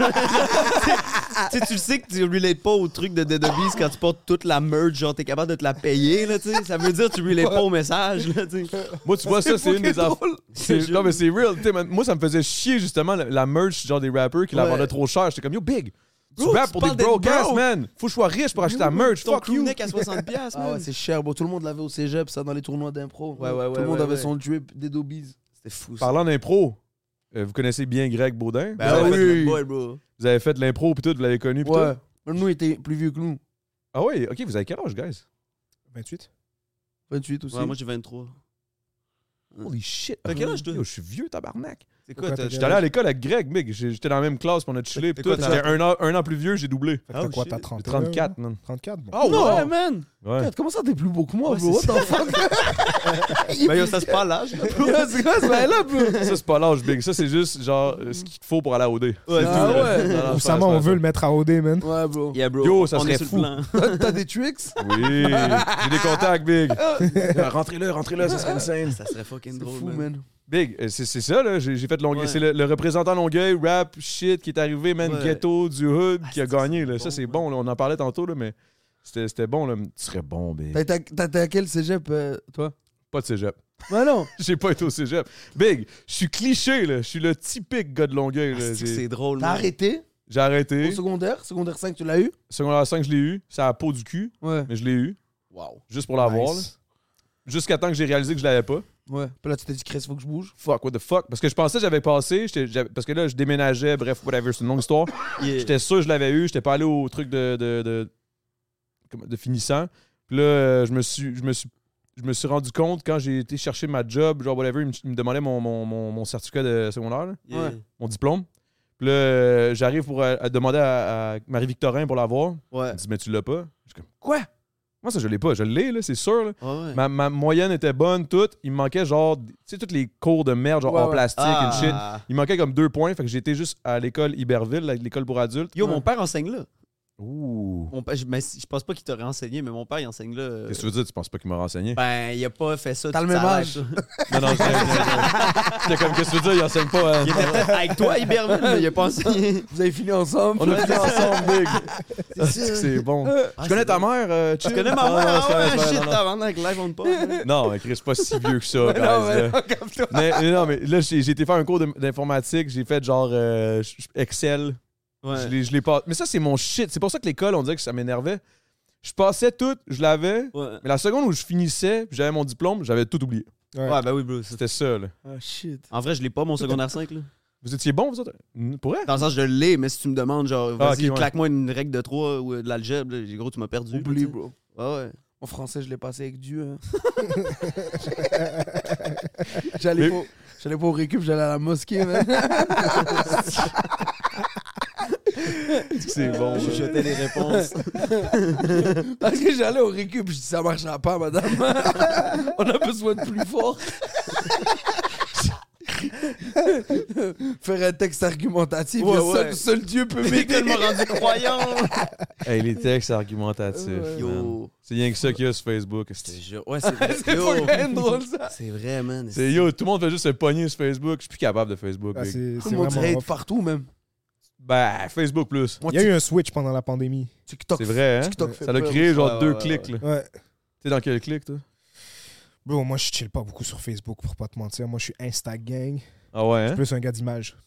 Speaker 4: tu sais, tu le sais que tu relates pas au truc de Dédobie quand tu portes toute la merge, genre, t'es capable de te la payer, là, tu sais. Ça veut dire que tu relates pas au message, là, tu sais.
Speaker 3: Moi, tu vois, ça, c'est une des affaires. C'est-
Speaker 4: Je-
Speaker 3: Non, mais c'est real. Tu sais, man, Moi, ça me faisait chier, justement, la, la merch, genre des rappers qui la
Speaker 4: Ouais.
Speaker 3: vendaient trop cher. J'étais comme, yo, big. Tu
Speaker 4: Bro,
Speaker 3: rap
Speaker 4: tu
Speaker 3: pour des
Speaker 4: parles d'être
Speaker 3: broke ass,
Speaker 4: broke.
Speaker 3: man. Faut que je sois riche pour acheter ta merch.
Speaker 4: Ton
Speaker 3: Fuck you.
Speaker 4: crewneck à 60$, piastres,
Speaker 2: Ah ouais,
Speaker 4: man.
Speaker 2: c'est cher, bro. Tout le monde l'avait au cégep, ça, dans les tournois d'impro.
Speaker 4: Ouais, ouais,
Speaker 2: Tout
Speaker 4: ouais,
Speaker 2: le monde
Speaker 4: ouais,
Speaker 2: avait
Speaker 4: ouais.
Speaker 2: son drip des Dobies.
Speaker 4: C'était fou, ça.
Speaker 3: Parlant d'impro, euh, vous connaissez bien Greg Baudin.
Speaker 4: Ben
Speaker 3: vous, avez
Speaker 4: ouais, fait
Speaker 3: fait,
Speaker 4: le boy, bro.
Speaker 3: vous avez fait de l'impro, puis tout, vous l'avez connu, puis
Speaker 2: Ouais.
Speaker 3: tout.
Speaker 2: Même nous, il était plus vieux que nous.
Speaker 3: Ah ouais, ok, vous avez quel âge, guys?
Speaker 1: 28.
Speaker 2: 28 aussi.
Speaker 4: Ouais, moi, j'ai 23.
Speaker 3: Holy shit.
Speaker 4: T'as quel âge, toi?
Speaker 3: Yo, je suis vieux, tabarnak.
Speaker 4: C'est
Speaker 1: quoi,
Speaker 4: quoi,
Speaker 1: t'as-
Speaker 4: t'as.
Speaker 3: J'étais allé à l'école avec Greg, mec. J'ai- J'étais dans la même classe, puis on a chillé, puis
Speaker 4: T'es quoi,
Speaker 3: tout.
Speaker 4: t'as-
Speaker 3: J'étais un an, un an plus vieux, j'ai doublé.
Speaker 1: Fait que t'as
Speaker 4: Oh,
Speaker 1: quoi,
Speaker 4: shit.
Speaker 1: t'as 30
Speaker 3: 34, man.
Speaker 1: 34, bon.
Speaker 2: Ah,
Speaker 3: Oh,
Speaker 4: Non, ouais, man.
Speaker 3: Ouais.
Speaker 2: Comment ça, t'es plus beau que moi,
Speaker 4: Ouais,
Speaker 2: bro? What
Speaker 4: c'est
Speaker 2: the fuck?
Speaker 4: Ben, yo, ça se parle l'âge, là, bro.
Speaker 2: C'est quoi ce bail-là, bro?
Speaker 3: Ça, c'est pas l'âge, big. Ça, c'est juste, genre, euh, ce qu'il te faut pour aller à OD.
Speaker 4: Ouais,
Speaker 2: Ah
Speaker 4: c'est vrai.
Speaker 2: ouais.
Speaker 3: Non, non, c'est
Speaker 1: Oussama,
Speaker 3: pas-
Speaker 1: on
Speaker 3: c'est
Speaker 1: veut
Speaker 3: pas-
Speaker 1: le mettre à OD, man.
Speaker 2: Ouais, bro.
Speaker 4: Yeah, bro.
Speaker 3: Yo, ça
Speaker 4: on
Speaker 3: serait
Speaker 4: est sur le
Speaker 3: fou.
Speaker 4: plan.
Speaker 2: T'as t'as des tricks?
Speaker 3: Oui, j'ai des contacts, Big. Ah, rentrez-le, rentrez-le, ça serait insane.
Speaker 4: Euh, Ça serait fucking
Speaker 2: C'est
Speaker 4: drôle,
Speaker 2: fou,
Speaker 4: man.
Speaker 2: man.
Speaker 3: Big, euh, c'est c'est ça, là. J'ai j'ai fait Longueuil.
Speaker 4: Ouais.
Speaker 3: C'est le, le représentant Longueuil, rap, shit, qui est arrivé, man,
Speaker 4: Ouais.
Speaker 3: ghetto, du hood,
Speaker 4: Ah,
Speaker 3: qui a
Speaker 4: c'est-
Speaker 3: gagné, là.
Speaker 4: c'est
Speaker 3: ça,
Speaker 4: bon,
Speaker 3: c'est
Speaker 4: ouais.
Speaker 3: bon, là. On en parlait tantôt, là, mais c'était c'était bon, là. Tu serais bon, Big.
Speaker 2: T'as été à- T'as été à quel cégep, euh, toi?
Speaker 3: Pas de cégep.
Speaker 2: Bah non.
Speaker 3: J'ai pas été au cégep. Big, je suis cliché, là. Je suis le typique gars de Longueuil,
Speaker 4: Ah,
Speaker 3: là.
Speaker 4: c'est que
Speaker 3: J'ai
Speaker 4: C'est drôle,
Speaker 2: T'as
Speaker 4: man.
Speaker 2: arrêté
Speaker 3: j'ai
Speaker 2: au
Speaker 3: arrêté.
Speaker 2: secondaire? Secondaire 5, tu l'as eu?
Speaker 3: Secondaire 5, je l'ai eu. C'est à la peau du cul,
Speaker 2: Ouais.
Speaker 3: mais je l'ai eu.
Speaker 2: Wow.
Speaker 3: Juste pour l'avoir, là.
Speaker 1: Nice.
Speaker 3: Jusqu'à temps que j'ai réalisé que je l'avais pas.
Speaker 2: Ouais. Puis là, tu t'es dit, Chris, faut que je bouge.
Speaker 3: Fuck, what the fuck? Parce que je pensais que j'avais passé, j'étais- j'avais- parce que là, je déménageais, bref, whatever, c'est une longue histoire.
Speaker 4: Yeah.
Speaker 3: J'étais sûr que je l'avais eu. J'étais pas allé au truc de, de, de, comment- de finissant. Puis là, euh, je me suis, je me suis, je me suis rendu compte quand j'ai été chercher ma job, genre whatever, il me, il me demandait mon, mon, mon, mon certificat de secondaire, là,
Speaker 4: Yeah.
Speaker 2: Ouais.
Speaker 3: mon diplôme. Puis là, euh, j'arrive pour euh, à demander à, à Marie-Victorin pour l'avoir.
Speaker 4: Ouais.
Speaker 3: Elle me dit, mais tu l'as pas? Je suis comme, quoi? Moi, ça, je l'ai pas. Je l'ai, là, c'est sûr. là.
Speaker 4: Ouais, Ah ouais.
Speaker 3: Ma, ma moyenne était bonne, toute. Il me manquait, genre, tu sais, toutes les cours de merde, genre
Speaker 2: Ouais,
Speaker 3: en
Speaker 2: ouais.
Speaker 3: plastique
Speaker 4: Ah.
Speaker 3: et shit. Il me manquait comme deux points, fait que j'étais juste à l'école Iberville, là, l'école pour adultes.
Speaker 4: Yo, mon
Speaker 2: Ouais.
Speaker 4: père enseigne là.
Speaker 3: Ouh.
Speaker 4: Mon père- je, mais si- je pense pas qu'il t'aurait enseigné, mais mon père, il enseigne là. euh,
Speaker 3: Qu'est-ce que tu veux dire? Tu penses pas qu'il m'a renseigné?
Speaker 4: Ben, il a pas fait ça.
Speaker 2: T'as
Speaker 4: toute
Speaker 2: le même
Speaker 4: sa
Speaker 2: âge.
Speaker 4: life, là.
Speaker 3: Non, non, je- je- je- j'étais comme, qu'est-ce que tu veux dire? Il enseigne pas. hein?
Speaker 4: Il était peut-être avec toi, Iberville, mais il a pas enseigné.
Speaker 2: Vous avez fini ensemble?
Speaker 3: On a fini ensemble, Big.
Speaker 4: C'est
Speaker 3: C'est que
Speaker 4: ça.
Speaker 3: c'est bon.
Speaker 4: Ah,
Speaker 3: tu connais
Speaker 4: c'est
Speaker 3: ta
Speaker 4: bon.
Speaker 3: mère? euh,
Speaker 4: Tu
Speaker 3: chill?
Speaker 4: connais
Speaker 3: Non,
Speaker 4: ma
Speaker 3: non,
Speaker 4: mère?
Speaker 3: c'est vrai,
Speaker 4: Ah
Speaker 3: c'est
Speaker 4: ouais,
Speaker 3: vrai,
Speaker 4: shit,
Speaker 3: non, non.
Speaker 4: t'as vendu avec live, on ne pas. hein.
Speaker 3: Non, mais Chris, pas si vieux que ça, guys,
Speaker 2: non, mais
Speaker 3: là.
Speaker 2: non, comme toi.
Speaker 3: mais, mais non, mais là, j'ai j'ai été faire un cours de- d'informatique. J'ai fait genre euh, j- Excel. Je
Speaker 4: Ouais.
Speaker 3: l'ai- Je l'ai pas. Mais ça, c'est mon shit. C'est pour ça que l'école, on dirait que ça m'énervait. Je passais tout, je l'avais.
Speaker 4: Ouais.
Speaker 3: Mais la seconde où je finissais, puis j'avais mon diplôme, j'avais tout oublié.
Speaker 1: Ouais.
Speaker 4: Ouais, ben oui, bro. c'est-
Speaker 3: C'était ça, là.
Speaker 2: Ah, shit.
Speaker 4: En vrai, je l'ai pas, mon secondaire 5. Là.
Speaker 3: Vous étiez bon, vous autres? Hmm, Pour vrai?
Speaker 4: Dans le sens, je l'ai, mais si tu me demandes, genre,
Speaker 3: Ah,
Speaker 4: vas-y,
Speaker 3: ok, ouais.
Speaker 4: claque-moi une règle de 3 ou euh, de l'algèbre, là, j'ai- gros, tu m'as perdu. là,
Speaker 2: Oublie,
Speaker 4: tu sais. Ah
Speaker 2: bro.
Speaker 4: Ouais, ouais.
Speaker 2: En français, je l'ai passé avec Dieu. hein. j'allais,
Speaker 3: Mais-
Speaker 2: pas, j'allais pas au récup, j'allais à la mosquée. man.
Speaker 3: C'est bon.
Speaker 4: Je
Speaker 3: ça.
Speaker 4: jetais les réponses.
Speaker 2: Parce que j'allais au récup, je dis ça marchera pas, madame. On a besoin de plus fort. Faire un texte argumentatif,
Speaker 4: Ouais,
Speaker 2: le
Speaker 4: ouais.
Speaker 2: Seul, seul Dieu peut
Speaker 4: T'es
Speaker 2: m'aider.
Speaker 4: tellement rendu croyant.
Speaker 3: Hey, les textes argumentatifs.
Speaker 2: Ouais.
Speaker 3: man.
Speaker 4: Yo.
Speaker 3: C'est rien que ça qu'il y a sur Facebook. esti.
Speaker 4: Ouais, c'est vrai.
Speaker 2: C'est
Speaker 4: Yo.
Speaker 2: fucking drôle ça.
Speaker 4: C'est vrai, man.
Speaker 3: C'est yo, tout le monde fait juste se pogner sur Facebook. Je suis plus capable de Facebook.
Speaker 1: Ah,
Speaker 3: big.
Speaker 1: c'est
Speaker 2: Tout
Speaker 1: c'est
Speaker 2: le monde
Speaker 1: vraiment
Speaker 2: trade
Speaker 1: rough.
Speaker 2: partout même.
Speaker 3: Bah, Facebook plus.
Speaker 2: Moi,
Speaker 1: Il y a eu un switch pendant la pandémie.
Speaker 2: TikTok.
Speaker 3: C'est vrai, hein?
Speaker 2: TikTok fait
Speaker 3: Ça l'a
Speaker 2: peur.
Speaker 3: créé genre
Speaker 4: Ouais,
Speaker 3: deux
Speaker 4: ouais,
Speaker 3: clics. là.
Speaker 1: Ouais.
Speaker 3: T'es dans quel clic, toi?
Speaker 1: Bro, moi, je chill pas beaucoup sur Facebook, pour pas te mentir. Moi, je suis Instagang.
Speaker 3: Ah ouais, hein?
Speaker 1: Plus un gars d'image.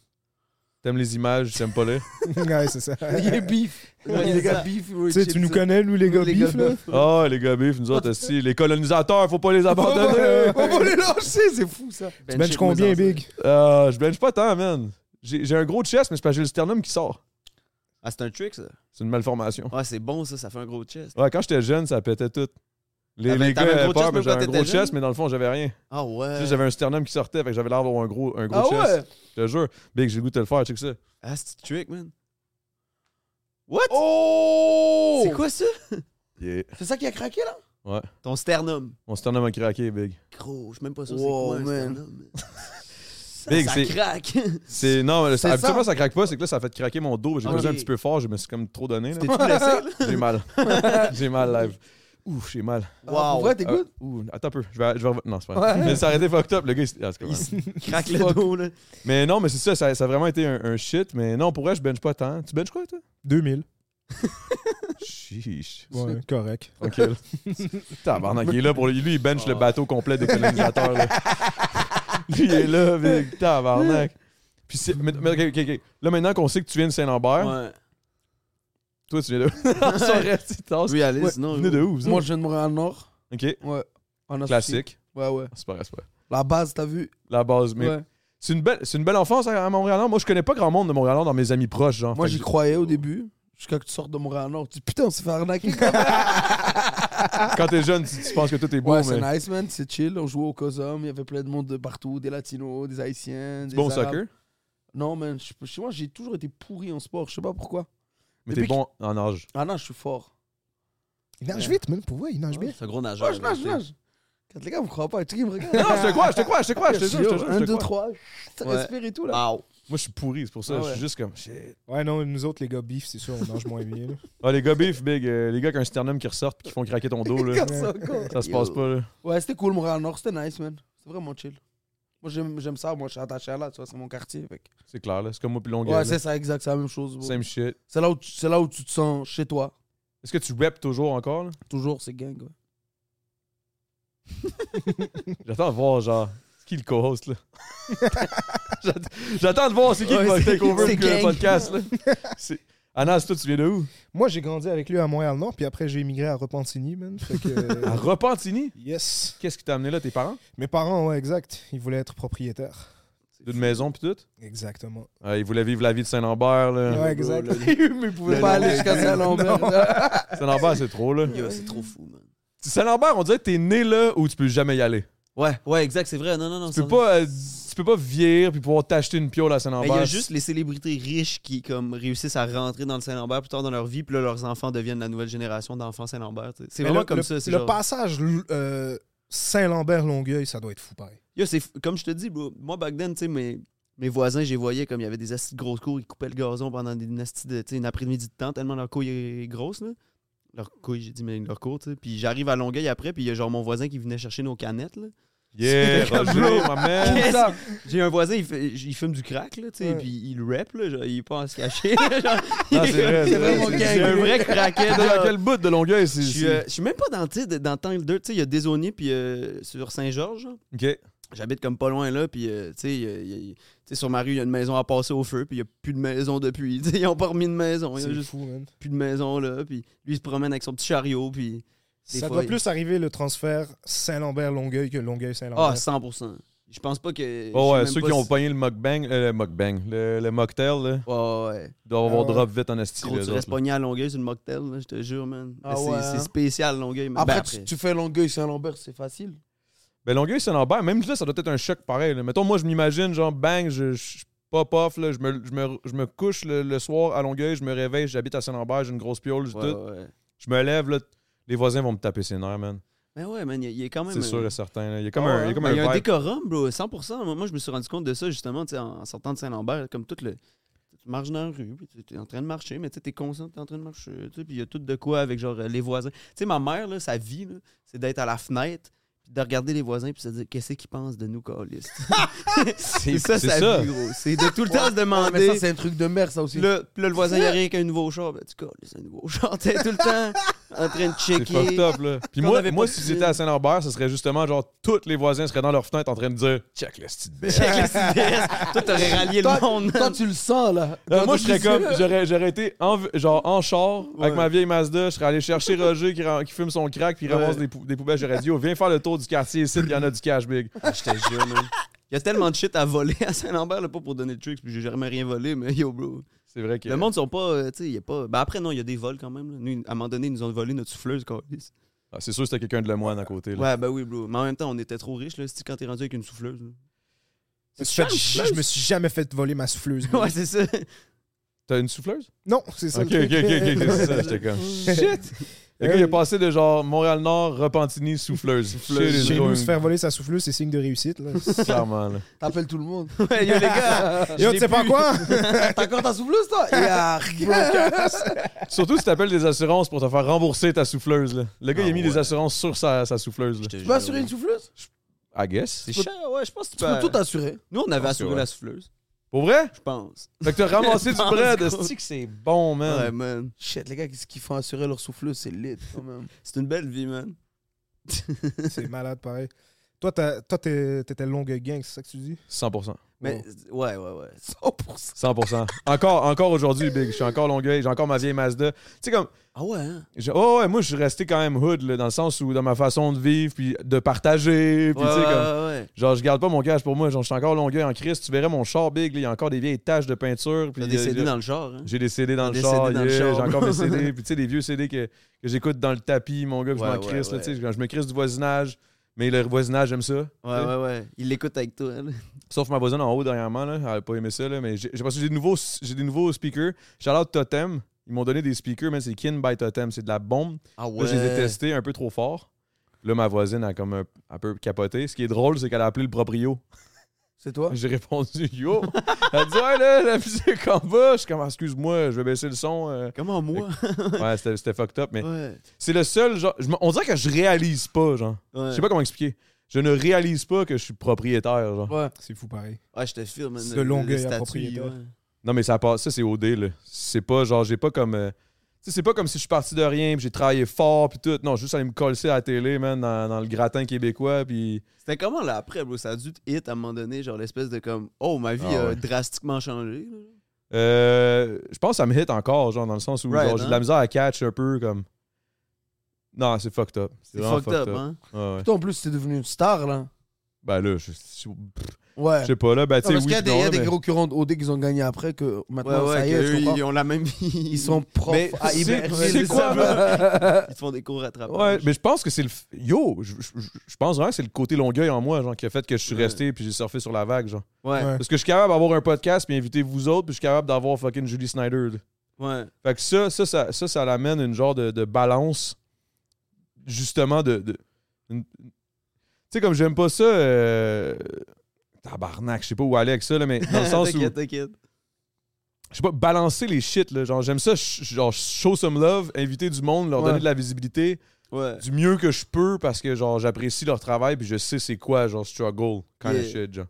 Speaker 3: T'aimes les images, t'aimes pas les.
Speaker 1: ouais, c'est ça.
Speaker 2: Il est beef.
Speaker 4: Ouais,
Speaker 2: les
Speaker 4: c'est
Speaker 2: gars
Speaker 4: ça.
Speaker 2: beef.
Speaker 1: Tu sais, tu nous connais, nous, les gars bif, là?
Speaker 3: Ah, les gars bifs, nous autres, esti, les colonisateurs, faut pas les abandonner.
Speaker 2: On va les lancer, c'est fou ça.
Speaker 3: Ben,
Speaker 1: Tu benches combien, Big?
Speaker 3: Ah, je bench pas tant, man. J'ai j'ai un gros chest, mais c'est parce que j'ai le sternum qui sort.
Speaker 4: Ah, c'est un trick, ça.
Speaker 3: C'est une malformation.
Speaker 4: Ouais, c'est bon, ça. Ça fait un gros chest.
Speaker 3: Ouais, quand j'étais jeune, ça pétait tout. Les,
Speaker 4: Ah ben, T'avais-
Speaker 3: les
Speaker 4: t'avais
Speaker 3: gars
Speaker 4: un
Speaker 3: avaient
Speaker 4: gros
Speaker 3: peur, mais
Speaker 4: chest, même
Speaker 3: j'avais un gros
Speaker 4: quand t'étais
Speaker 3: chest,
Speaker 4: jeune?
Speaker 3: mais dans le fond, j'avais rien.
Speaker 4: Ah ouais.
Speaker 3: Juste, J'avais un sternum qui sortait, fait que j'avais l'air d'avoir un gros, un gros
Speaker 2: Ah
Speaker 3: chest.
Speaker 2: ouais?
Speaker 3: Je te jure. Big, j'ai le goût de te le faire, check ça.
Speaker 4: Ah, c'est trick, man. What?
Speaker 2: Oh!
Speaker 4: C'est quoi ça?
Speaker 3: Yeah.
Speaker 2: C'est ça qui a craqué là?
Speaker 4: Ton sternum.
Speaker 3: Mon sternum a craqué, Big.
Speaker 4: Gros, je suis même pas sûr
Speaker 2: Wow,
Speaker 4: c'est quoi un
Speaker 2: man.
Speaker 4: sternum. man. Ça,
Speaker 3: Big,
Speaker 4: ça
Speaker 3: c'est-
Speaker 4: craque.
Speaker 3: C'est non, mais
Speaker 2: C'est
Speaker 3: ça, habituellement
Speaker 2: ça.
Speaker 3: ça craque pas, c'est que là ça a fait craquer mon dos, j'ai
Speaker 4: Ok.
Speaker 3: posé un petit peu fort, je me suis comme trop donné là.
Speaker 4: T'es-tu blessé?
Speaker 3: J'ai mal. j'ai mal live. Ouf, j'ai mal.
Speaker 2: Ah, pour vrai, t'es
Speaker 3: Euh,
Speaker 2: good?
Speaker 3: ouh, attends un peu, je vais je vais revenir. Non, c'est pas. vrai. Mais ça a arrêté fucked up le gars. il- ah, c'est pas grave.
Speaker 4: Craque le dos, là.
Speaker 3: mais non, mais c'est ça, ça, ça a vraiment été un, un shit, mais non, pour vrai, je bench pas tant. Tu benches quoi toi
Speaker 1: 2000.
Speaker 3: Chiche.
Speaker 1: Ouais, correct.
Speaker 3: Tranquille. Tabarnak, il est là pour lui, il bench le bateau complet des colonisateurs. là. lui il est là, big. Tabarnak. Puis c'est mais- mais- ok, ok, ok. là maintenant qu'on sait que tu viens de Saint-Lambert,
Speaker 4: Ouais.
Speaker 3: toi tu viens de Ça reste, tu tasses.
Speaker 4: Oui, allez,
Speaker 2: Ouais.
Speaker 4: sinon.
Speaker 3: Venez de où, vous
Speaker 2: Moi,
Speaker 3: autres?
Speaker 2: je viens de Montréal-Nord.
Speaker 3: OK,
Speaker 2: Ouais. En associé.
Speaker 3: classique. Ah,
Speaker 2: Ouais, ouais.
Speaker 3: C'est pas grave, c'est pas grave.
Speaker 2: La base, t'as vu?
Speaker 3: La base, mais
Speaker 2: Ouais.
Speaker 3: c'est une belle c'est une belle enfance à à Montréal. Moi, je connais pas grand monde de Montréal dans mes amis proches, genre.
Speaker 2: Moi,
Speaker 3: Fait
Speaker 2: j'y
Speaker 3: que-
Speaker 2: croyais au début. Jusqu'à que tu sortes de Montréal-Nord, tu dis putain, on s'est fait arnaquer.
Speaker 3: quand t'es jeune, tu, tu penses que tout est beau,
Speaker 2: Ah! ouais,
Speaker 3: mais
Speaker 2: c'est nice, man. C'est chill. On jouait au Cosum. Il y avait plein de monde de partout. Des Latinos, des Haïtiens.
Speaker 3: c'est
Speaker 2: des
Speaker 3: bon au
Speaker 2: Arabes.
Speaker 3: soccer,
Speaker 2: Non, man. je- Chez moi, j'ai toujours été pourri en sport. Je sais pas pourquoi.
Speaker 3: mais
Speaker 2: Depuis
Speaker 3: t'es bon en âge.
Speaker 2: Ah non, je suis fort.
Speaker 1: Il nage vite, man, pour vrai, il nage bien.
Speaker 4: C'est un gros nageur.
Speaker 2: Ouais, je nage, je
Speaker 4: là, tu sais.
Speaker 2: nage. Quand les gars, vous me croyez pas. Tu sais, ils me regardent. Ah,
Speaker 3: Non, je te crois, je te crois, je te crois, je te jure, je te jure, je
Speaker 2: 1,
Speaker 3: te
Speaker 2: 2,
Speaker 3: crois.
Speaker 2: 3. Respire et tout, là.
Speaker 4: Wow.
Speaker 3: Moi, je suis pourri, c'est pour ça.
Speaker 2: Ah
Speaker 3: Je
Speaker 2: ouais.
Speaker 3: suis juste comme. shit.
Speaker 1: Ouais, non, nous autres, les gars, beef, c'est sûr, on mange moins bien. là.
Speaker 3: Ah, les gars beef, big. euh, les gars qui ont un sternum qui ressortent puis qui font craquer ton dos, là.
Speaker 2: Comme ça, encore.
Speaker 3: Ça se passe pas, là.
Speaker 2: Ouais, c'était cool, Montréal-Nord. C'était nice, man. C'était vraiment chill. Moi, j'aime j'aime ça. Moi, je suis attaché à là. Tu vois, c'est mon quartier. fait que-
Speaker 3: C'est clair, là. C'est comme moi puis
Speaker 2: Ouais,
Speaker 3: Longueuil. là.
Speaker 2: c'est ça, exact. C'est la même chose. bro.
Speaker 3: Same shit.
Speaker 2: C'est là, où tu- c'est là où tu te sens chez toi.
Speaker 3: Est-ce que tu rap toujours encore, là?
Speaker 2: Toujours, c'est gang. ouais.
Speaker 3: J'attends de voir, genre, c'est qui le co-host, là. J'att- J'attends de voir c'est qui qui
Speaker 4: Ouais,
Speaker 3: va
Speaker 4: c'est-
Speaker 3: take over
Speaker 4: c'est
Speaker 3: le
Speaker 4: gang.
Speaker 3: podcast, là. C'est- Anas, toi, tu viens de où?
Speaker 1: Moi, j'ai grandi avec lui à Montréal-Nord, puis après, j'ai immigré à Repentigny, man. Fait
Speaker 3: À
Speaker 1: que...
Speaker 3: Repentigny?
Speaker 1: yes.
Speaker 3: Qu'est-ce qui t'a amené là, tes parents?
Speaker 1: Mes parents, ouais, exact. Ils voulaient être propriétaires.
Speaker 3: D'une maison, puis tout?
Speaker 1: Exactement.
Speaker 3: Ah, ils voulaient vivre la vie de Saint-Lambert, là.
Speaker 1: Ouais, exact.
Speaker 2: Mais ils pouvaient pas aller jusqu'à Saint-Lambert.
Speaker 3: Saint-Lambert, c'est trop, là.
Speaker 4: Yo, c'est trop fou, man.
Speaker 3: Saint-Lambert, on dirait que t'es né là où tu peux jamais y aller.
Speaker 4: Ouais, ouais, exact, c'est vrai. Non, non, non.
Speaker 3: Tu
Speaker 4: c'est
Speaker 3: peux pas, euh, tu peux pas vieillir puis pouvoir t'acheter une piole à
Speaker 4: Mais
Speaker 3: Saint-Lambert.
Speaker 4: il y a juste les célébrités riches qui comme réussissent à rentrer dans le Saint-Lambert plus tard dans leur vie, puis là leurs enfants deviennent la nouvelle génération d'enfants Saint-Lambert. tu sais. C'est
Speaker 1: Mais
Speaker 4: vraiment
Speaker 1: le-
Speaker 4: comme
Speaker 1: le-
Speaker 4: ça. c'est
Speaker 1: Le
Speaker 4: genre-
Speaker 1: passage euh, Saint-Lambert-Longueuil, ça doit être fou, pareil.
Speaker 4: Yo, c'est f- comme je te dis, bro, moi back then, tu sais, mes, mes voisins, je les voyais comme il y avait des astis de grosses cours, ils coupaient le gazon pendant des astis de, tu sais, une après-midi de temps, tellement leur couille est grosse, là. Leur couille, j'ai dit, mais leur cours, tu sais. Puis j'arrive à Longueuil après, puis il y a genre mon voisin qui venait chercher nos canettes, là.
Speaker 3: Yeah,
Speaker 4: C'est comme
Speaker 3: Roger, ma mère.
Speaker 4: Qu'est-ce- J'ai un voisin, il, fait- il fume du crack, là, tu sais,
Speaker 1: Ouais.
Speaker 4: puis il rappe, là, genre, il est pas à se cacher. là, genre, il
Speaker 3: Non,
Speaker 4: est
Speaker 3: Ah, c'est vrai,
Speaker 4: comme-
Speaker 3: c'est vrai,
Speaker 4: vraiment
Speaker 3: c'est-
Speaker 4: gang,
Speaker 3: c'est un
Speaker 4: un vrai
Speaker 3: T'es
Speaker 4: craquette.
Speaker 3: dans
Speaker 4: là.
Speaker 3: quel bout de Longueuil? c'est-
Speaker 4: Je suis,
Speaker 3: c'est-
Speaker 4: euh, je suis même pas dans, tu sais, dans le temps le deux, tu sais, il y a Désaunier, puis euh, sur Saint-Georges, là.
Speaker 3: Ok.
Speaker 4: J'habite comme pas loin là, puis euh, tu sais, il y a- il y a- il- tu sais, sur ma rue, il y a une maison à passer au feu, puis il n'y a plus de maison depuis. Tu sais, Ils ont pas remis de maison, il y a
Speaker 1: C'est
Speaker 4: juste
Speaker 1: fou, man.
Speaker 4: plus de maison là, puis lui il se promène avec son petit chariot, puis. Des
Speaker 1: ça
Speaker 4: fois,
Speaker 1: doit
Speaker 4: il-
Speaker 1: plus arriver le transfert Saint-Lambert-Longueuil que Longueuil-Saint-Lambert.
Speaker 4: Ah, 100%. Je pense pas que.
Speaker 3: Oh,
Speaker 4: je
Speaker 3: ouais,
Speaker 4: sais même
Speaker 3: ceux
Speaker 4: pas
Speaker 3: qui ont
Speaker 4: si-
Speaker 3: pogné le mukbang, euh, le mukbang, le, le mocktail, là,
Speaker 4: Ouais, ouais.
Speaker 3: doivent avoir
Speaker 1: Ah ouais.
Speaker 3: drop vite en esti.
Speaker 4: Gros,
Speaker 3: les
Speaker 4: tu
Speaker 3: autres,
Speaker 4: restes
Speaker 3: là.
Speaker 4: pogné à Longueuil sur le mocktail, là, je te jure, man.
Speaker 2: Ah
Speaker 4: c'est
Speaker 2: ouais,
Speaker 4: c'est
Speaker 2: hein.
Speaker 4: spécial, Longueuil. mais-
Speaker 2: Après,
Speaker 4: ben,
Speaker 2: Tu, tu fais Longueuil, Saint-Lambert, c'est facile.
Speaker 3: Ben, Longueuil, Saint-Lambert, même là, ça doit être un choc pareil. là. Mettons, moi, je m'imagine, genre, bang, je, je pop off, là, je, me, je, me, je me couche le, le soir à Longueuil, je me réveille, j'habite à Saint-Lambert, j'ai une grosse piole, j'ai
Speaker 4: ouais,
Speaker 3: tout.
Speaker 4: ouais.
Speaker 3: Je me lève, là, t- les voisins vont me taper ses nerfs, man.
Speaker 4: Mais Ben ouais, man, il y a- il y a quand même.
Speaker 3: C'est
Speaker 4: euh,
Speaker 3: sûr et certain. là. Il y a comme
Speaker 1: Ah
Speaker 3: un, il y a
Speaker 1: ouais.
Speaker 3: comme
Speaker 4: Ben,
Speaker 3: un
Speaker 4: Il y a un
Speaker 3: vibe.
Speaker 4: décorum, bro, 100%. Moi, moi, je me suis rendu compte de ça, justement, tu sais, en en sortant de Saint-Lambert, comme tout le... Tu marches dans la rue, puis tu es en train de marcher, mais tu es conscient que tu es en train de marcher, tu sais, puis il y a tout de quoi avec, genre, euh, les voisins. Tu sais, ma mère, là, sa vie, là, c'est d'être à la fenêtre, puis de regarder les voisins, puis se dire « Qu'est-ce qu'ils pensent de nous, câlisse? » C'est ça,
Speaker 3: c'est
Speaker 4: sa
Speaker 3: ça.
Speaker 4: vie, gros. C'est de tout le temps se
Speaker 2: Ah, mais ça,
Speaker 4: demander...
Speaker 2: c'est un truc de merde, ça aussi.
Speaker 4: Là, puis là, le voisin, il arrive avec un nouveau char. Ben, tu câlisses un nouveau char. T'es tout le temps en train de
Speaker 3: C'est fucked
Speaker 4: checker.
Speaker 3: up, là. Puis
Speaker 4: Qu'on
Speaker 3: moi,
Speaker 4: avait
Speaker 3: moi
Speaker 4: pas de
Speaker 3: si
Speaker 4: cuisine.
Speaker 3: j'étais à Saint-Lambert, ce serait justement genre tous les voisins seraient dans leur fenêtre en train de dire Check le style bête.
Speaker 4: Check les CDS. Toi, t'aurais rallié
Speaker 2: Toi-
Speaker 4: le monde.
Speaker 2: Toi, tu le sens, là.
Speaker 3: Là,
Speaker 2: Quand
Speaker 3: Euh, moi,
Speaker 2: tu
Speaker 3: je serais
Speaker 2: dis-
Speaker 3: comme, j'aurais, j'aurais été en, v- genre en char avec ma vieille Mazda, je serais allé chercher Roger qui, ram- qui fume son crack puis il ramasse
Speaker 4: Ouais.
Speaker 3: des, pou- des poubelles. J'aurais dit, oh, viens faire le tour du quartier ici, il y en a du cash big.
Speaker 4: Ah, je te jure, man. Il y a tellement de shit à voler à Saint-Lambert, là, pas pour donner le tricks, puis j'ai jamais rien volé, mais yo, bro.
Speaker 3: C'est vrai que.
Speaker 4: Le monde, sont pas. euh, tu sais, il y a pas. Ben après, non, il y a des vols quand même. là. Nous, à un moment donné, ils nous ont volé notre souffleuse, quoi.
Speaker 3: Ah, c'est sûr que c'était quelqu'un de Lemoine à côté. là.
Speaker 4: Ouais, ben oui, bro. Mais en même temps, on était trop riches, là. C'est quand t'es rendu avec une souffleuse. là.
Speaker 1: Je me suis fait chier, je me suis jamais fait voler ma souffleuse. bro.
Speaker 4: ouais, c'est ça.
Speaker 3: T'as une souffleuse?
Speaker 1: Non, c'est ça.
Speaker 3: Ok, ok,
Speaker 1: le
Speaker 3: ok, ok.
Speaker 1: truc.
Speaker 3: c'est ça, j'étais comme. Shit! Le gars, il est
Speaker 4: Euh,
Speaker 3: passé de genre Montréal-Nord, Repentini, souffleuse.
Speaker 1: Chez
Speaker 3: souffleuse.
Speaker 1: nous, se faire voler sa souffleuse, c'est signe de réussite. Là.
Speaker 3: Clairement, là.
Speaker 2: T'appelles tout le monde.
Speaker 4: Ouais, yo, les gars.
Speaker 1: Yo, tu sais pas quoi?
Speaker 2: T'as encore ta souffleuse, toi Yark, bro.
Speaker 3: Surtout si t'appelles des assurances pour te faire rembourser ta souffleuse. Là. Le gars, il a
Speaker 4: Ah,
Speaker 3: mis
Speaker 4: ouais.
Speaker 3: des assurances sur sa, sa souffleuse. Là.
Speaker 4: Je te
Speaker 2: Tu
Speaker 4: jure,
Speaker 2: peux assurer
Speaker 4: bro.
Speaker 2: une souffleuse
Speaker 3: I guess.
Speaker 4: C'est cher, ouais, je pense que
Speaker 2: Tu
Speaker 4: tu peux.
Speaker 2: peux tout assurer.
Speaker 4: Nous, on avait
Speaker 3: pense que
Speaker 4: assuré
Speaker 3: ouais.
Speaker 4: la souffleuse,
Speaker 3: Pour vrai?
Speaker 4: je pense.
Speaker 3: Fait que t'as ramassé du
Speaker 4: Je pense,
Speaker 3: bread.
Speaker 4: gros.
Speaker 3: cest que c'est bon, man?
Speaker 4: Ouais, man.
Speaker 2: Shit, les gars, qu'est-ce qu'ils font assurer leur souffleuse C'est lit, quand même.
Speaker 4: C'est une belle vie, man.
Speaker 1: c'est malade, pareil. Toi, t'as- toi, t'es- t'étais longue gang, c'est ça que tu dis?
Speaker 3: 100%.
Speaker 4: Mais ouais, ouais, ouais.
Speaker 2: 100%.
Speaker 3: 100%. Encore, encore aujourd'hui, Big. Je suis encore Longueuil. J'ai encore ma vieille Mazda. Tu sais, comme.
Speaker 4: Ah ouais, hein?
Speaker 3: je- oh, ouais, moi, je suis resté quand même hood, là, dans le sens où, dans ma façon de vivre, puis de partager. Puis,
Speaker 4: ouais,
Speaker 3: tu sais,
Speaker 4: ouais,
Speaker 3: comme.
Speaker 4: ouais, ouais.
Speaker 3: Genre, je garde pas mon cash pour moi. Genre, je suis encore Longueuil en crise. Tu verrais mon char, Big. là, Il y a encore des vieilles taches de peinture. Puis,
Speaker 4: T'as
Speaker 3: il y
Speaker 4: des
Speaker 3: a-
Speaker 4: CD dans le genre, hein?
Speaker 3: J'ai des CD dans le
Speaker 4: Des
Speaker 3: char,
Speaker 4: CD dans
Speaker 3: yeah,
Speaker 4: le char,
Speaker 3: j'ai encore
Speaker 4: bro.
Speaker 3: mes CD. Puis tu sais, des vieux CD que, que j'écoute dans le tapis, mon gars, puis
Speaker 4: Ouais,
Speaker 3: je m'en crisse.
Speaker 4: ouais,
Speaker 3: là, tu sais, je, je me crisse du voisinage, mais le voisinage, j'aime ça.
Speaker 4: Ouais, ouais, ouais. Il l'écoute avec toi, hein?
Speaker 3: Sauf ma voisine en haut dernièrement, là, elle a pas aimé ça, là, mais j'ai j'ai- parce que j'ai des nouveaux, j'ai des nouveaux speakers. Shout out Totem, ils m'ont donné des speakers, mais c'est Kin by Totem, c'est de la bombe.
Speaker 4: Ah
Speaker 3: Là, je les ai testés un peu trop fort. Là, ma voisine a comme un, un peu capoté. Ce qui est drôle, c'est qu'elle a appelé le proprio.
Speaker 2: C'est toi
Speaker 3: J'ai répondu Yo! Elle a dit Ouais, là, la musique en bas. Je suis comme ah, Excuse-moi, je vais baisser le son. euh.
Speaker 4: Comment moi?
Speaker 3: Ouais, c'était c'était fucked up, mais.
Speaker 4: ouais.
Speaker 3: C'est le seul genre. je me- on dirait que je réalise pas, genre. Je
Speaker 4: Ouais.
Speaker 3: sais pas comment expliquer. Je ne réalise pas que je suis propriétaire, genre.
Speaker 2: Ouais.
Speaker 1: C'est fou, pareil.
Speaker 4: Ouais, Ah, je te filme, man.
Speaker 1: C'est
Speaker 4: le-
Speaker 1: de Longueuil
Speaker 4: le
Speaker 1: à
Speaker 4: statut,
Speaker 1: propriétaire.
Speaker 4: ouais.
Speaker 3: Non, mais ça passe. Ça, c'est OD, là. C'est pas genre, j'ai pas comme. euh, tu sais, c'est pas comme si je suis parti de rien, puis j'ai travaillé fort, puis tout. Non, juste aller me coller à la télé, man, dans, dans le gratin québécois, puis.
Speaker 4: C'était comment là après, bro? Ça a dû te hit à un moment donné, genre l'espèce de comme, oh, ma vie
Speaker 3: Ah
Speaker 4: a
Speaker 3: ouais.
Speaker 4: drastiquement changé. là.
Speaker 3: Euh, je pense que ça me hit encore, genre, dans le sens où
Speaker 4: Right,
Speaker 3: genre, j'ai
Speaker 4: hein?
Speaker 3: de la misère à catch un peu, comme. Non, c'est fucked up.
Speaker 4: C'est
Speaker 3: vraiment
Speaker 4: fucked, up, hein?
Speaker 3: Ouais, ouais.
Speaker 2: Toi, en plus, t'es devenu une star, là.
Speaker 3: Ben là, je je-
Speaker 2: Ouais.
Speaker 3: je sais pas, là. Ben, tu
Speaker 2: Non,
Speaker 3: sais,
Speaker 2: parce
Speaker 3: oui,
Speaker 2: qu'il y a des,
Speaker 3: puis
Speaker 2: il y
Speaker 3: non,
Speaker 2: a
Speaker 3: là,
Speaker 2: des
Speaker 3: mais-
Speaker 2: gros concurrents de OD qu'ils ont gagné après que
Speaker 4: Ouais,
Speaker 2: maintenant
Speaker 4: ouais,
Speaker 2: Ah, ça y
Speaker 4: que
Speaker 2: est,
Speaker 4: eux,
Speaker 2: tu comprends?
Speaker 4: ils ont la même vie.
Speaker 2: Ils sont profs
Speaker 3: Mais
Speaker 2: à
Speaker 3: c'est-
Speaker 2: Iberville,
Speaker 3: c'est quoi,
Speaker 2: ça.
Speaker 4: Ils te font des cours
Speaker 3: Ouais,
Speaker 4: rattrapage.
Speaker 3: mais je pense que c'est le. f- Yo, je, je- je- je pense vraiment que c'est le côté Longueuil en moi, genre, qui a fait que je suis
Speaker 4: Ouais.
Speaker 3: resté puis j'ai surfé sur la vague, genre.
Speaker 4: Ouais, ouais.
Speaker 1: Ouais.
Speaker 3: Parce que je suis capable d'avoir un podcast puis inviter vous autres, puis je suis capable d'avoir fucking Julie Snyder. là. Fait que ça, ça, ça, ça, ça l'amène une genre de, de balance, justement, de. de- une- Tu sais, comme j'aime pas ça. euh, Tabarnak, je sais pas où aller avec ça, là, mais dans le sens où.
Speaker 4: t'inquiète, t'inquiète.
Speaker 3: Je sais pas, balancer les shit, là. Genre, j'aime ça, ch- genre, show some love, inviter du monde, leur
Speaker 2: Ouais.
Speaker 3: donner de la visibilité
Speaker 4: Ouais.
Speaker 3: du mieux que je peux parce que genre j'apprécie leur travail puis je sais c'est quoi genre struggle kind of
Speaker 4: Yeah.
Speaker 3: shit genre.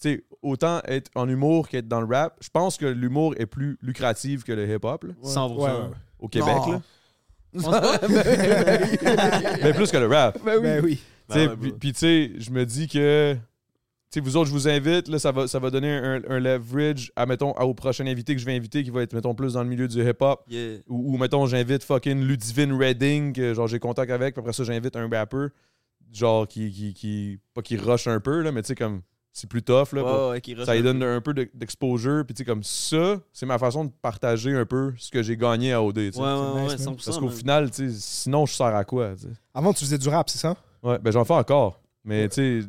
Speaker 3: Tu sais, autant être en humour qu'être dans le rap, je pense que l'humour est plus lucratif que le hip hop là,
Speaker 2: Ouais.
Speaker 4: 100%.
Speaker 1: Ouais, ouais.
Speaker 3: au Québec
Speaker 2: Non.
Speaker 3: là.
Speaker 2: Ben
Speaker 3: mais plus que le rap.
Speaker 2: oui.
Speaker 1: Ben oui.
Speaker 3: Tu sais,
Speaker 4: Ah ouais,
Speaker 3: puis-
Speaker 4: bah.
Speaker 3: puis tu sais, je me dis que tu sais, vous autres, je vous invite, là, ça va, ça va donner un, un leverage à, mettons, au prochain invité que je vais inviter qui va être, mettons, plus dans le milieu du hip-hop.
Speaker 4: Yeah.
Speaker 3: Ou, ou, mettons, j'invite fucking Ludivine Redding, que genre j'ai contact avec, puis après ça, j'invite un rapper, genre qui, qui, qui- pas qui rush un peu, là, mais tu sais, comme c'est plus tough, là, pour-
Speaker 4: Ouais, ouais, qui
Speaker 3: ça lui
Speaker 4: reste-
Speaker 3: donne un peu de- d'exposure, puis tu sais, comme ça, c'est ma façon de partager un peu ce que j'ai gagné à OD, tu sais.
Speaker 4: Ouais, ouais, ouais,
Speaker 1: nice, man.
Speaker 4: 100%.
Speaker 3: Parce qu'au
Speaker 4: man.
Speaker 3: final, tu sais, sinon, je sers à quoi, tu sais.
Speaker 1: Avant, tu faisais du rap, c'est ça?
Speaker 3: Ouais, ben j'en fais encore, mais tu sais,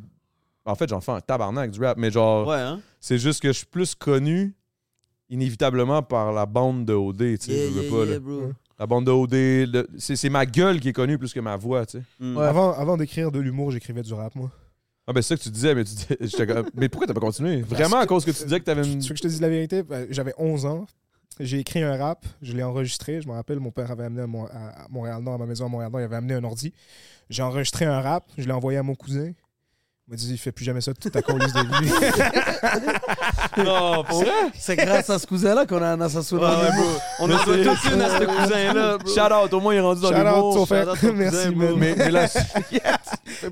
Speaker 3: en fait, j'en fais un tabarnak du rap, mais genre,
Speaker 4: Ouais, hein?
Speaker 3: c'est juste que je suis plus connu inévitablement par la bande de OD, tu sais,
Speaker 4: Yeah,
Speaker 3: je veux
Speaker 4: yeah,
Speaker 3: pas, là.
Speaker 4: yeah, bro.
Speaker 3: La bande de OD, le- c'est c'est ma gueule qui est connue plus que ma voix, tu sais.
Speaker 4: Mm.
Speaker 2: Ouais.
Speaker 1: Avant, avant d'écrire de l'humour, j'écrivais du rap, moi.
Speaker 3: Ah ben c'est ça que tu disais, mais tu dis- j'étais comme, mais pourquoi t'as pas continué? Vraiment à cause que tu disais que t'avais
Speaker 1: Tu
Speaker 3: une...
Speaker 1: tu veux que je te dise la vérité? Ben, J'avais 11 ans. J'ai écrit un rap, je l'ai enregistré. Je me rappelle, mon père avait amené à, Mon- à- à Montréal-Nord, à ma maison à Montréal-Nord, il avait amené un ordi. J'ai enregistré un rap, je l'ai envoyé à mon cousin. Il m'a dit, il fait plus jamais ça de toute ta colise de vie.
Speaker 3: Non, pour vrai?
Speaker 2: C'est grâce à ce cousin-là qu'on a un assassin.
Speaker 4: Ouais, ouais, bro. On en
Speaker 3: c'est-
Speaker 4: doit toute une à ce cousin-là, bro.
Speaker 3: Shout out, au moins il est rendu dans
Speaker 1: Shout out,
Speaker 3: l'humour.
Speaker 1: ton frère.
Speaker 4: shout out ton
Speaker 1: Merci,
Speaker 4: cousin,
Speaker 1: man.
Speaker 4: bro.
Speaker 3: Mais, mais là, c'est-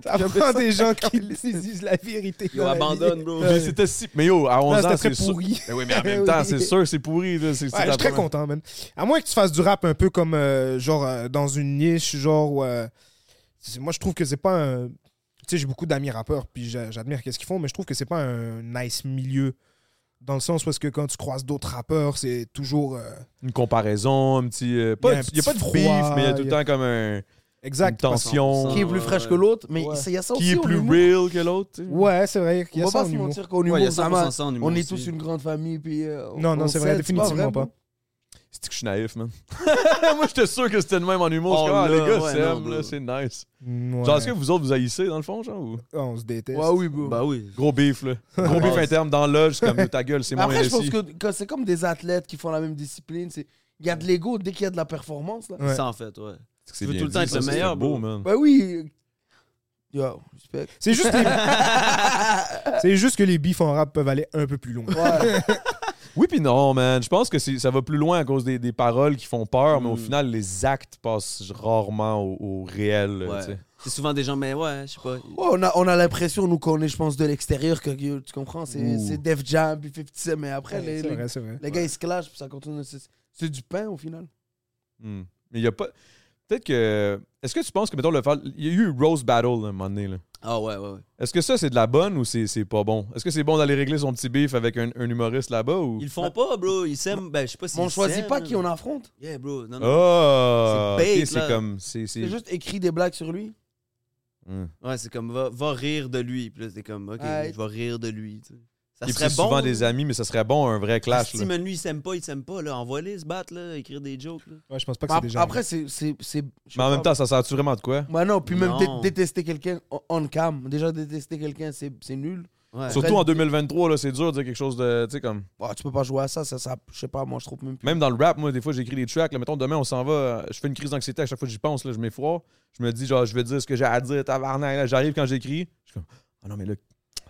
Speaker 1: Apprends des gens qui disent la vérité.
Speaker 4: Yo,
Speaker 1: dans la vie.
Speaker 4: abandonne, bro.
Speaker 3: mais c'était si... Mais yo, à 11
Speaker 1: Non,
Speaker 3: ans,
Speaker 1: c'était
Speaker 3: c'est
Speaker 1: très
Speaker 3: sûr...
Speaker 1: pourri.
Speaker 3: Mais oui, mais en même temps, c'est sûr que c'est pourri. Là. c'est- c'est
Speaker 1: Ouais, je
Speaker 3: la
Speaker 1: suis très
Speaker 3: première-
Speaker 1: content, man. À moins que tu fasses du rap un peu comme, euh, genre, euh, dans une niche, genre... où, euh, c'est- moi, je trouve que c'est pas un... Tu sais, j'ai beaucoup d'amis rappeurs, puis j'a- j'admire qu'est-ce qu'ils font, mais je trouve que c'est pas un nice milieu. Dans le sens où est-ce que quand tu croises d'autres rappeurs, c'est toujours... euh,
Speaker 3: Une comparaison, un petit... euh, pas-
Speaker 1: Il y a un
Speaker 3: Il y a,
Speaker 1: petit
Speaker 3: pas de
Speaker 1: froid,
Speaker 3: beef, mais il y a tout
Speaker 1: il
Speaker 3: le
Speaker 1: y a-
Speaker 3: temps comme un...
Speaker 1: Exact.
Speaker 3: une
Speaker 1: parce-
Speaker 3: tension.
Speaker 2: Qui est plus fraîche que l'autre, mais
Speaker 1: Ouais.
Speaker 2: il y a ça
Speaker 3: Qui
Speaker 2: aussi.
Speaker 3: est
Speaker 2: au
Speaker 3: plus
Speaker 2: humour.
Speaker 3: real que l'autre? tu sais?
Speaker 1: Ouais, c'est vrai. Il y
Speaker 2: On
Speaker 1: a
Speaker 2: va
Speaker 1: ça
Speaker 2: pas
Speaker 1: en
Speaker 2: se
Speaker 1: humour.
Speaker 2: mentir qu'au
Speaker 4: Ouais, il y a
Speaker 2: humour, ça marche.
Speaker 4: 100% ça en humour
Speaker 2: On est
Speaker 4: aussi.
Speaker 2: tous une grande famille, puis. euh, on-
Speaker 1: Non, non,
Speaker 2: on
Speaker 1: c'est vrai,
Speaker 2: s'aide, pas
Speaker 1: définitivement pas.
Speaker 3: C'est que je suis naïf, man. Moi, j'étais sûr que c'était le même en humour. Je suis
Speaker 4: Oh
Speaker 3: comme, ah, les
Speaker 4: là,
Speaker 3: gars
Speaker 4: ouais,
Speaker 3: s'aiment,
Speaker 4: non,
Speaker 3: là,
Speaker 4: bro.
Speaker 3: c'est nice.
Speaker 1: Mm, ouais.
Speaker 3: Genre, est-ce que vous autres, vous haïssez, dans le fond, genre? Ou...
Speaker 1: Ah, On se déteste.
Speaker 2: Ouais, oui, bro.
Speaker 4: Bah oui.
Speaker 3: Gros beef, là. Gros beef
Speaker 4: Ouais.
Speaker 3: interne dans l'âge, c'est comme, ta gueule, c'est
Speaker 2: Mais
Speaker 3: moi
Speaker 2: Après, je pense
Speaker 3: ici.
Speaker 2: que, que c'est comme des athlètes qui font la même discipline. c'est- Il y a de l'ego dès qu'il y a de la performance. Là.
Speaker 1: Ouais.
Speaker 4: Ça, en fait, ouais.
Speaker 3: C'est
Speaker 4: veux
Speaker 3: bien
Speaker 4: tout le temps
Speaker 3: dit,
Speaker 4: être
Speaker 3: ça,
Speaker 4: le
Speaker 3: c'est
Speaker 4: meilleur,
Speaker 3: beau,
Speaker 4: bro.
Speaker 3: man.
Speaker 2: Ben oui. Yo, respect.
Speaker 1: C'est juste, les- c'est juste que les bifs en rap peuvent aller un peu plus loin.
Speaker 2: Ouais.
Speaker 3: Oui, puis non, man. Je pense que c'est- ça va plus loin à cause des, des paroles qui font peur, mais au
Speaker 4: Mm.
Speaker 3: final, les actes passent rarement au, au réel. là,
Speaker 4: Ouais.
Speaker 3: tu sais.
Speaker 4: C'est souvent des gens, mais ouais, je sais pas.
Speaker 2: Ouais, on a, on a l'impression, nous, qu'on est, je pense, de l'extérieur, que que- tu comprends, c'est
Speaker 3: Ouh.
Speaker 2: c'est Def Jam, puis 50 Cent, mais après, les,
Speaker 1: c'est
Speaker 2: les,
Speaker 1: vrai, c'est vrai.
Speaker 2: les gars, ils se clashent, puis ça continue. C'est c'est du pain, au final.
Speaker 3: Hmm. Mais il y a pas. Peut-être que. Est-ce que tu penses que, mettons, le faire. Il y a eu Rose Battle, là, à un moment donné, là.
Speaker 4: Ah ouais, ouais, ouais.
Speaker 3: Est-ce que ça, c'est de la bonne ou c'est c'est pas bon? Est-ce que c'est bon d'aller régler son petit beef avec un, un humoriste là-bas ou.
Speaker 4: Ils le font pas, bro. Ils s'aiment. Ben, je sais pas si
Speaker 2: Mais on choisit pas
Speaker 4: hein.
Speaker 2: qui on affronte.
Speaker 4: Yeah, bro. Non, non.
Speaker 3: Ah!
Speaker 4: C'est bait,
Speaker 3: ok, c'est
Speaker 4: là.
Speaker 3: comme. C'est. c'est-
Speaker 2: C'est juste écrit des blagues sur lui.
Speaker 3: Hmm.
Speaker 4: Ouais, c'est comme, va, va rire de lui. Puis là, c'est comme, ok,
Speaker 2: Ouais.
Speaker 4: je vais rire de lui. tu sais. Ça
Speaker 3: Et puis
Speaker 4: serait
Speaker 3: c'est
Speaker 4: bon.
Speaker 3: souvent
Speaker 4: là.
Speaker 3: des amis, mais ça serait bon un vrai clash.
Speaker 4: Si
Speaker 3: là.
Speaker 4: man, lui, il s'aime pas, il s'aime pas. là, Envoie-les se battre, là, écrire des jokes. Là.
Speaker 1: Ouais, je pense pas que
Speaker 2: Mais
Speaker 1: c'est
Speaker 2: ap-
Speaker 1: déjà.
Speaker 2: Bah, après, c'est. c'est- c'est- je sais
Speaker 3: Mais en même
Speaker 2: pas.
Speaker 3: temps, ça sert-tu vraiment de quoi?
Speaker 2: Ouais, non, puis même dé-
Speaker 4: Non.
Speaker 2: détester quelqu'un on- on cam. Déjà, détester quelqu'un, c'est c'est nul.
Speaker 4: Ouais.
Speaker 3: Surtout en 2023, là, c'est dur de dire quelque chose de. Tu sais, comme.
Speaker 2: Bah, tu peux pas jouer à ça, ça, ça je sais pas, moi, je trouve même plus.
Speaker 3: Même dans le rap, moi, des fois, j'écris des tracks. Là, mettons, demain, on s'en va. euh, Je fais une crise d'anxiété à chaque fois que j'y pense. Là, je m'effroie. Je me dis, genre, je vais dire ce que j'ai à dire, tabarnak. là. J'arrive quand j'écris. Je suis comme, ah non, mais là,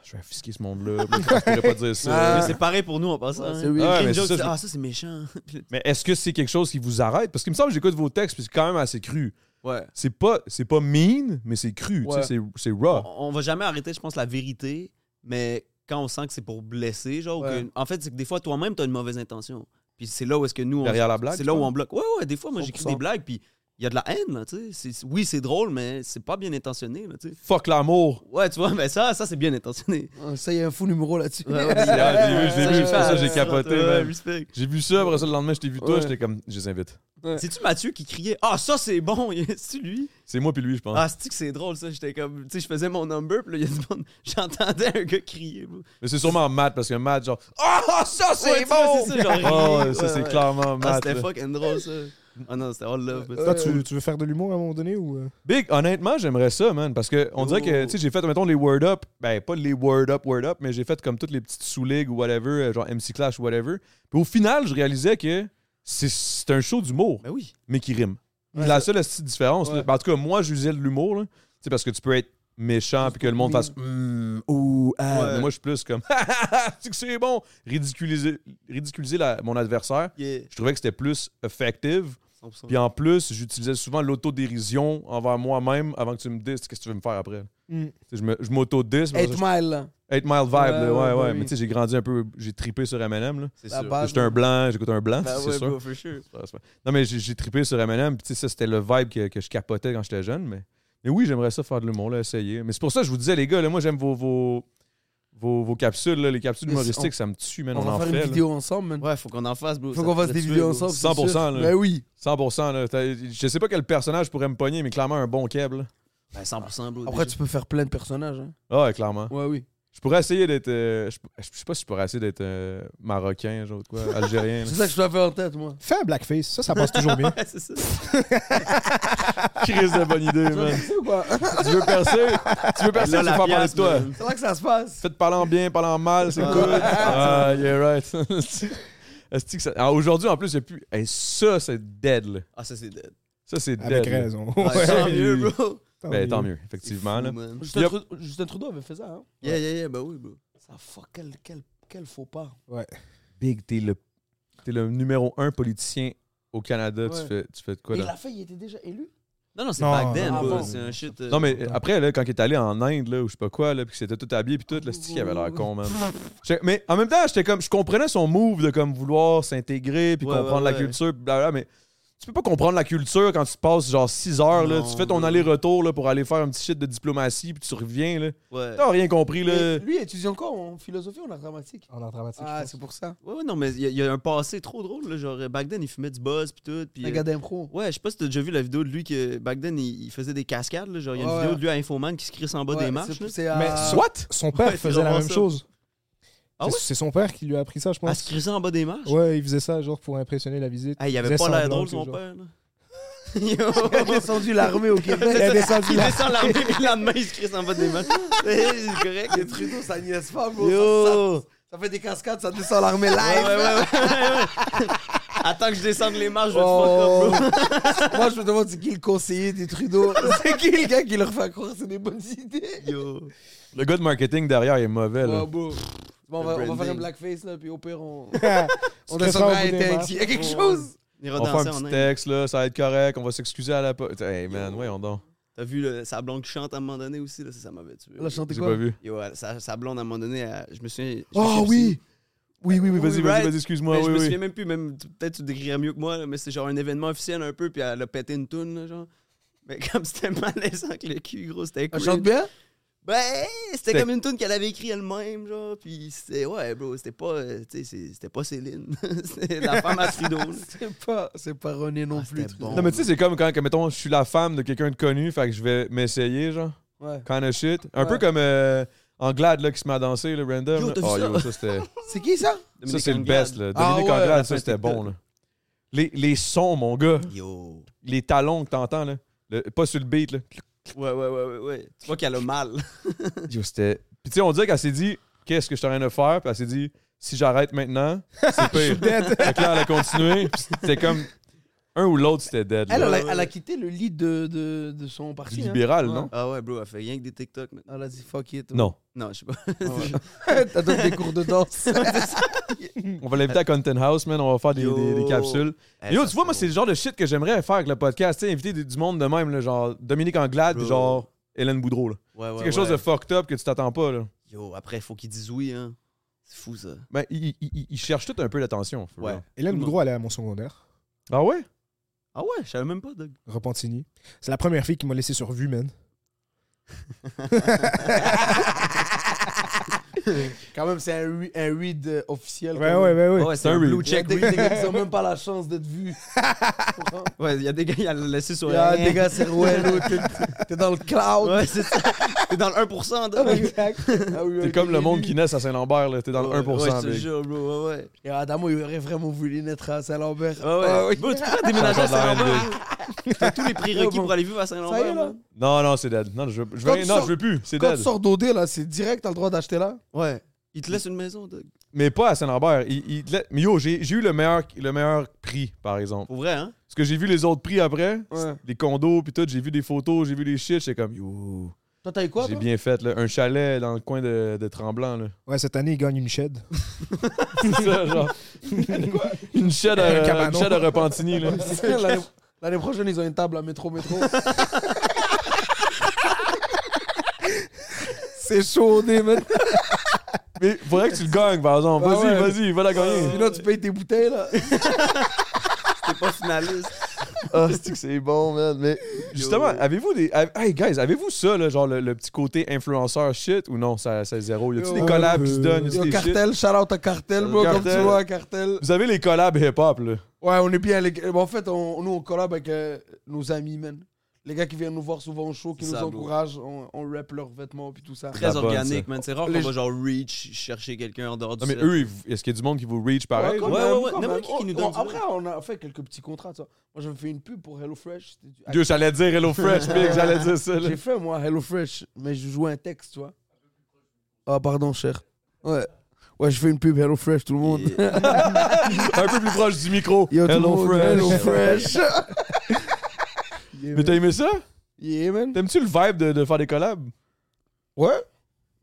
Speaker 3: je vais offusquer ce monde-là. Puis, Je pourrais pas dire ça.
Speaker 2: Ah.
Speaker 4: Mais c'est pareil pour nous en passant.
Speaker 2: Ouais,
Speaker 4: hein.
Speaker 2: c'est weird.
Speaker 3: Ouais,
Speaker 4: Écrire
Speaker 3: mais c'est
Speaker 4: une joke,
Speaker 3: ça,
Speaker 4: c'est-
Speaker 3: je-
Speaker 4: ah, ça, c'est méchant.
Speaker 3: Mais est-ce que c'est quelque chose qui vous arrête? Parce qu'il me semble que j'écoute vos textes, puis c'est quand même assez cru.
Speaker 4: ouais.
Speaker 3: C'est pas, c'est pas mean, mais c'est cru. tu sais,
Speaker 2: Ouais.
Speaker 3: C'est, c'est
Speaker 4: On,
Speaker 3: raw.
Speaker 4: on va jamais arrêter, je pense, la vérité, mais quand on sent que c'est pour blesser, genre, ou que-
Speaker 2: Ouais.
Speaker 4: en fait, c'est que des fois, toi-même, t'as une mauvaise intention. Puis c'est là où est-ce que nous, on,
Speaker 3: Derrière la blague.
Speaker 4: c'est là
Speaker 3: tu
Speaker 4: où
Speaker 3: vois.
Speaker 4: on bloque. Ouais, ouais, des fois, moi, j'écris
Speaker 2: 100%.
Speaker 4: des blagues, puis il y a de la haine, là, tu sais. C'est- Oui, c'est drôle, mais c'est pas bien intentionné, là, tu sais.
Speaker 3: Fuck l'amour.
Speaker 4: Ouais, tu vois, mais ça, ça c'est bien intentionné.
Speaker 2: Ah, Ça, il y a un fou numéro là-dessus.
Speaker 4: Ouais, ouais,
Speaker 3: Ah, j'ai vu, je l'ai vu,
Speaker 4: Ça, j'ai
Speaker 3: c'est pour
Speaker 4: fait,
Speaker 3: ça que j'ai
Speaker 4: euh,
Speaker 3: capoté,
Speaker 4: ouais,
Speaker 3: man.
Speaker 4: respect.
Speaker 3: J'ai vu ça, après ça, le lendemain, j'étais vu toi,
Speaker 2: Ouais.
Speaker 3: j'étais comme, je les invite.
Speaker 4: C'est-tu Mathieu qui criait Ah, ça c'est bon C'est-tu lui
Speaker 3: C'est moi puis lui, je pense.
Speaker 4: Ah, c'est-tu que c'est drôle ça J'étais comme, tu sais, je faisais mon number, puis là, il y a du monde. J'entendais un gars crier. bro.
Speaker 3: Mais c'est sûrement Matt, parce que Matt, genre, ah, ça, c'est
Speaker 4: Ouais, tu vois,
Speaker 3: bon!
Speaker 4: C'est ça, genre.
Speaker 3: Oh,
Speaker 4: rire.
Speaker 3: ça,
Speaker 4: Ouais,
Speaker 3: c'est
Speaker 4: ouais.
Speaker 3: clairement
Speaker 4: Ah,
Speaker 3: Matt.
Speaker 4: c'était
Speaker 3: là.
Speaker 4: fucking drôle ça. Ah non, c'était all love. mais
Speaker 1: Toi,
Speaker 2: euh,
Speaker 4: c'était-
Speaker 1: tu, tu veux faire de l'humour à un moment donné ou. euh?
Speaker 3: Big, honnêtement, j'aimerais ça, man. Parce que on dirait que,
Speaker 4: Oh.
Speaker 3: tu sais, j'ai fait, mettons, les word up. Ben, pas les word up, word up, mais j'ai fait comme toutes les petites sous-ligues ou whatever, euh, genre MC Clash ou whatever. Puis au final, je réalisais que c'est- c'est un show d'humour,
Speaker 4: Ben oui.
Speaker 3: mais qui rime.
Speaker 2: Ouais,
Speaker 3: la
Speaker 2: ça-
Speaker 3: seule petite différence, là,
Speaker 2: Ouais.
Speaker 3: ben, en tout cas, moi, j'usais de l'humour, là. Tu sais, parce que tu peux être méchant puis que le monde fasse Hum, ou
Speaker 2: euh,
Speaker 3: ah.
Speaker 4: Ouais.
Speaker 3: Mais moi je suis plus comme c'est que c'est bon ridiculiser ridiculiser la- mon adversaire
Speaker 4: Yeah.
Speaker 3: je trouvais que c'était plus effective
Speaker 4: 100%.
Speaker 3: puis en plus, j'utilisais souvent l'autodérision envers moi-même avant que tu me dises qu'est-ce que tu veux me faire après.
Speaker 1: Mm.
Speaker 3: Tu sais, Je, me- je m'auto-dis. 8
Speaker 2: 8 Mile, là.
Speaker 3: Mile Vibe, là, ouais,
Speaker 2: Hmm.
Speaker 3: ouais.
Speaker 2: Ouais, ouais, Ah, bah
Speaker 3: Mais
Speaker 2: oui.
Speaker 3: tu sais, j'ai grandi un peu, j'ai tripé sur Eminem. là.
Speaker 4: C'est
Speaker 2: la
Speaker 4: sûr.
Speaker 2: base.
Speaker 3: J'étais un blanc, j'écoute un blanc,
Speaker 2: bah,
Speaker 4: Ben
Speaker 3: c'est
Speaker 4: ouais,
Speaker 3: sûr.
Speaker 4: bro, for sure.
Speaker 3: Non, mais j'ai, j'ai tripé sur Eminem. Puis tu sais, ça, c'était le vibe que, que je capotais quand j'étais jeune. Mais, mais oui, j'aimerais ça faire de l'humour, là, essayer. Mais c'est pour ça que je vous disais, les gars, là, moi, j'aime vos, vos, vos, vos capsules, là, les capsules
Speaker 2: Mais c'est-
Speaker 3: humoristiques, ça me tue, man.
Speaker 2: On,
Speaker 3: On,
Speaker 2: va
Speaker 3: en
Speaker 2: faire
Speaker 3: fait.
Speaker 2: une
Speaker 3: là.
Speaker 2: vidéo ensemble, man.
Speaker 4: Ouais, faut qu'on en fasse, bro.
Speaker 2: Faut
Speaker 4: Ça
Speaker 2: qu'on
Speaker 4: te
Speaker 2: fasse
Speaker 4: ferait
Speaker 2: des
Speaker 4: tuer,
Speaker 2: vidéos
Speaker 4: bro.
Speaker 2: ensemble. c'est
Speaker 3: 100%,
Speaker 2: sûr.
Speaker 3: là.
Speaker 2: Ben oui.
Speaker 3: 100%. Là, T'as- je sais pas quel personnage pourrait me pogner, mais clairement un bon keb. là.
Speaker 4: Ben 100%, bro.
Speaker 2: Après,
Speaker 4: déjà.
Speaker 2: tu peux faire plein de personnages. hein.
Speaker 3: Ah, ouais, clairement.
Speaker 2: Ouais, oui.
Speaker 3: Je pourrais essayer d'être. euh, je, je sais pas si je pourrais essayer d'être euh, marocain, genre de quoi, algérien.
Speaker 2: C'est ça que je dois faire en tête, moi.
Speaker 1: Fais un blackface, ça, ça passe toujours bien.
Speaker 4: Ouais, c'est ça.
Speaker 3: Chris de bonne idée, man.
Speaker 2: C'est quoi
Speaker 3: tu veux percer, tu veux percer,
Speaker 4: Ben, Là,
Speaker 3: tu veux
Speaker 4: la
Speaker 3: faire parler
Speaker 4: pièce,
Speaker 3: de toi.
Speaker 4: man.
Speaker 2: C'est là que ça se passe.
Speaker 3: Faites parler en bien, parler en mal, c'est
Speaker 4: Ah.
Speaker 3: cool. Ah, yeah, right. Esti que ça- Ah, Aujourd'hui, en plus, il n'y a plus. Hey, ça, c'est dead, là.
Speaker 4: Ah, ça, c'est dead.
Speaker 3: Ça, c'est dead.
Speaker 1: Avec
Speaker 3: là.
Speaker 1: raison.
Speaker 4: Ouais, Tant
Speaker 1: Ouais.
Speaker 4: mieux, bro.
Speaker 1: Tant
Speaker 3: Ben, tant
Speaker 1: mieux.
Speaker 3: mieux, effectivement.
Speaker 4: C'est
Speaker 3: là.
Speaker 4: fou, man.
Speaker 2: Justin,
Speaker 3: Yep.
Speaker 2: Trudeau, Justin Trudeau avait fait ça, hein.
Speaker 4: Yeah, yeah, yeah, ben oui, bro.
Speaker 2: Ça, fuck, quel, quel, quel faux pas.
Speaker 3: Big, t'es le, t'es le numéro un politicien au Canada. Tu,
Speaker 2: Ouais.
Speaker 3: fais, tu fais de quoi,
Speaker 2: Et
Speaker 3: là?
Speaker 2: il a fait, il était déjà élu.
Speaker 4: Non, non, c'est
Speaker 1: Non,
Speaker 4: back then,
Speaker 2: non,
Speaker 4: bro.
Speaker 2: non.
Speaker 4: C'est un shit. euh,
Speaker 3: Non, mais euh, après, là, quand il est allé en Inde, là, ou je sais pas quoi, là, puis qu'il s'était tout habillé, puis tout, là, c'est-tu qu'il avait l'air con, man. J'étais- Mais en même temps, j'étais comme, je comprenais son move de comme vouloir s'intégrer, puis
Speaker 4: Ouais,
Speaker 3: comprendre
Speaker 4: ouais,
Speaker 3: la
Speaker 4: ouais.
Speaker 3: culture, puis blablabla, mais tu peux pas comprendre la culture quand tu te passes genre 6 heures, là.
Speaker 2: Non,
Speaker 3: Tu fais ton
Speaker 2: non.
Speaker 3: aller-retour, là, pour aller faire un petit shit de diplomatie, puis tu reviens, là.
Speaker 4: Ouais.
Speaker 3: T'as rien compris, là.
Speaker 2: Lui, étudie encore en philosophie ou en art dramatique
Speaker 1: En art dramatique.
Speaker 2: Ah,
Speaker 1: je
Speaker 2: c'est pour ça.
Speaker 4: Ouais, ouais, non, mais il y, a- il y a un passé trop drôle, là. Genre, back then, il fumait du buzz, puis tout. Puis,
Speaker 2: Un gars d'impro.
Speaker 4: Ouais, je sais pas si t'as déjà vu la vidéo de lui que back then il, il faisait des cascades. Là, genre, il y a une
Speaker 2: Ouais.
Speaker 4: vidéo de lui à Infoman qui se crisse en bas
Speaker 2: Ouais,
Speaker 4: des marches.
Speaker 2: c'est-
Speaker 4: là.
Speaker 2: c'est à-
Speaker 1: Mais
Speaker 2: à-
Speaker 3: What?
Speaker 1: pense. Son père
Speaker 4: Ouais,
Speaker 1: faisait
Speaker 4: c'est
Speaker 1: la
Speaker 4: vraiment
Speaker 1: même
Speaker 4: ça.
Speaker 1: chose.
Speaker 4: Ah
Speaker 1: C'est-
Speaker 4: ouais?
Speaker 1: c'est son père qui lui a appris ça,
Speaker 4: À se
Speaker 1: je pense.
Speaker 4: crisser en bas des marches.
Speaker 1: Ouais, il faisait ça genre pour impressionner la visite.
Speaker 4: Ah, il avait
Speaker 1: faisait
Speaker 4: pas l'air
Speaker 1: semblant
Speaker 4: drôle,
Speaker 1: que,
Speaker 4: son
Speaker 1: genre-
Speaker 4: père. Là.
Speaker 2: Il a
Speaker 4: Yo.
Speaker 2: descendu l'armée au
Speaker 1: Il
Speaker 2: Québec.
Speaker 1: a descendu
Speaker 4: il
Speaker 1: là.
Speaker 4: descend l'armée, puis le lendemain, il se crisse en bas des marches. C'est correct.
Speaker 2: Le Trudeau, ça niaise pas, gros.
Speaker 4: Yo!
Speaker 2: Ça, ça fait des cascades, ça descend l'armée live.
Speaker 4: Ouais, ouais, ouais, ouais, ouais. Attends que je descende les marches, je vais
Speaker 2: Oh.
Speaker 4: te fuck up,
Speaker 2: Moi, je me demande c'est qui le conseiller des Trudeau. C'est qui le gars qui leur fait croire que c'est des bonnes idées.
Speaker 4: bro. Yo.
Speaker 3: Le gars de marketing derrière il est mauvais, là.
Speaker 2: Ouais, bro. Bon, on
Speaker 4: Le
Speaker 2: va, on va faire
Speaker 4: branding.
Speaker 2: un blackface, là, puis au pire, on, on
Speaker 1: On
Speaker 2: descendra à Intex. Il y a quelque chose.
Speaker 4: Il
Speaker 3: On va faire
Speaker 4: redansait
Speaker 3: un
Speaker 4: en
Speaker 3: petit
Speaker 4: Inde.
Speaker 3: texte, là, ça va être correct, on va s'excuser à la... po- Hey, man, voyons donc.
Speaker 4: T'as vu le- sa blonde qui chante à un moment donné aussi, là, ça, ça m'avait tué.
Speaker 2: Elle a chanté
Speaker 3: J'ai
Speaker 2: quoi
Speaker 3: pas vu.
Speaker 4: Yo, elle- sa, sa blonde à un moment donné, elle- je me souviens. je me
Speaker 2: Ah
Speaker 3: Oh,
Speaker 4: souviens
Speaker 3: oui! Oui, oui, oui, vas-y,
Speaker 4: Oui,
Speaker 3: vas-y,
Speaker 4: right.
Speaker 3: vas-y, excuse-moi,
Speaker 4: Mais je
Speaker 3: oui,
Speaker 4: me
Speaker 3: oui.
Speaker 4: souviens même plus, même tu- peut-être tu décrirais mieux que moi, là, mais c'est genre un événement officiel un peu, puis elle a pété une toune, là, genre. Mais comme c'était malaisant que le cul, gros, c'était
Speaker 2: Elle
Speaker 4: cringe.
Speaker 2: chante bien
Speaker 4: Ben, c'était
Speaker 3: C'était-
Speaker 4: comme une toune qu'elle avait écrite elle-même, genre, puis c'est, ouais, bro, c'était pas, euh, tu sais, c'est- c'était pas Céline. c'était la femme à Trudeau, là.
Speaker 2: C'est pas, c'est pas René non
Speaker 4: Ah,
Speaker 2: plus.
Speaker 4: c'était
Speaker 2: Trudeau.
Speaker 4: bon.
Speaker 3: Non, mais tu sais, c'est comme quand, que, mettons, je suis la femme de quelqu'un de connu, fait que je vais m'essayer, genre.
Speaker 2: Ouais.
Speaker 3: Kind of shit. Un
Speaker 2: Ouais.
Speaker 3: peu comme euh, Anglade, là, qui se met à danser, le random.
Speaker 4: Yo,
Speaker 3: là.
Speaker 4: t'as vu
Speaker 3: oh,
Speaker 4: ça?
Speaker 3: yo, ça, c'était...
Speaker 2: C'est qui ça
Speaker 3: ça,
Speaker 4: Dominique
Speaker 3: c'est le
Speaker 4: Anglade.
Speaker 3: best, là.
Speaker 2: Ah
Speaker 3: Dominique
Speaker 2: ouais,
Speaker 3: Anglade,
Speaker 4: la
Speaker 3: ça,
Speaker 4: fin
Speaker 3: c'était
Speaker 4: TikTok.
Speaker 3: bon, là. Les, les sons, mon gars.
Speaker 4: Yo.
Speaker 3: Les talons que t'entends, là. Le- pas sur le beat, là.
Speaker 4: Ouais, ouais, ouais, ouais, ouais. Tu vois qu'elle a mal.
Speaker 3: Yo, c'était... Puis tu sais, on dirait qu'elle s'est dit, qu'est-ce que je suis en train de faire? Puis elle s'est dit, si j'arrête maintenant, c'est pire. fait que là, elle a continué. Puis c'était comme... Un ou l'autre, c'était dead, là.
Speaker 2: Elle, elle, a,
Speaker 4: Ouais, ouais,
Speaker 2: elle a
Speaker 4: ouais.
Speaker 2: quitté le lit de, de, de son
Speaker 3: Du
Speaker 2: parti. hein.
Speaker 3: libéral,
Speaker 2: Ouais.
Speaker 3: non?
Speaker 4: Ah ouais, bro, elle fait rien que des TikTok maintenant.
Speaker 2: Elle a dit Ah, fuck it. ouais.
Speaker 3: Non.
Speaker 4: Non, je sais pas.
Speaker 2: Ouais. T'as donné des cours de danse.
Speaker 3: On va l'inviter à Content House, man. On va faire des,
Speaker 4: Yo.
Speaker 3: des- des capsules.
Speaker 4: Eh,
Speaker 3: Yo,
Speaker 4: ça,
Speaker 3: tu vois, moi, c'est le genre de shit que j'aimerais faire avec le podcast. Tu sais, inviter des- du monde de même, là, genre Dominique Anglade, puis
Speaker 4: Bro.
Speaker 3: genre Hélène Boudreau. là.
Speaker 4: Ouais, ouais,
Speaker 3: c'est quelque chose de
Speaker 4: ouais.
Speaker 3: fucked up que tu t'attends pas. Là.
Speaker 4: Yo, après, faut qu'ils disent oui, hein. C'est fou, ça.
Speaker 3: Ben, ils ils- ils- ils cherchent tout un peu l'attention. for
Speaker 4: Ouais.
Speaker 3: real.
Speaker 1: Hélène Boudreau, elle est à mon secondaire.
Speaker 3: Ah ouais?
Speaker 4: Ah ouais, je savais même pas, Doug.
Speaker 1: Repentini. C'est la première fille qui m'a laissé sur vue, man.
Speaker 2: Quand même, c'est un, re- un read euh, officiel.
Speaker 1: Ouais, ouais, ouais, ouais.
Speaker 4: Ah ouais, c'est
Speaker 3: un
Speaker 4: un
Speaker 3: read.
Speaker 4: blue
Speaker 2: Il y a
Speaker 4: check.
Speaker 2: des
Speaker 4: read.
Speaker 2: des gars qui ont même pas la chance d'être vus.
Speaker 4: Ouais, il y a des gars, il a laissé sur
Speaker 2: Il y a
Speaker 3: hein.
Speaker 4: Eh.
Speaker 2: des gars, c'est ouais, l'autre, t'es- t'es dans le cloud.
Speaker 4: Ouais, c'est ça. T'es dans le 1%,
Speaker 2: Ah
Speaker 4: Doug.
Speaker 3: T'es comme le monde qui naît à Saint-Lambert, là. T'es dans le 1%.
Speaker 4: Ouais, je te
Speaker 3: big.
Speaker 4: jure, bro, ouais, ouais.
Speaker 2: Et Adamo, il aurait vraiment voulu naître à Saint-Lambert.
Speaker 4: Ouais, ouais.
Speaker 2: Ah oui.
Speaker 4: Bro, tu peux pas déménager à
Speaker 3: Chanteur de
Speaker 4: Saint-Lambert. T'as tous les prérequis pour aller vivre à
Speaker 2: Ça y est,
Speaker 4: Saint-Lambert,
Speaker 2: là.
Speaker 4: man.
Speaker 3: Non, non, c'est dead. Non, je veux, je veux
Speaker 2: Quand
Speaker 3: rien-
Speaker 2: tu
Speaker 3: non,
Speaker 2: sors-
Speaker 3: je veux plus. C'est
Speaker 2: Quand
Speaker 3: dead.
Speaker 2: tu sors d'OD, là, c'est direct, t'as le droit d'acheter là.
Speaker 4: Ouais. Ils te laissent une maison, Doug.
Speaker 3: Mais pas à Saint-Lambert. Ils- ils te la- Mais yo, j'ai j'ai eu le meilleur, le meilleur prix, par exemple.
Speaker 4: Pour vrai, hein?
Speaker 3: Parce que j'ai vu les autres prix après,
Speaker 2: Ouais.
Speaker 3: les condos, puis tout. J'ai vu des photos, j'ai vu les shit. J'étais comme, yo.
Speaker 2: Toi, t'as eu quoi,
Speaker 3: J'ai
Speaker 2: toi
Speaker 3: bien fait, là. Un chalet dans le coin de, de Tremblant, là.
Speaker 1: Ouais, cette année, il gagne une shed.
Speaker 3: C'est ça, genre. Une chaîne
Speaker 1: Un
Speaker 3: à, une
Speaker 1: cabanon.
Speaker 3: chaîne à Repentigny, là.
Speaker 2: L'année- L'année prochaine, ils ont une table à métro métro. C'est chaud, on est maintenant.
Speaker 3: Mais faudrait que tu le gagnes, par exemple.
Speaker 2: Ah
Speaker 3: Vas-y,
Speaker 2: ouais.
Speaker 3: vas-y, va la gagner.
Speaker 2: Sinon, tu payes tes bouteilles là.
Speaker 4: T'es pas finaliste.
Speaker 3: Ah, c'est que c'est bon, man. Mais justement, avez-vous des. av- Hey, guys, avez-vous ça, là, genre le, le petit côté influenceur shit ou non, ça, ça zéro? Y a-tu
Speaker 2: Yo,
Speaker 3: des
Speaker 2: euh,
Speaker 3: collabs qui se donnent? Y a
Speaker 2: Yo,
Speaker 3: des shit?
Speaker 2: cartel, shout out à cartel, bro, comme
Speaker 3: Cartel.
Speaker 2: tu vois, cartel.
Speaker 3: Vous avez les collabs hip-hop, là.
Speaker 2: Ouais, on est bien. les gars. En fait, on, nous, on collab avec euh, nos amis, man. Les gars qui viennent nous voir souvent au show, qui
Speaker 4: C'est
Speaker 2: nous
Speaker 4: ça, bro.
Speaker 2: encouragent, on, on rap leurs vêtements, puis tout ça.
Speaker 3: La
Speaker 4: Très
Speaker 3: bonne,
Speaker 4: organique,
Speaker 3: ça.
Speaker 4: man. C'est rare
Speaker 2: Les-
Speaker 4: qu'on va genre reach, chercher quelqu'un en dehors du
Speaker 3: Non, mais
Speaker 4: set.
Speaker 3: eux, ils- est-ce qu'il y a du monde qui vous reach pareil? genre?
Speaker 2: quand
Speaker 4: ouais,
Speaker 2: même,
Speaker 4: ouais, ouais.
Speaker 2: quand
Speaker 4: N'importe
Speaker 2: même.
Speaker 4: qui qui
Speaker 2: On-
Speaker 4: nous donne
Speaker 2: on-
Speaker 4: du
Speaker 2: Après, on a fait quelques petits contrats, tu vois. Moi, j'avais fait une pub pour HelloFresh. c'était du-
Speaker 3: Dieu, j'allais dire Hello Fresh, pig, j'allais dire ça, là.
Speaker 2: J'ai fait, moi, HelloFresh, mais je jouais un texte, tu vois. Ah, pardon, cher. Ouais. Ouais, je fais une pub HelloFresh, tout le monde.
Speaker 3: Un peu plus proche du micro.
Speaker 2: Yo, tout le
Speaker 3: Hello
Speaker 2: monde,
Speaker 3: Fresh.
Speaker 2: HelloFresh.
Speaker 3: Mais t'as aimé ça?
Speaker 2: Yeah, man.
Speaker 3: T'aimes-tu le vibe de, de faire des collabs?
Speaker 2: Ouais.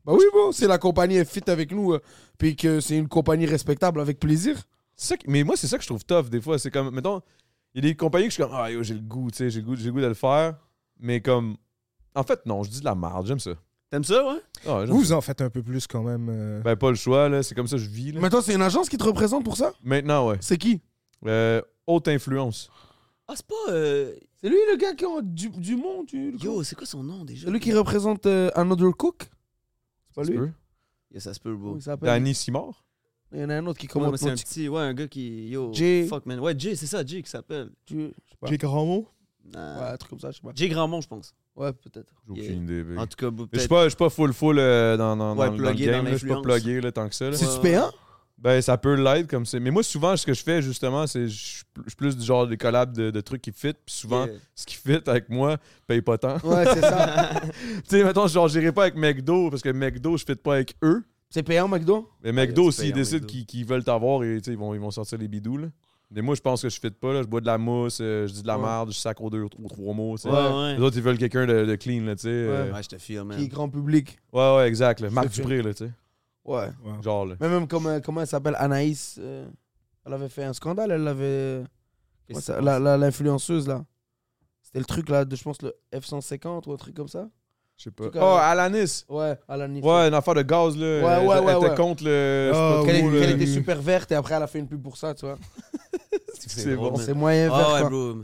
Speaker 2: Bah oui, bon, si la compagnie est fit avec nous, euh, puis que c'est une compagnie respectable, avec plaisir.
Speaker 3: C'est ça que- mais moi, c'est ça que je trouve tough des fois. C'est comme, mettons, il y a des compagnies que je suis comme, ah yo, j'ai le goût, tu sais, j'ai le goût, j'ai le goût de le faire. Mais comme, en fait, non, je dis de la merde, j'aime ça.
Speaker 4: T'aimes ça, ouais?
Speaker 3: Ah, j'aime
Speaker 1: Vous,
Speaker 3: ça.
Speaker 1: vous en faites un peu plus quand même. euh.
Speaker 3: Ben, pas le choix, là, c'est comme ça que je vis. là.
Speaker 2: Mais toi, c'est une agence qui te représente pour ça
Speaker 3: Maintenant, ouais.
Speaker 2: C'est qui
Speaker 3: Euh, haute influence.
Speaker 4: Ah, c'est pas. euh,
Speaker 2: C'est lui le gars qui a du, du monde. Du, le
Speaker 4: Yo,
Speaker 2: coup.
Speaker 4: c'est quoi son nom déjà
Speaker 2: c'est lui qui représente euh, Another Cook. C'est pas
Speaker 3: Tu
Speaker 2: lui.
Speaker 3: peux.
Speaker 4: Yo, ça se peut, bro.
Speaker 2: Comment il s'appelle
Speaker 3: Danny Simard.
Speaker 2: Il y en a un autre qui
Speaker 4: Comment
Speaker 2: commande.
Speaker 4: c'est un
Speaker 2: notre-
Speaker 4: petit. Ouais, un gars qui. Yo,
Speaker 2: Jay.
Speaker 4: fuck, man. Ouais, Jay, c'est ça, Jay qui s'appelle.
Speaker 2: tu- je sais pas.
Speaker 1: Jake Ramon
Speaker 2: Ouais,
Speaker 4: Nah.
Speaker 2: un truc comme ça, je sais pas.
Speaker 4: Jay Grandmont, je pense.
Speaker 2: Ouais, peut-être.
Speaker 3: J'ai aucune
Speaker 4: Yeah.
Speaker 3: idée. big.
Speaker 4: En tout cas,
Speaker 3: Je suis
Speaker 4: peut-être.
Speaker 3: pas, je suis pas full full euh, dans, dans,
Speaker 4: Ouais,
Speaker 3: dans, le- dans le
Speaker 4: plugué dans
Speaker 3: game. là. Je suis pas
Speaker 4: l'influence.
Speaker 3: plugué là, tant que ça. là.
Speaker 4: Ouais.
Speaker 2: C'est-tu payant
Speaker 3: Ben, ça peut l'être comme c'est. Mais moi, souvent, ce que je fais, justement, c'est je suis pl- je suis plus du genre des collabs de, de trucs qui fit. Puis souvent,
Speaker 4: Yeah.
Speaker 3: ce qui fit avec moi paye pas tant.
Speaker 2: Ouais, c'est ça.
Speaker 3: tu sais, mettons, genre, j'irai pas avec McDo parce que McDo, je fit pas avec eux.
Speaker 2: c'est payant, McDo
Speaker 3: Mais
Speaker 4: Ouais,
Speaker 3: McDo,
Speaker 4: c'est
Speaker 3: s'ils
Speaker 4: payant,
Speaker 3: décident
Speaker 4: McDo.
Speaker 3: qu'ils qu'ils veulent t'avoir, et, tu sais, ils, vont, ils vont sortir les bidous. Là. Mais moi, je pense que je fit pas. Là. Je bois de la mousse, euh, je dis de la
Speaker 2: Ouais.
Speaker 3: merde, je sacre aux deux ou trois- trois mots. tu sais.
Speaker 4: Ouais, ouais.
Speaker 3: Les autres, ils veulent quelqu'un de, de clean. Là, tu sais. euh,
Speaker 4: Ouais, je te file, man.
Speaker 2: Qui est grand public.
Speaker 3: ouais, ouais, exact. là. Marc
Speaker 2: C'est
Speaker 3: Dupré, là, tu sais.
Speaker 2: Ouais.
Speaker 3: Genre, là.
Speaker 2: Mais même comme, euh, comment elle s'appelle Anaïs, euh, elle avait fait un scandale, elle avait.
Speaker 4: Qu'est-ce qui
Speaker 2: ça-
Speaker 4: se
Speaker 2: la- la- L'influenceuse, là. C'était le truc, là, de, je pense, le F-150 ou un truc comme ça.
Speaker 3: Je sais pas.
Speaker 2: En tout cas,
Speaker 3: Oh,
Speaker 2: ouais.
Speaker 3: Alanis!
Speaker 2: Ouais, Alanis.
Speaker 3: Ouais, une affaire de gaz, là.
Speaker 2: Ouais, ouais,
Speaker 3: Elle- elle
Speaker 2: ouais,
Speaker 3: était
Speaker 2: ouais.
Speaker 3: contre le. je sais
Speaker 1: Ah,
Speaker 3: pas
Speaker 2: Qu'elle
Speaker 3: trop,
Speaker 2: est-
Speaker 3: le-
Speaker 2: qu'elle était super verte et après, elle a fait une pub pour ça, tu vois.
Speaker 3: C'est
Speaker 4: drôle,
Speaker 3: bon.
Speaker 4: man.
Speaker 2: C'est moyen vert,
Speaker 4: Ah ouais,
Speaker 2: quoi.
Speaker 4: bro.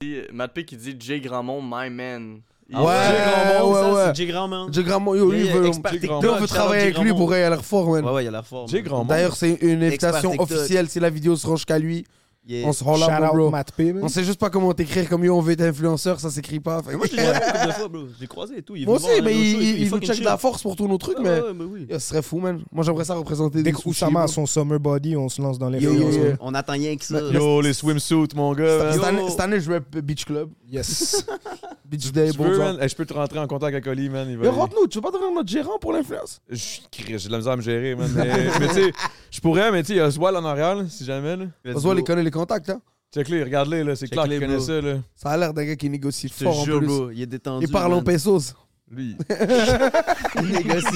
Speaker 5: Dit- Matt P qui dit Jay Grandmont, my man. Il-
Speaker 2: Ah ouais.
Speaker 4: Jay Grandmont,
Speaker 2: ouais,
Speaker 4: ça,
Speaker 2: ouais.
Speaker 4: c'est Jay Grandmont.
Speaker 2: Jay Grandmont, yo, lui,
Speaker 4: Yeah,
Speaker 2: il veut-
Speaker 4: expert
Speaker 3: Jay
Speaker 4: TikTok,
Speaker 2: Nous, on veut
Speaker 4: shout out
Speaker 2: travailler
Speaker 4: Jay
Speaker 2: avec lui
Speaker 4: Grandmont.
Speaker 2: pour il a l'air fort, man.
Speaker 4: Ouais, ouais, il a la forme.
Speaker 3: Jay Grandmont.
Speaker 2: D'ailleurs, c'est une
Speaker 4: Expert
Speaker 2: invitation
Speaker 4: TikTok.
Speaker 2: officielle. Si la vidéo se rend jusqu'à lui,
Speaker 4: Yeah.
Speaker 2: on se rend là,
Speaker 1: Shout
Speaker 2: mon
Speaker 1: out
Speaker 2: bro.
Speaker 1: Matt P, man.
Speaker 2: On sait juste pas comment t'écrire comme yo, on veut être influenceur, ça s'écrit pas. Fait-
Speaker 4: Moi, je l'ai croisé une couple de fois, bro. Je l'ai croisé et tout. Il est
Speaker 2: Moi
Speaker 4: venu
Speaker 2: aussi,
Speaker 4: voir un
Speaker 2: mais
Speaker 4: de nos
Speaker 2: il,
Speaker 4: shows et tout.
Speaker 2: il, il nous
Speaker 4: fucking
Speaker 2: check de la
Speaker 4: chill.
Speaker 2: force pour tous nos trucs,
Speaker 4: Ouais,
Speaker 2: mais
Speaker 4: ouais, mais oui.
Speaker 2: Yeah, ce serait fou, man. Moi, j'aimerais ça représenter
Speaker 1: Dès
Speaker 2: des
Speaker 1: que
Speaker 2: sushis,
Speaker 1: Oussama
Speaker 2: bro.
Speaker 1: a son summer body, on se lance dans les
Speaker 4: Yo,
Speaker 1: rues,
Speaker 2: yo,
Speaker 1: on se-
Speaker 2: yo.
Speaker 4: On attend rien que ça.
Speaker 3: Yo, les swimsuits, mon gars. man.
Speaker 2: Cette-
Speaker 4: Yo.
Speaker 2: cette année- Cette année, je vais p- Beach Club.
Speaker 1: Yes.
Speaker 2: Beach
Speaker 3: Tu
Speaker 2: Day,
Speaker 3: veux,
Speaker 2: bonsoir.
Speaker 3: man? Eh, je peux te rentrer en contact avec Oli, man. Il va
Speaker 2: Yo, rentre-nous, tu veux pas devenir notre gérant pour l'influence
Speaker 3: Je suis- Christ, J'ai de la misère à me gérer, man. Mais, mais tu sais, je pourrais, mais tu sais, il y a Oswald en arrière, là, si jamais. Là.
Speaker 2: On se voit, les connaît les contacts, hein.
Speaker 3: Check-les, regarde-les, là. C'est clair
Speaker 4: Check-les,
Speaker 3: qu'il connaît
Speaker 4: bro.
Speaker 3: ça, là.
Speaker 2: Ça a l'air d'un gars qui négocie
Speaker 4: Je te
Speaker 2: fort en
Speaker 4: jure,
Speaker 2: plus.
Speaker 4: bro, il est détendu.
Speaker 2: Il parle en
Speaker 4: man.
Speaker 2: pesos.
Speaker 3: Lui,
Speaker 4: Il négocie.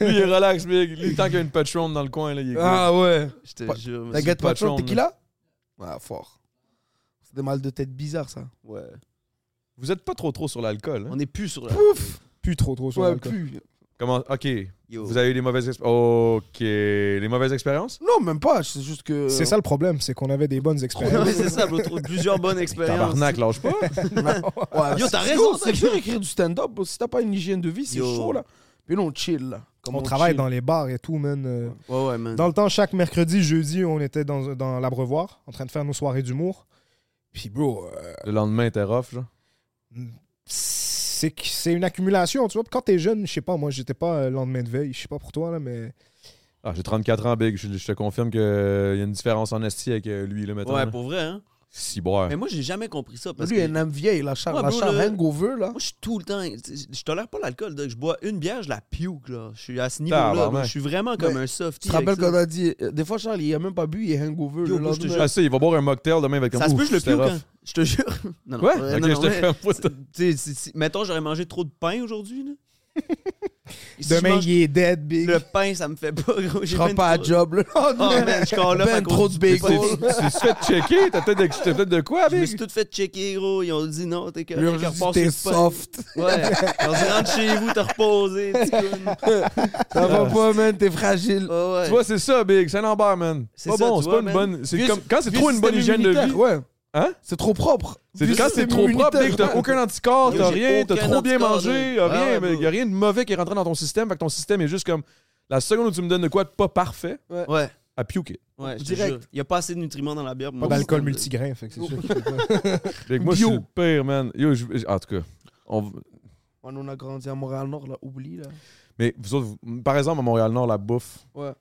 Speaker 3: lui, il est relax, big. Lui, tant qu'il y a une patronne dans le coin, là, il est
Speaker 2: Ah ouais.
Speaker 4: Je te
Speaker 2: Pas-
Speaker 4: jure. man.
Speaker 2: La gars de
Speaker 3: pas de
Speaker 2: Patron,
Speaker 3: chambre,
Speaker 2: t'es qui là Ah, fort. C'est des mal de tête bizarres, ça.
Speaker 4: Ouais.
Speaker 3: cool. Vous êtes pas trop trop sur l'alcool, hein?
Speaker 4: On est plus sur la.
Speaker 2: Pouf
Speaker 1: Plus trop, trop sur
Speaker 2: Ouais,
Speaker 1: l'alcool.
Speaker 2: pu.
Speaker 3: Comment... OK,
Speaker 4: Yo.
Speaker 3: vous avez eu des mauvaises expériences. OK, les mauvaises expériences?
Speaker 2: Non, même pas, c'est juste
Speaker 4: euh,
Speaker 2: que.
Speaker 1: C'est ça le problème, c'est qu'on avait des bonnes
Speaker 4: Non,
Speaker 1: expériences.
Speaker 4: mais c'est ça, bro. trop- Plusieurs bonnes expériences.
Speaker 3: Tabarnak, lâche pas.
Speaker 2: Ouais,
Speaker 4: Yo,
Speaker 2: c'est-
Speaker 4: t'as raison,
Speaker 2: C'est dur écrire du stand-up. bro. Si t'as pas une hygiène de vie, c'est
Speaker 4: Yo.
Speaker 2: chaud, là. Puis là, on chill, là. Comme
Speaker 1: on travaille
Speaker 2: chill.
Speaker 1: dans les bars et tout, man. euh,
Speaker 4: Ouais, ouais, man.
Speaker 1: Dans le temps, chaque mercredi, jeudi, on était dans, dans l'abreuvoir, en train de faire nos soirées d'humour. Puis, bro, euh,
Speaker 3: Le lendemain, t'es rough, genre.
Speaker 1: c'est que- c'est une accumulation, tu vois. Puis Quand t'es jeune, je sais pas, moi, j'étais pas euh, lendemain de veille, je sais pas pour toi, là, mais
Speaker 3: Ah, j'ai 34 ans, Big. Je, je te confirme qu'il y a une différence en esti avec euh, lui, là, maintenant.
Speaker 4: Ouais, pour vrai, hein.
Speaker 3: Si, boire.
Speaker 4: Mais moi, j'ai jamais compris ça.
Speaker 2: Mais
Speaker 4: Parce
Speaker 2: lui,
Speaker 4: que
Speaker 2: il est un homme vieil, la charme,
Speaker 4: Ouais,
Speaker 2: la
Speaker 4: bro,
Speaker 2: charme
Speaker 4: le-
Speaker 2: hangover, là.
Speaker 4: Moi, je suis tout le temps. Je tolère pas l'alcool. donc Je bois une bière, je la puke. Là. Je suis à ce niveau-là.
Speaker 3: Tabarnak.
Speaker 4: bro. Je suis vraiment comme
Speaker 2: Mais
Speaker 4: un soft.
Speaker 2: Tu te rappelles qu'on a dit, euh, des fois, Charles, il a même pas bu, il est hangover.
Speaker 4: Yo,
Speaker 2: le
Speaker 4: moi, je te
Speaker 2: lendemain.
Speaker 4: jure.
Speaker 3: Ah, ça, il va boire un mocktail demain, il va être comme
Speaker 4: Ça se
Speaker 3: Ouf,
Speaker 4: peut, je le
Speaker 3: c'était
Speaker 4: puke.
Speaker 3: rough.
Speaker 4: hein. Je te jure. Non, non,
Speaker 3: Quoi?
Speaker 4: euh,
Speaker 3: Ok,
Speaker 4: non, non,
Speaker 3: je te
Speaker 4: mais-
Speaker 3: fais pas ça.
Speaker 4: Tu sais, si- si- mettons, j'aurais mangé trop de pain aujourd'hui. là. Si je
Speaker 1: demain,
Speaker 4: mange
Speaker 1: il est dead, big.
Speaker 4: Le pain, ça me fait pas, gros.
Speaker 2: Je rentre pas à job, le
Speaker 4: Oh,
Speaker 2: lendemain.
Speaker 4: man, je suis encore là. fait
Speaker 2: Ben,
Speaker 4: qu'au-
Speaker 2: trop de bagels.
Speaker 3: Tu t'es fait checker? T'as peut-être t'as peut-être de quoi,
Speaker 4: Je me
Speaker 3: Big?
Speaker 4: suis tout fait checker, gros. Ils ont dit non, t'es correct.
Speaker 2: Lui, on
Speaker 4: Ils
Speaker 2: juste dit,
Speaker 4: repassent
Speaker 2: t'es
Speaker 4: sur le pain.
Speaker 2: soft.
Speaker 4: Ouais. Quand tu rentres chez vous, t'as reposé. petit con.
Speaker 2: Ça va pas, man, t'es fragile.
Speaker 4: Ouais, ouais.
Speaker 3: Tu vois, c'est ça, Big. C'est Lambert, man.
Speaker 4: C'est
Speaker 3: C'est pas
Speaker 4: ça,
Speaker 3: bon,
Speaker 4: tu
Speaker 3: c'est
Speaker 4: vois,
Speaker 3: pas une
Speaker 4: man.
Speaker 3: bonne. c'est
Speaker 2: Vieux-
Speaker 3: comme- Quand c'est
Speaker 2: Vieux
Speaker 3: trop une bonne
Speaker 2: système
Speaker 3: hygiène de
Speaker 2: immunitaire,
Speaker 3: vie.
Speaker 2: Ouais.
Speaker 3: Hein?
Speaker 2: C'est trop propre.
Speaker 3: c'est-
Speaker 2: Vieux
Speaker 3: Quand c'est
Speaker 2: système
Speaker 3: trop propre, Big,
Speaker 2: immunitaire,
Speaker 3: t'as
Speaker 2: ouais.
Speaker 3: aucun anticorps,
Speaker 4: Yo,
Speaker 3: t'as
Speaker 4: j'ai
Speaker 3: rien, t'as
Speaker 4: aucun
Speaker 3: trop bien
Speaker 4: anticorps,
Speaker 3: mangé,
Speaker 4: dude.
Speaker 3: y'a
Speaker 4: Ah ouais,
Speaker 3: rien, mais
Speaker 4: bro.
Speaker 3: y a rien de mauvais qui est rentré dans ton système. Fait que ton système est juste comme. La seconde où tu me donnes de quoi de pas parfait,
Speaker 4: Ouais.
Speaker 3: à puke.
Speaker 4: Ouais, je te
Speaker 2: Direct.
Speaker 4: jure. Il n'y a pas assez de nutriments dans la bière.
Speaker 1: Pas d'alcool multigrain, fait que c'est
Speaker 2: Yo.
Speaker 1: sûr qu'il-
Speaker 3: Fait que moi, je suis
Speaker 2: Bio.
Speaker 3: le pire, man. Yo, je- en tout cas. on-
Speaker 2: On on a grandi à Montréal-Nord, là, oublie, là.
Speaker 3: Mais vous autres, vous- par exemple, à Montréal-Nord, la bouffe,
Speaker 2: Ouais.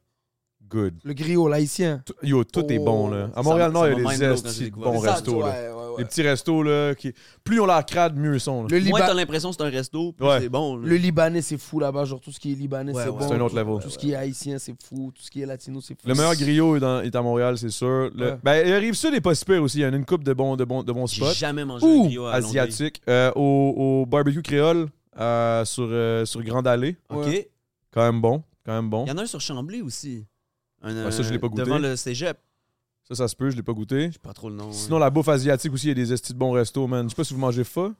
Speaker 3: good.
Speaker 2: Le griot, l'haïtien.
Speaker 3: Tout- Yo, tout est
Speaker 2: Oh.
Speaker 3: bon, là.
Speaker 4: Ça
Speaker 3: À Montréal-Nord,
Speaker 4: m'a-
Speaker 3: il
Speaker 4: ça
Speaker 3: y
Speaker 4: m'a
Speaker 3: a des
Speaker 4: mind blown quand j'ai
Speaker 3: estis de
Speaker 4: découvert
Speaker 3: bons
Speaker 4: ça,
Speaker 3: restos, là.
Speaker 2: Ouais, ouais, ouais.
Speaker 3: Les petits restos, là, qui... plus on leur crade, mieux ils sont. là.
Speaker 2: Le,
Speaker 4: Moins
Speaker 2: Liba-
Speaker 4: t'as l'impression que c'est un resto, plus
Speaker 3: Ouais.
Speaker 4: c'est bon. là.
Speaker 2: le Libanais, c'est fou là-bas. Genre, tout ce qui est Libanais,
Speaker 4: Ouais,
Speaker 2: c'est
Speaker 4: ouais.
Speaker 2: bon.
Speaker 3: C'est un autre level.
Speaker 2: Tout ce qui est haïtien, c'est fou. Tout ce qui est latino, c'est fou.
Speaker 3: Le meilleur griot est, dans- est à Montréal, c'est sûr. Le,
Speaker 2: Ouais.
Speaker 3: ben, le Rive-Sud est pas si pire aussi. Il y en a une coupe de bons, de bons, de bons
Speaker 4: J'ai
Speaker 3: spots.
Speaker 4: jamais mangé un
Speaker 3: Ou
Speaker 4: griot à Longueuil.
Speaker 3: asiatique. Euh, au, au barbecue créole euh, sur, euh, sur Grande Allée.
Speaker 4: OK.
Speaker 2: Ouais.
Speaker 3: Quand même bon. Quand même bon.
Speaker 4: Il y en a un sur Chambly aussi. Un,
Speaker 3: Ah, ça, je l'ai pas
Speaker 4: euh,
Speaker 3: goûté.
Speaker 4: Devant le cégep.
Speaker 3: Ça, ça se peut, je l'ai pas goûté.
Speaker 4: J'ai pas trop le nom. hein.
Speaker 3: Sinon, la bouffe asiatique aussi, il y a des estis de bons restos, man. Je sais pas si vous mangez pho.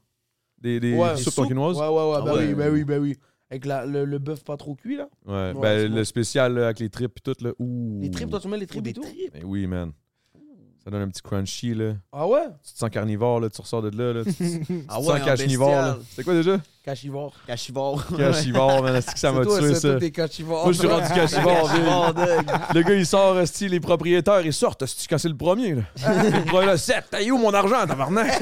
Speaker 3: Des, des
Speaker 2: Ouais. Des
Speaker 3: soupes
Speaker 2: Ouais, ouais,
Speaker 4: soupes.
Speaker 3: tonkinoises.
Speaker 2: ouais. bah
Speaker 4: Ah ouais.
Speaker 2: oui, bah oui, bah oui. Avec la- le, le bœuf pas trop cuit là.
Speaker 3: Ouais.
Speaker 2: Ouais,
Speaker 3: ben,
Speaker 2: c'est
Speaker 3: le
Speaker 2: bon.
Speaker 3: spécial là, avec les tripes et tout, là. Ouh.
Speaker 2: Les tripes, toi, tu mets les
Speaker 4: Ou
Speaker 2: tripes
Speaker 4: des
Speaker 2: et tout.
Speaker 4: tripes.
Speaker 3: Ben oui, man. Ça donne un petit crunchy, là.
Speaker 2: Ah ouais?
Speaker 3: Tu te sens carnivore, là. Tu ressors de là, là. Tu, tu
Speaker 4: Ah
Speaker 3: te
Speaker 4: ouais,
Speaker 3: sens
Speaker 4: en
Speaker 3: cachivore, là.
Speaker 4: bestial.
Speaker 3: C'est quoi déjà?
Speaker 2: Cachivore.
Speaker 4: Cachivore.
Speaker 3: Cachivore, man. C'est que ça
Speaker 2: C'est
Speaker 3: m'a
Speaker 2: toi,
Speaker 3: tué,
Speaker 2: ça.
Speaker 3: ça.
Speaker 2: Toi, t'es cachivore.
Speaker 3: Moi, je suis rendu cachivore, ville.
Speaker 4: Cachivore, dog.
Speaker 3: Le gars, il sort, esti, les propriétaires, ils sortent, esti, quand c'est le premier, là. le premier, là, 7, t'as eu où mon argent, tabarnak?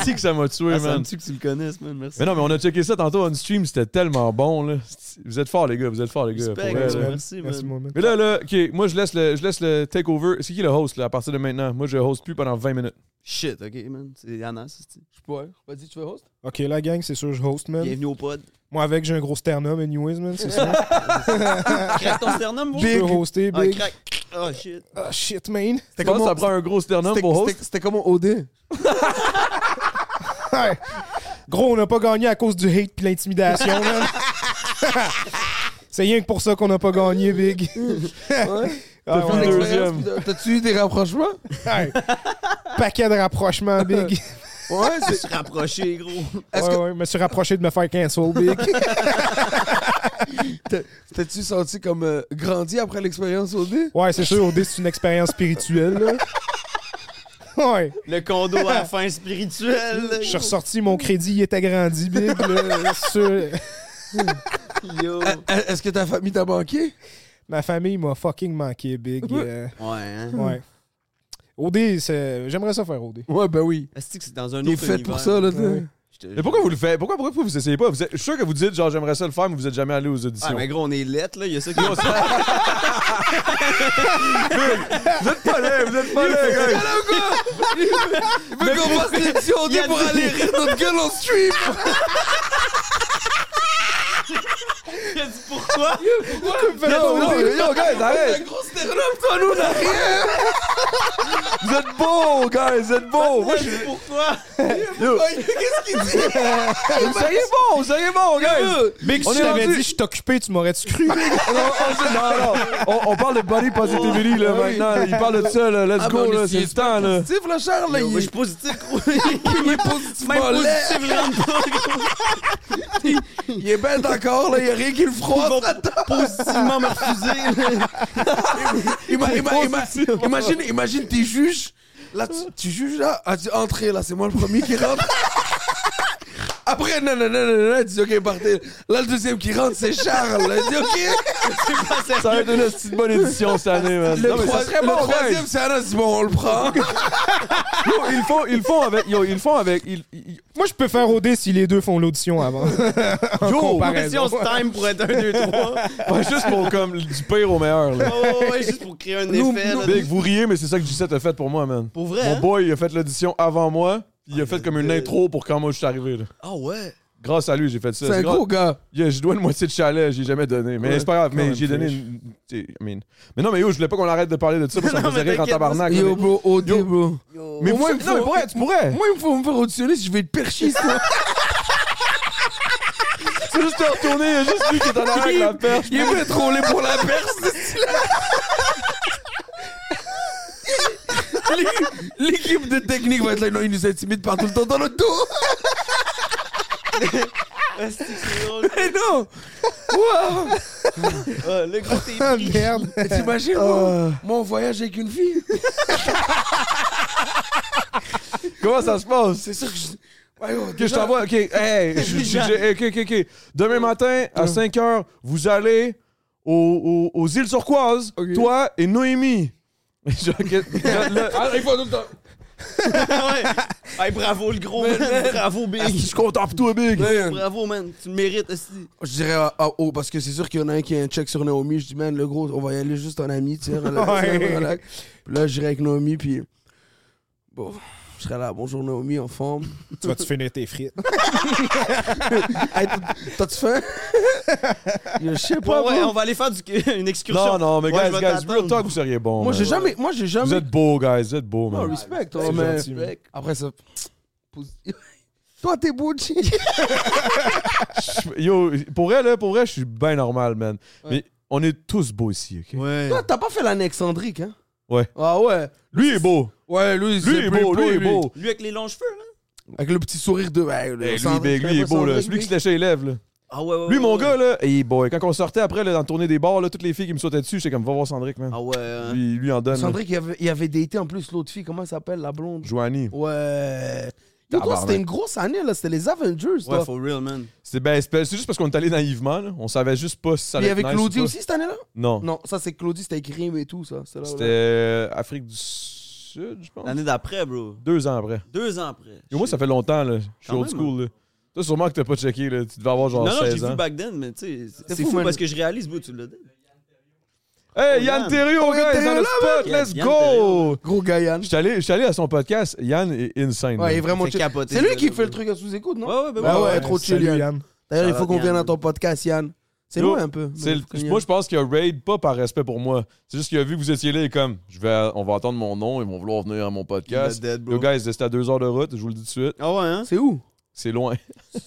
Speaker 3: Esti que ça m'a tué,
Speaker 4: Ah, ça
Speaker 3: man.
Speaker 4: me tue que tu le connaisses, man. Merci.
Speaker 3: Mais non, mais on a checké ça tantôt on stream, c'était tellement bon, là. Esti, Vous êtes forts, les gars, vous êtes forts, les gars. pour
Speaker 4: Respect,
Speaker 3: vrai,
Speaker 4: gros.
Speaker 3: là.
Speaker 4: merci,
Speaker 1: Merci,
Speaker 4: man.
Speaker 1: mon man.
Speaker 3: Mais là, là, ok, moi, je laisse le, je laisse le takeover. C'est qui le host, là, à partir de maintenant? Moi, je host plus pendant 20 minutes.
Speaker 4: Shit, ok, man. C'est Anas. c'est-tu.
Speaker 2: Je peux. Vas-y, tu veux host?
Speaker 1: Ok, la gang, c'est sûr, je host, man.
Speaker 4: Bienvenue au pod.
Speaker 1: Moi, avec, j'ai un gros sternum, anyways, man, c'est ça.
Speaker 4: Craque ton sternum, bro.
Speaker 1: Je peux hoster,
Speaker 4: Ah,
Speaker 1: big.
Speaker 4: craque. Oh, shit.
Speaker 1: Ah, shit, man.
Speaker 3: Tu penses que ça prend un gros sternum pour host?
Speaker 2: C'était- C'était comme un OD.
Speaker 1: Ouais. Gros, on n'a pas gagné à cause du hate puis l'intimidation, man. c'est rien que pour ça qu'on n'a pas gagné, big.
Speaker 2: Ouais.
Speaker 1: Ah,
Speaker 3: T'as fait
Speaker 1: ouais,
Speaker 3: deux.
Speaker 1: ouais.
Speaker 3: deuxième.
Speaker 2: T'as-tu eu des rapprochements?
Speaker 1: Ouais. Paquet de rapprochements, big.
Speaker 2: Ouais, c'est.
Speaker 4: Se rapprocher, gros.
Speaker 1: Ouais,
Speaker 2: Est-ce que-
Speaker 1: ouais, je me suis rapproché de me faire cancel, big.
Speaker 2: T'as-tu senti comme euh, grandi après l'expérience OD?
Speaker 1: Ouais, c'est sûr, OD, c'est une expérience spirituelle, là. Ouais.
Speaker 4: Le condo à la fin spirituelle.
Speaker 1: Je suis ressorti, mon crédit, il est agrandi, big. là. Sûr.
Speaker 4: Yo.
Speaker 2: Euh, euh, Est-ce que ta famille t'a banqué?
Speaker 1: Ma famille m'a fucking manqué, big. euh,
Speaker 4: Ouais, hein.
Speaker 1: ouais. OD, c'est- j'aimerais ça faire OD.
Speaker 2: Ouais, ben oui.
Speaker 4: Est-ce que c'est dans un
Speaker 2: T'es
Speaker 4: autre
Speaker 2: fait pour
Speaker 4: univers?
Speaker 2: ça, là.
Speaker 1: Ouais.
Speaker 4: Je te-
Speaker 3: Mais pourquoi vous le faites? Pourquoi, pourquoi vous essayez pas? Vous êtes- je suis sûr que vous dites, genre, j'aimerais ça le faire, mais vous êtes jamais allé aux
Speaker 4: Ah,
Speaker 3: auditions.
Speaker 4: mais gros, on est lettres, là. Il y a ça qui...
Speaker 3: Vous êtes pas là, vous êtes pas là, gars.
Speaker 2: Il veut qu'on fasse l'émission OD
Speaker 4: Il a
Speaker 2: pour
Speaker 4: dit-
Speaker 2: aller rire notre gueule en stream!
Speaker 4: Il a dit pourquoi?
Speaker 2: Yo, yo, yo, yo, guys,
Speaker 3: arrête.
Speaker 2: arrête! Gros sternum, toi, nous, on a rien!
Speaker 3: Vous êtes beaux, guys, vous êtes beaux. Moi, je suis.
Speaker 4: Pourquoi?
Speaker 2: Qu'est-ce qu'il dit?
Speaker 3: Vous seriez bons, vous seriez bons, guys.
Speaker 1: Big, si
Speaker 3: On
Speaker 1: tu
Speaker 3: est
Speaker 1: t'avais
Speaker 3: rendu-
Speaker 1: dit je t'occupais, tu m'aurais-tu cru?
Speaker 3: Non, on- non, non. On, on parle de body positivity, là,
Speaker 2: Ah oui.
Speaker 3: maintenant. Il parle de ça, là. Let's
Speaker 2: Ah, mais
Speaker 3: go,
Speaker 2: on
Speaker 3: là.
Speaker 2: est-
Speaker 3: C'est le temps, là.
Speaker 2: Positif, le Charles, là,
Speaker 4: Yo,
Speaker 2: il
Speaker 4: moi, je suis
Speaker 2: est
Speaker 4: positif, gros. Il
Speaker 2: il est
Speaker 4: est même
Speaker 2: positivement laid.
Speaker 4: positif, je rentre pas, gros.
Speaker 2: Il est bête encore, là, il y a rien qui le
Speaker 4: Ils vont
Speaker 2: froisse.
Speaker 4: positivement me refuser.
Speaker 2: Ima- ima- ima- Imagine, imagine, t'es juge. Là, tu, tu juges, là. Ah, tu entrez, là, c'est moi le premier qui rentre. Après, non, non, non, non, non, tu dis, OK, partez. Là, le deuxième qui rentre, c'est Charles. Là, il dit, OK.
Speaker 3: Ça va être une petite bonne édition cette année, man.
Speaker 2: Le,
Speaker 3: Non, mais ça
Speaker 2: troi-
Speaker 3: serait
Speaker 2: le
Speaker 3: bon,
Speaker 2: troisième,
Speaker 3: guys.
Speaker 2: c'est Anna, c'est bon, on le prend.
Speaker 3: Yo, ils le font, ils le font avec. Yo, ils le font avec. Ils, ils-
Speaker 1: Moi, je peux faire OD si les deux font l'audition avant. En
Speaker 3: Yo,
Speaker 1: comparaison.
Speaker 4: Pression ce time pour être un, deux, trois.
Speaker 3: ouais, juste pour, comme, du pire au meilleur, là.
Speaker 4: Oh, ouais, juste pour créer un
Speaker 3: Nous-
Speaker 4: effet.
Speaker 3: nous-
Speaker 4: là.
Speaker 3: Big, vous riez, mais c'est ça que G7 a fait pour moi, man.
Speaker 4: Pour vrai,
Speaker 3: Mon
Speaker 4: hein?
Speaker 3: boy, il a fait l'audition avant moi. puis Il a
Speaker 4: Ah,
Speaker 3: fait
Speaker 4: mais
Speaker 3: comme une
Speaker 4: good.
Speaker 3: intro pour quand moi je suis arrivé. là.
Speaker 4: Ah ouais.
Speaker 3: Grâce à lui, j'ai fait ça.
Speaker 2: C'est un
Speaker 3: grâce-
Speaker 2: gros gars.
Speaker 3: Yeah, je dois une moitié de chalet, j'ai jamais donné. Mais
Speaker 1: Ouais,
Speaker 3: c'est pas grave,
Speaker 1: quand
Speaker 3: mais
Speaker 1: même,
Speaker 3: j'ai donné
Speaker 1: fresh.
Speaker 3: une. t'sais, I mean. Mais non, mais yo, je voulais pas qu'on arrête de parler de ça parce que ça me
Speaker 4: Non,
Speaker 3: faisait
Speaker 4: mais
Speaker 3: rire en
Speaker 4: t'inquiète,
Speaker 3: tabarnak. là,
Speaker 2: Yo, bro, OD,
Speaker 3: Yo.
Speaker 2: bro.
Speaker 3: Mais
Speaker 2: Au
Speaker 3: moi,
Speaker 2: moins,
Speaker 3: non,
Speaker 2: il faut-
Speaker 3: mais pourrais, tu pourrais.
Speaker 2: Moi, il me faut me faire auditionner si je vais te percher, ça.
Speaker 3: C'est juste te retourner, il y a juste lui qui est en arrière avec la perche.
Speaker 2: Il est venu trop laid pour la perche, L'équipe de technique va être là, non, il nous intimide par tout le temps dans le dos.
Speaker 4: Ah, c'est que c'est drôle.
Speaker 2: Mais non Wow.
Speaker 4: Ah, le gros, t'es
Speaker 1: Ah,
Speaker 4: pris.
Speaker 1: merde.
Speaker 2: Mais T'imagines,
Speaker 3: Ah.
Speaker 2: moi, moi, on voyage avec une fille.
Speaker 3: Comment ça se passe?
Speaker 2: C'est sûr que je... Ouais, ouais,
Speaker 3: Ok, je
Speaker 2: déjà-
Speaker 3: t'envoie, ok, hey, je- je- je- ok, ok, ok. Demain matin, à 5h, vous allez aux, aux- aux îles turquoises,
Speaker 2: Ok.
Speaker 3: toi et Noémie. Je- ok, là, là,
Speaker 2: Ah, il faut tout le temps.
Speaker 4: Ouais. Hey, bravo, le gros, man. Bravo,
Speaker 3: Asti,
Speaker 4: Big.
Speaker 3: Je compte pour toi, Big.
Speaker 2: Man,
Speaker 4: Bravo, man. Tu le mérites aussi.
Speaker 2: Je dirais ah, ah, oh, parce que c'est sûr qu'il y en a un qui a un check sur Naomi. Je dis, man, le gros, on va y aller juste en ami, tu sais, relax,
Speaker 1: Ouais.
Speaker 2: relax. Puis là, j'irai avec Naomi, puis bon, je serai là, bonjour Naomi, en forme.
Speaker 1: Tu vas-tu finir tes frites?
Speaker 2: Hey, t'as- T'as-tu faim? Je sais
Speaker 4: Ouais,
Speaker 2: pas.
Speaker 4: ouais,
Speaker 2: bro.
Speaker 4: on va aller faire du- une
Speaker 3: Non,
Speaker 4: excursion.
Speaker 3: non, mais
Speaker 4: Ouais,
Speaker 3: guys,
Speaker 4: je vais
Speaker 3: guys, real
Speaker 4: t'attendre.
Speaker 3: talk, vous seriez bon.
Speaker 2: Moi, j'ai
Speaker 4: ouais.
Speaker 2: jamais. Moi, j'ai
Speaker 3: Vous
Speaker 2: jamais.
Speaker 3: êtes beau, guys, vous êtes beau,
Speaker 2: Oh,
Speaker 3: man.
Speaker 2: respect,
Speaker 1: C'est
Speaker 2: toi, mais.
Speaker 1: gentil, man.
Speaker 2: Après ça. positif. Toi, t'es beau, Chi.
Speaker 3: Je- Yo, pour vrai, là, pour vrai, je suis bien normal, man. Mais on est tous beaux ici, OK?
Speaker 4: Ouais.
Speaker 2: Toi, t'as pas fait l'anexandrique, hein?
Speaker 3: Ouais.
Speaker 2: Ah ouais.
Speaker 3: Lui est beau.
Speaker 2: Ouais, lui,
Speaker 3: Lui est beau, lui est beau.
Speaker 4: Lui avec les longs cheveux, là.
Speaker 2: Avec le petit sourire de. Ouais, le
Speaker 3: Hey, lui,
Speaker 2: Sandrick,
Speaker 3: big, lui est beau, là.
Speaker 2: Sandrick,
Speaker 3: Celui qui se
Speaker 2: big.
Speaker 3: léchait les lèvres, là.
Speaker 4: Ah ouais, ouais,
Speaker 3: Lui,
Speaker 4: ouais,
Speaker 3: mon
Speaker 4: ouais.
Speaker 3: gars, là, et boy, quand on sortait après, là, dans le tournée des bars, là, toutes les filles qui me sautaient dessus, j'étais comme, va voir Sandrick, man.
Speaker 4: Ah ouais. hein.
Speaker 3: Lui, lui en donne. là.
Speaker 2: Sandrick, il avait, il avait daté en plus l'autre fille, comment elle s'appelle, la blonde
Speaker 3: Joanie.
Speaker 2: Ouais. Yo, toi,
Speaker 3: Tabarnak.
Speaker 2: c'était une grosse année, là. C'était les Avengers,
Speaker 4: Ouais,
Speaker 2: toi.
Speaker 4: for real, man.
Speaker 3: C'est ben, c'est- c'est juste parce qu'on est allé naïvement, là. On savait juste pas si ça
Speaker 2: Puis il y
Speaker 3: allait
Speaker 2: avait
Speaker 3: être nice ou
Speaker 2: Claudie
Speaker 3: pas.
Speaker 2: aussi cette année-là
Speaker 3: Non.
Speaker 2: Non, ça, c'est Claudie, c'était avec Rim et tout, ça. C'était là,
Speaker 3: C'était
Speaker 2: là.
Speaker 3: euh, Afrique du Sud, je pense.
Speaker 4: L'année d'après, bro.
Speaker 3: Deux ans après.
Speaker 4: Deux ans après.
Speaker 3: Yo, moi, ça fait longtemps, là. Je suis
Speaker 4: Quand
Speaker 3: old
Speaker 4: même,
Speaker 2: hein.
Speaker 3: school, là. Toi, sûrement que t'as pas checké, là. Tu devais avoir genre
Speaker 4: Non, non, j'ai
Speaker 3: 16
Speaker 4: vu
Speaker 3: ans.
Speaker 4: back then, mais tu sais, c'est- c'est
Speaker 2: fou,
Speaker 4: fou
Speaker 2: man.
Speaker 4: parce que je réalise, bro, tu l'as dit.
Speaker 3: Hey,
Speaker 4: Oh,
Speaker 3: Yann
Speaker 4: Yann.
Speaker 3: Terrio,
Speaker 2: Oh, Yann
Speaker 3: gars, dans
Speaker 2: Thériault,
Speaker 3: le spot,
Speaker 4: man.
Speaker 3: let's
Speaker 4: Yann
Speaker 3: go!
Speaker 4: Thériault.
Speaker 2: Gros Gaïan.
Speaker 3: Je suis allé- je suis allé à son podcast. Yann est insane.
Speaker 2: Ouais, il est
Speaker 3: là.
Speaker 2: vraiment
Speaker 4: Fait
Speaker 2: chill.
Speaker 4: capoter,
Speaker 2: C'est lui
Speaker 4: ce
Speaker 2: qui
Speaker 4: gars-là,
Speaker 2: fait le
Speaker 4: bro.
Speaker 2: truc à sous-écoute, non
Speaker 4: Ouais, ouais, ben
Speaker 2: Ben
Speaker 4: ouais.
Speaker 2: ouais. trop chill,
Speaker 1: salut,
Speaker 2: Yann.
Speaker 1: Yann.
Speaker 2: D'ailleurs, il
Speaker 4: Shout
Speaker 2: faut
Speaker 4: out,
Speaker 2: qu'on vienne à
Speaker 4: Yann.
Speaker 2: ton podcast, Yann. C'est
Speaker 3: Yo,
Speaker 2: loin un peu.
Speaker 3: C'est
Speaker 2: mais
Speaker 3: le-
Speaker 2: faut qu'on y
Speaker 3: moi,
Speaker 2: aille.
Speaker 3: je pense qu'il a raid pas par respect pour moi. C'est juste qu'il a vu que vous étiez là et comme, je vais, on va attendre mon nom, ils vont vouloir venir à mon podcast.
Speaker 4: dead, bro.
Speaker 3: Yo, guys, c'était à deux heures de route, je vous le dis tout de suite.
Speaker 4: Ah ouais, hein?
Speaker 2: C'est où
Speaker 3: C'est loin.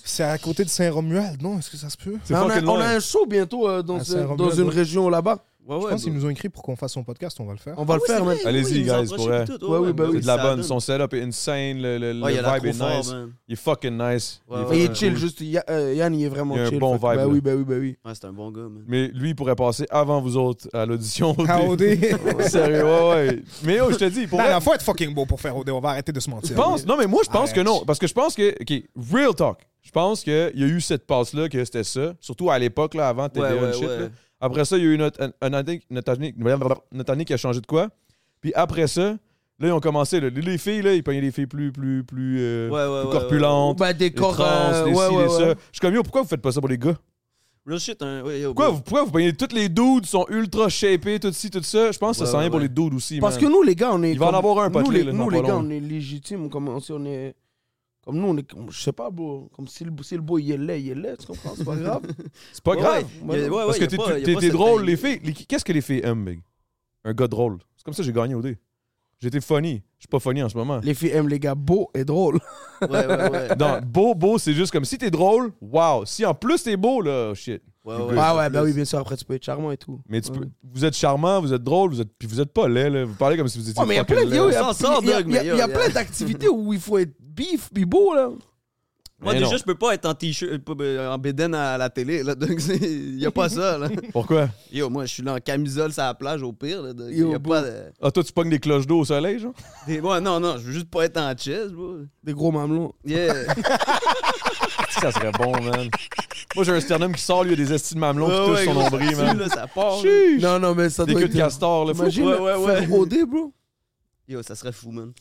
Speaker 1: C'est à côté de Saint-Romuald, non Est-ce que ça se peut
Speaker 3: C'est
Speaker 2: Mais on, a,
Speaker 3: fucking
Speaker 2: on a
Speaker 3: loin.
Speaker 2: un show bientôt euh, dans,
Speaker 1: À
Speaker 2: ce-
Speaker 1: Saint-Romuald,
Speaker 2: dans une
Speaker 1: ouais.
Speaker 2: région là-bas.
Speaker 4: Ouais, bah.
Speaker 1: Je
Speaker 4: ouais.
Speaker 1: pense qu'ils
Speaker 4: bro.
Speaker 1: nous ont écrit pour qu'on fasse son podcast, on va le faire.
Speaker 2: On va
Speaker 4: Ah
Speaker 2: le
Speaker 4: oui,
Speaker 2: faire,
Speaker 4: c'est
Speaker 2: man.
Speaker 4: vrai,
Speaker 3: Allez-y,
Speaker 4: oui, ils nous ont
Speaker 3: guys, pour
Speaker 4: approché
Speaker 3: vrai.
Speaker 4: puis tout.
Speaker 2: Ouais, oui, ben oui.
Speaker 4: bro,
Speaker 3: C'est de la
Speaker 4: ça
Speaker 3: bonne.
Speaker 4: donne.
Speaker 3: Son setup est insane. Le, le- le
Speaker 4: Ouais, il a l'air
Speaker 3: vibe est
Speaker 4: trop fort,
Speaker 3: nice.
Speaker 4: man.
Speaker 3: Il est fucking nice.
Speaker 4: Ouais,
Speaker 2: Mais il est
Speaker 4: ouais.
Speaker 2: chill, juste. Ya- euh, Yann, il est vraiment
Speaker 3: Il y a un
Speaker 2: chill.
Speaker 3: bon
Speaker 2: fait que-
Speaker 3: vibe,
Speaker 2: Bah
Speaker 3: là.
Speaker 2: oui, bah oui, bah oui.
Speaker 4: Ouais, c'est un bon gars, man.
Speaker 3: Mais lui, il pourrait passer avant vous autres à l'audition.
Speaker 1: Ah, OD
Speaker 3: Sérieux, ouais, ouais. Mais yo, je te dis, pour
Speaker 1: Non,
Speaker 3: vrai,
Speaker 1: non, faut être fucking beau pour faire OD, on va arrêter de se mentir.
Speaker 3: Je pense, non, mais moi, je pense
Speaker 1: Arrête.
Speaker 3: que non. Parce que je pense que, OK, real talk. Je pense qu'il y a eu cette passe-là, que c'était ça. Surtout à l'époque, là, avant TDA
Speaker 4: Ouais,
Speaker 3: and
Speaker 4: ouais,
Speaker 3: shit.
Speaker 4: ouais.
Speaker 3: là. Après ça, il y a eu notre, an- une année, notre, année, notre année qui a changé de quoi. Puis après ça, là, ils ont commencé. là, les filles, là, ils peignaient les filles plus, plus, plus, euh,
Speaker 4: Ouais, ouais,
Speaker 3: plus
Speaker 4: ouais, Ben,
Speaker 3: corpulentes.
Speaker 2: Bah, des
Speaker 3: Les trans,
Speaker 2: corps. euh,
Speaker 3: les
Speaker 2: ouais,
Speaker 3: ci,
Speaker 2: ouais,
Speaker 3: les ça.
Speaker 2: ouais.
Speaker 3: Je suis comme, yo, pourquoi vous faites pas ça pour les gars?
Speaker 4: Real shit, hein? Ouais, yo,
Speaker 3: Pourquoi
Speaker 4: bro.
Speaker 3: vous, pourquoi vous peignez toutes les dudes sont ultra shapés, tout ci, tout ça? Je pense que ça
Speaker 4: Ouais,
Speaker 3: sent rien
Speaker 4: ouais,
Speaker 3: pour
Speaker 4: ouais.
Speaker 3: les dudes aussi,
Speaker 2: Parce
Speaker 3: man.
Speaker 2: que nous, les gars, on est.
Speaker 3: Il va en
Speaker 2: comme-
Speaker 3: avoir un,
Speaker 2: Nous,
Speaker 3: potelé,
Speaker 2: les,
Speaker 3: là,
Speaker 2: nous,
Speaker 3: dans
Speaker 2: les
Speaker 3: pas
Speaker 2: gars,
Speaker 3: long.
Speaker 2: on est légitimes. Comme on- si on est. Comme nous, on est. comme- Je sais pas, bro. Comme si le, si le beau, il est laid, il est laid, tu comprends? C'est pas grave.
Speaker 3: C'est pas
Speaker 4: Ouais,
Speaker 3: grave.
Speaker 4: ouais, y a- ouais, ouais,
Speaker 3: Parce que
Speaker 4: y a
Speaker 3: t'es-
Speaker 4: pas- y a
Speaker 3: t'es
Speaker 4: pas
Speaker 3: t'es
Speaker 4: cette-
Speaker 3: drôle, les filles. Les- Qu'est-ce que les filles aiment, Big? Un gars drôle. C'est comme ça que j'ai gagné au dé. J'étais funny. Je suis pas funny en ce moment.
Speaker 2: Les filles aiment les gars beaux et drôles.
Speaker 4: Ouais, ouais, ouais.
Speaker 3: Non, beau, beau, c'est juste comme si t'es drôle, wow. Si en plus t'es beau, là, shit.
Speaker 4: Ouais,
Speaker 2: Ouais,
Speaker 4: ouais.
Speaker 2: ouais,
Speaker 4: en
Speaker 2: bah
Speaker 4: plus.
Speaker 2: oui, bien sûr. Après, tu peux être charmant et tout.
Speaker 3: Mais tu peux-
Speaker 2: Ouais.
Speaker 3: vous êtes charmant, vous êtes drôle, vous êtes, puis vous êtes pas laid, là. Vous parlez comme si vous étiez.
Speaker 2: Ouais, Oh, mais il y a
Speaker 3: fucking
Speaker 2: plein de-
Speaker 3: laid.
Speaker 2: yo, y a-
Speaker 4: Ça sort,
Speaker 2: y a-
Speaker 4: Doug,
Speaker 2: y a-
Speaker 4: mais yo,
Speaker 2: y a
Speaker 4: yo.
Speaker 2: plein d'activités où il faut être bif, puis beau, là.
Speaker 4: Moi,
Speaker 3: Mais
Speaker 4: déjà,
Speaker 3: non.
Speaker 4: je peux pas être en t-shirt, euh, en bédaine à la télé, là. Donc, c'est- y a pas ça, là.
Speaker 3: Pourquoi?
Speaker 4: Yo, moi, je suis là en camisole sur la plage, au pire, là. Donc,
Speaker 2: Yo,
Speaker 4: y a
Speaker 2: bro.
Speaker 4: pas. de-
Speaker 3: Ah, toi, tu pognes des cloches d'eau au soleil, genre?
Speaker 4: des- Ouais, non, non, je veux juste pas être en chest, bro.
Speaker 2: Des gros mamelons.
Speaker 4: Yeah.
Speaker 3: Ah, Ça serait bon, man. Moi, j'ai un sternum qui sort, lui, il y a des estimes mamelons qui
Speaker 4: Ouais,
Speaker 3: touchent
Speaker 4: ouais,
Speaker 3: son
Speaker 4: gros,
Speaker 3: nombril,
Speaker 4: là-dessus,
Speaker 3: man.
Speaker 4: là, ça part. là.
Speaker 3: Chiche.
Speaker 2: Non, non, mais ça
Speaker 3: Des
Speaker 2: doit
Speaker 3: queues
Speaker 2: être.
Speaker 3: de castor, là.
Speaker 2: Imagine,
Speaker 4: Ouais, ouais, ouais.
Speaker 2: faire OD, bro.
Speaker 4: Yo, ça serait fou, man.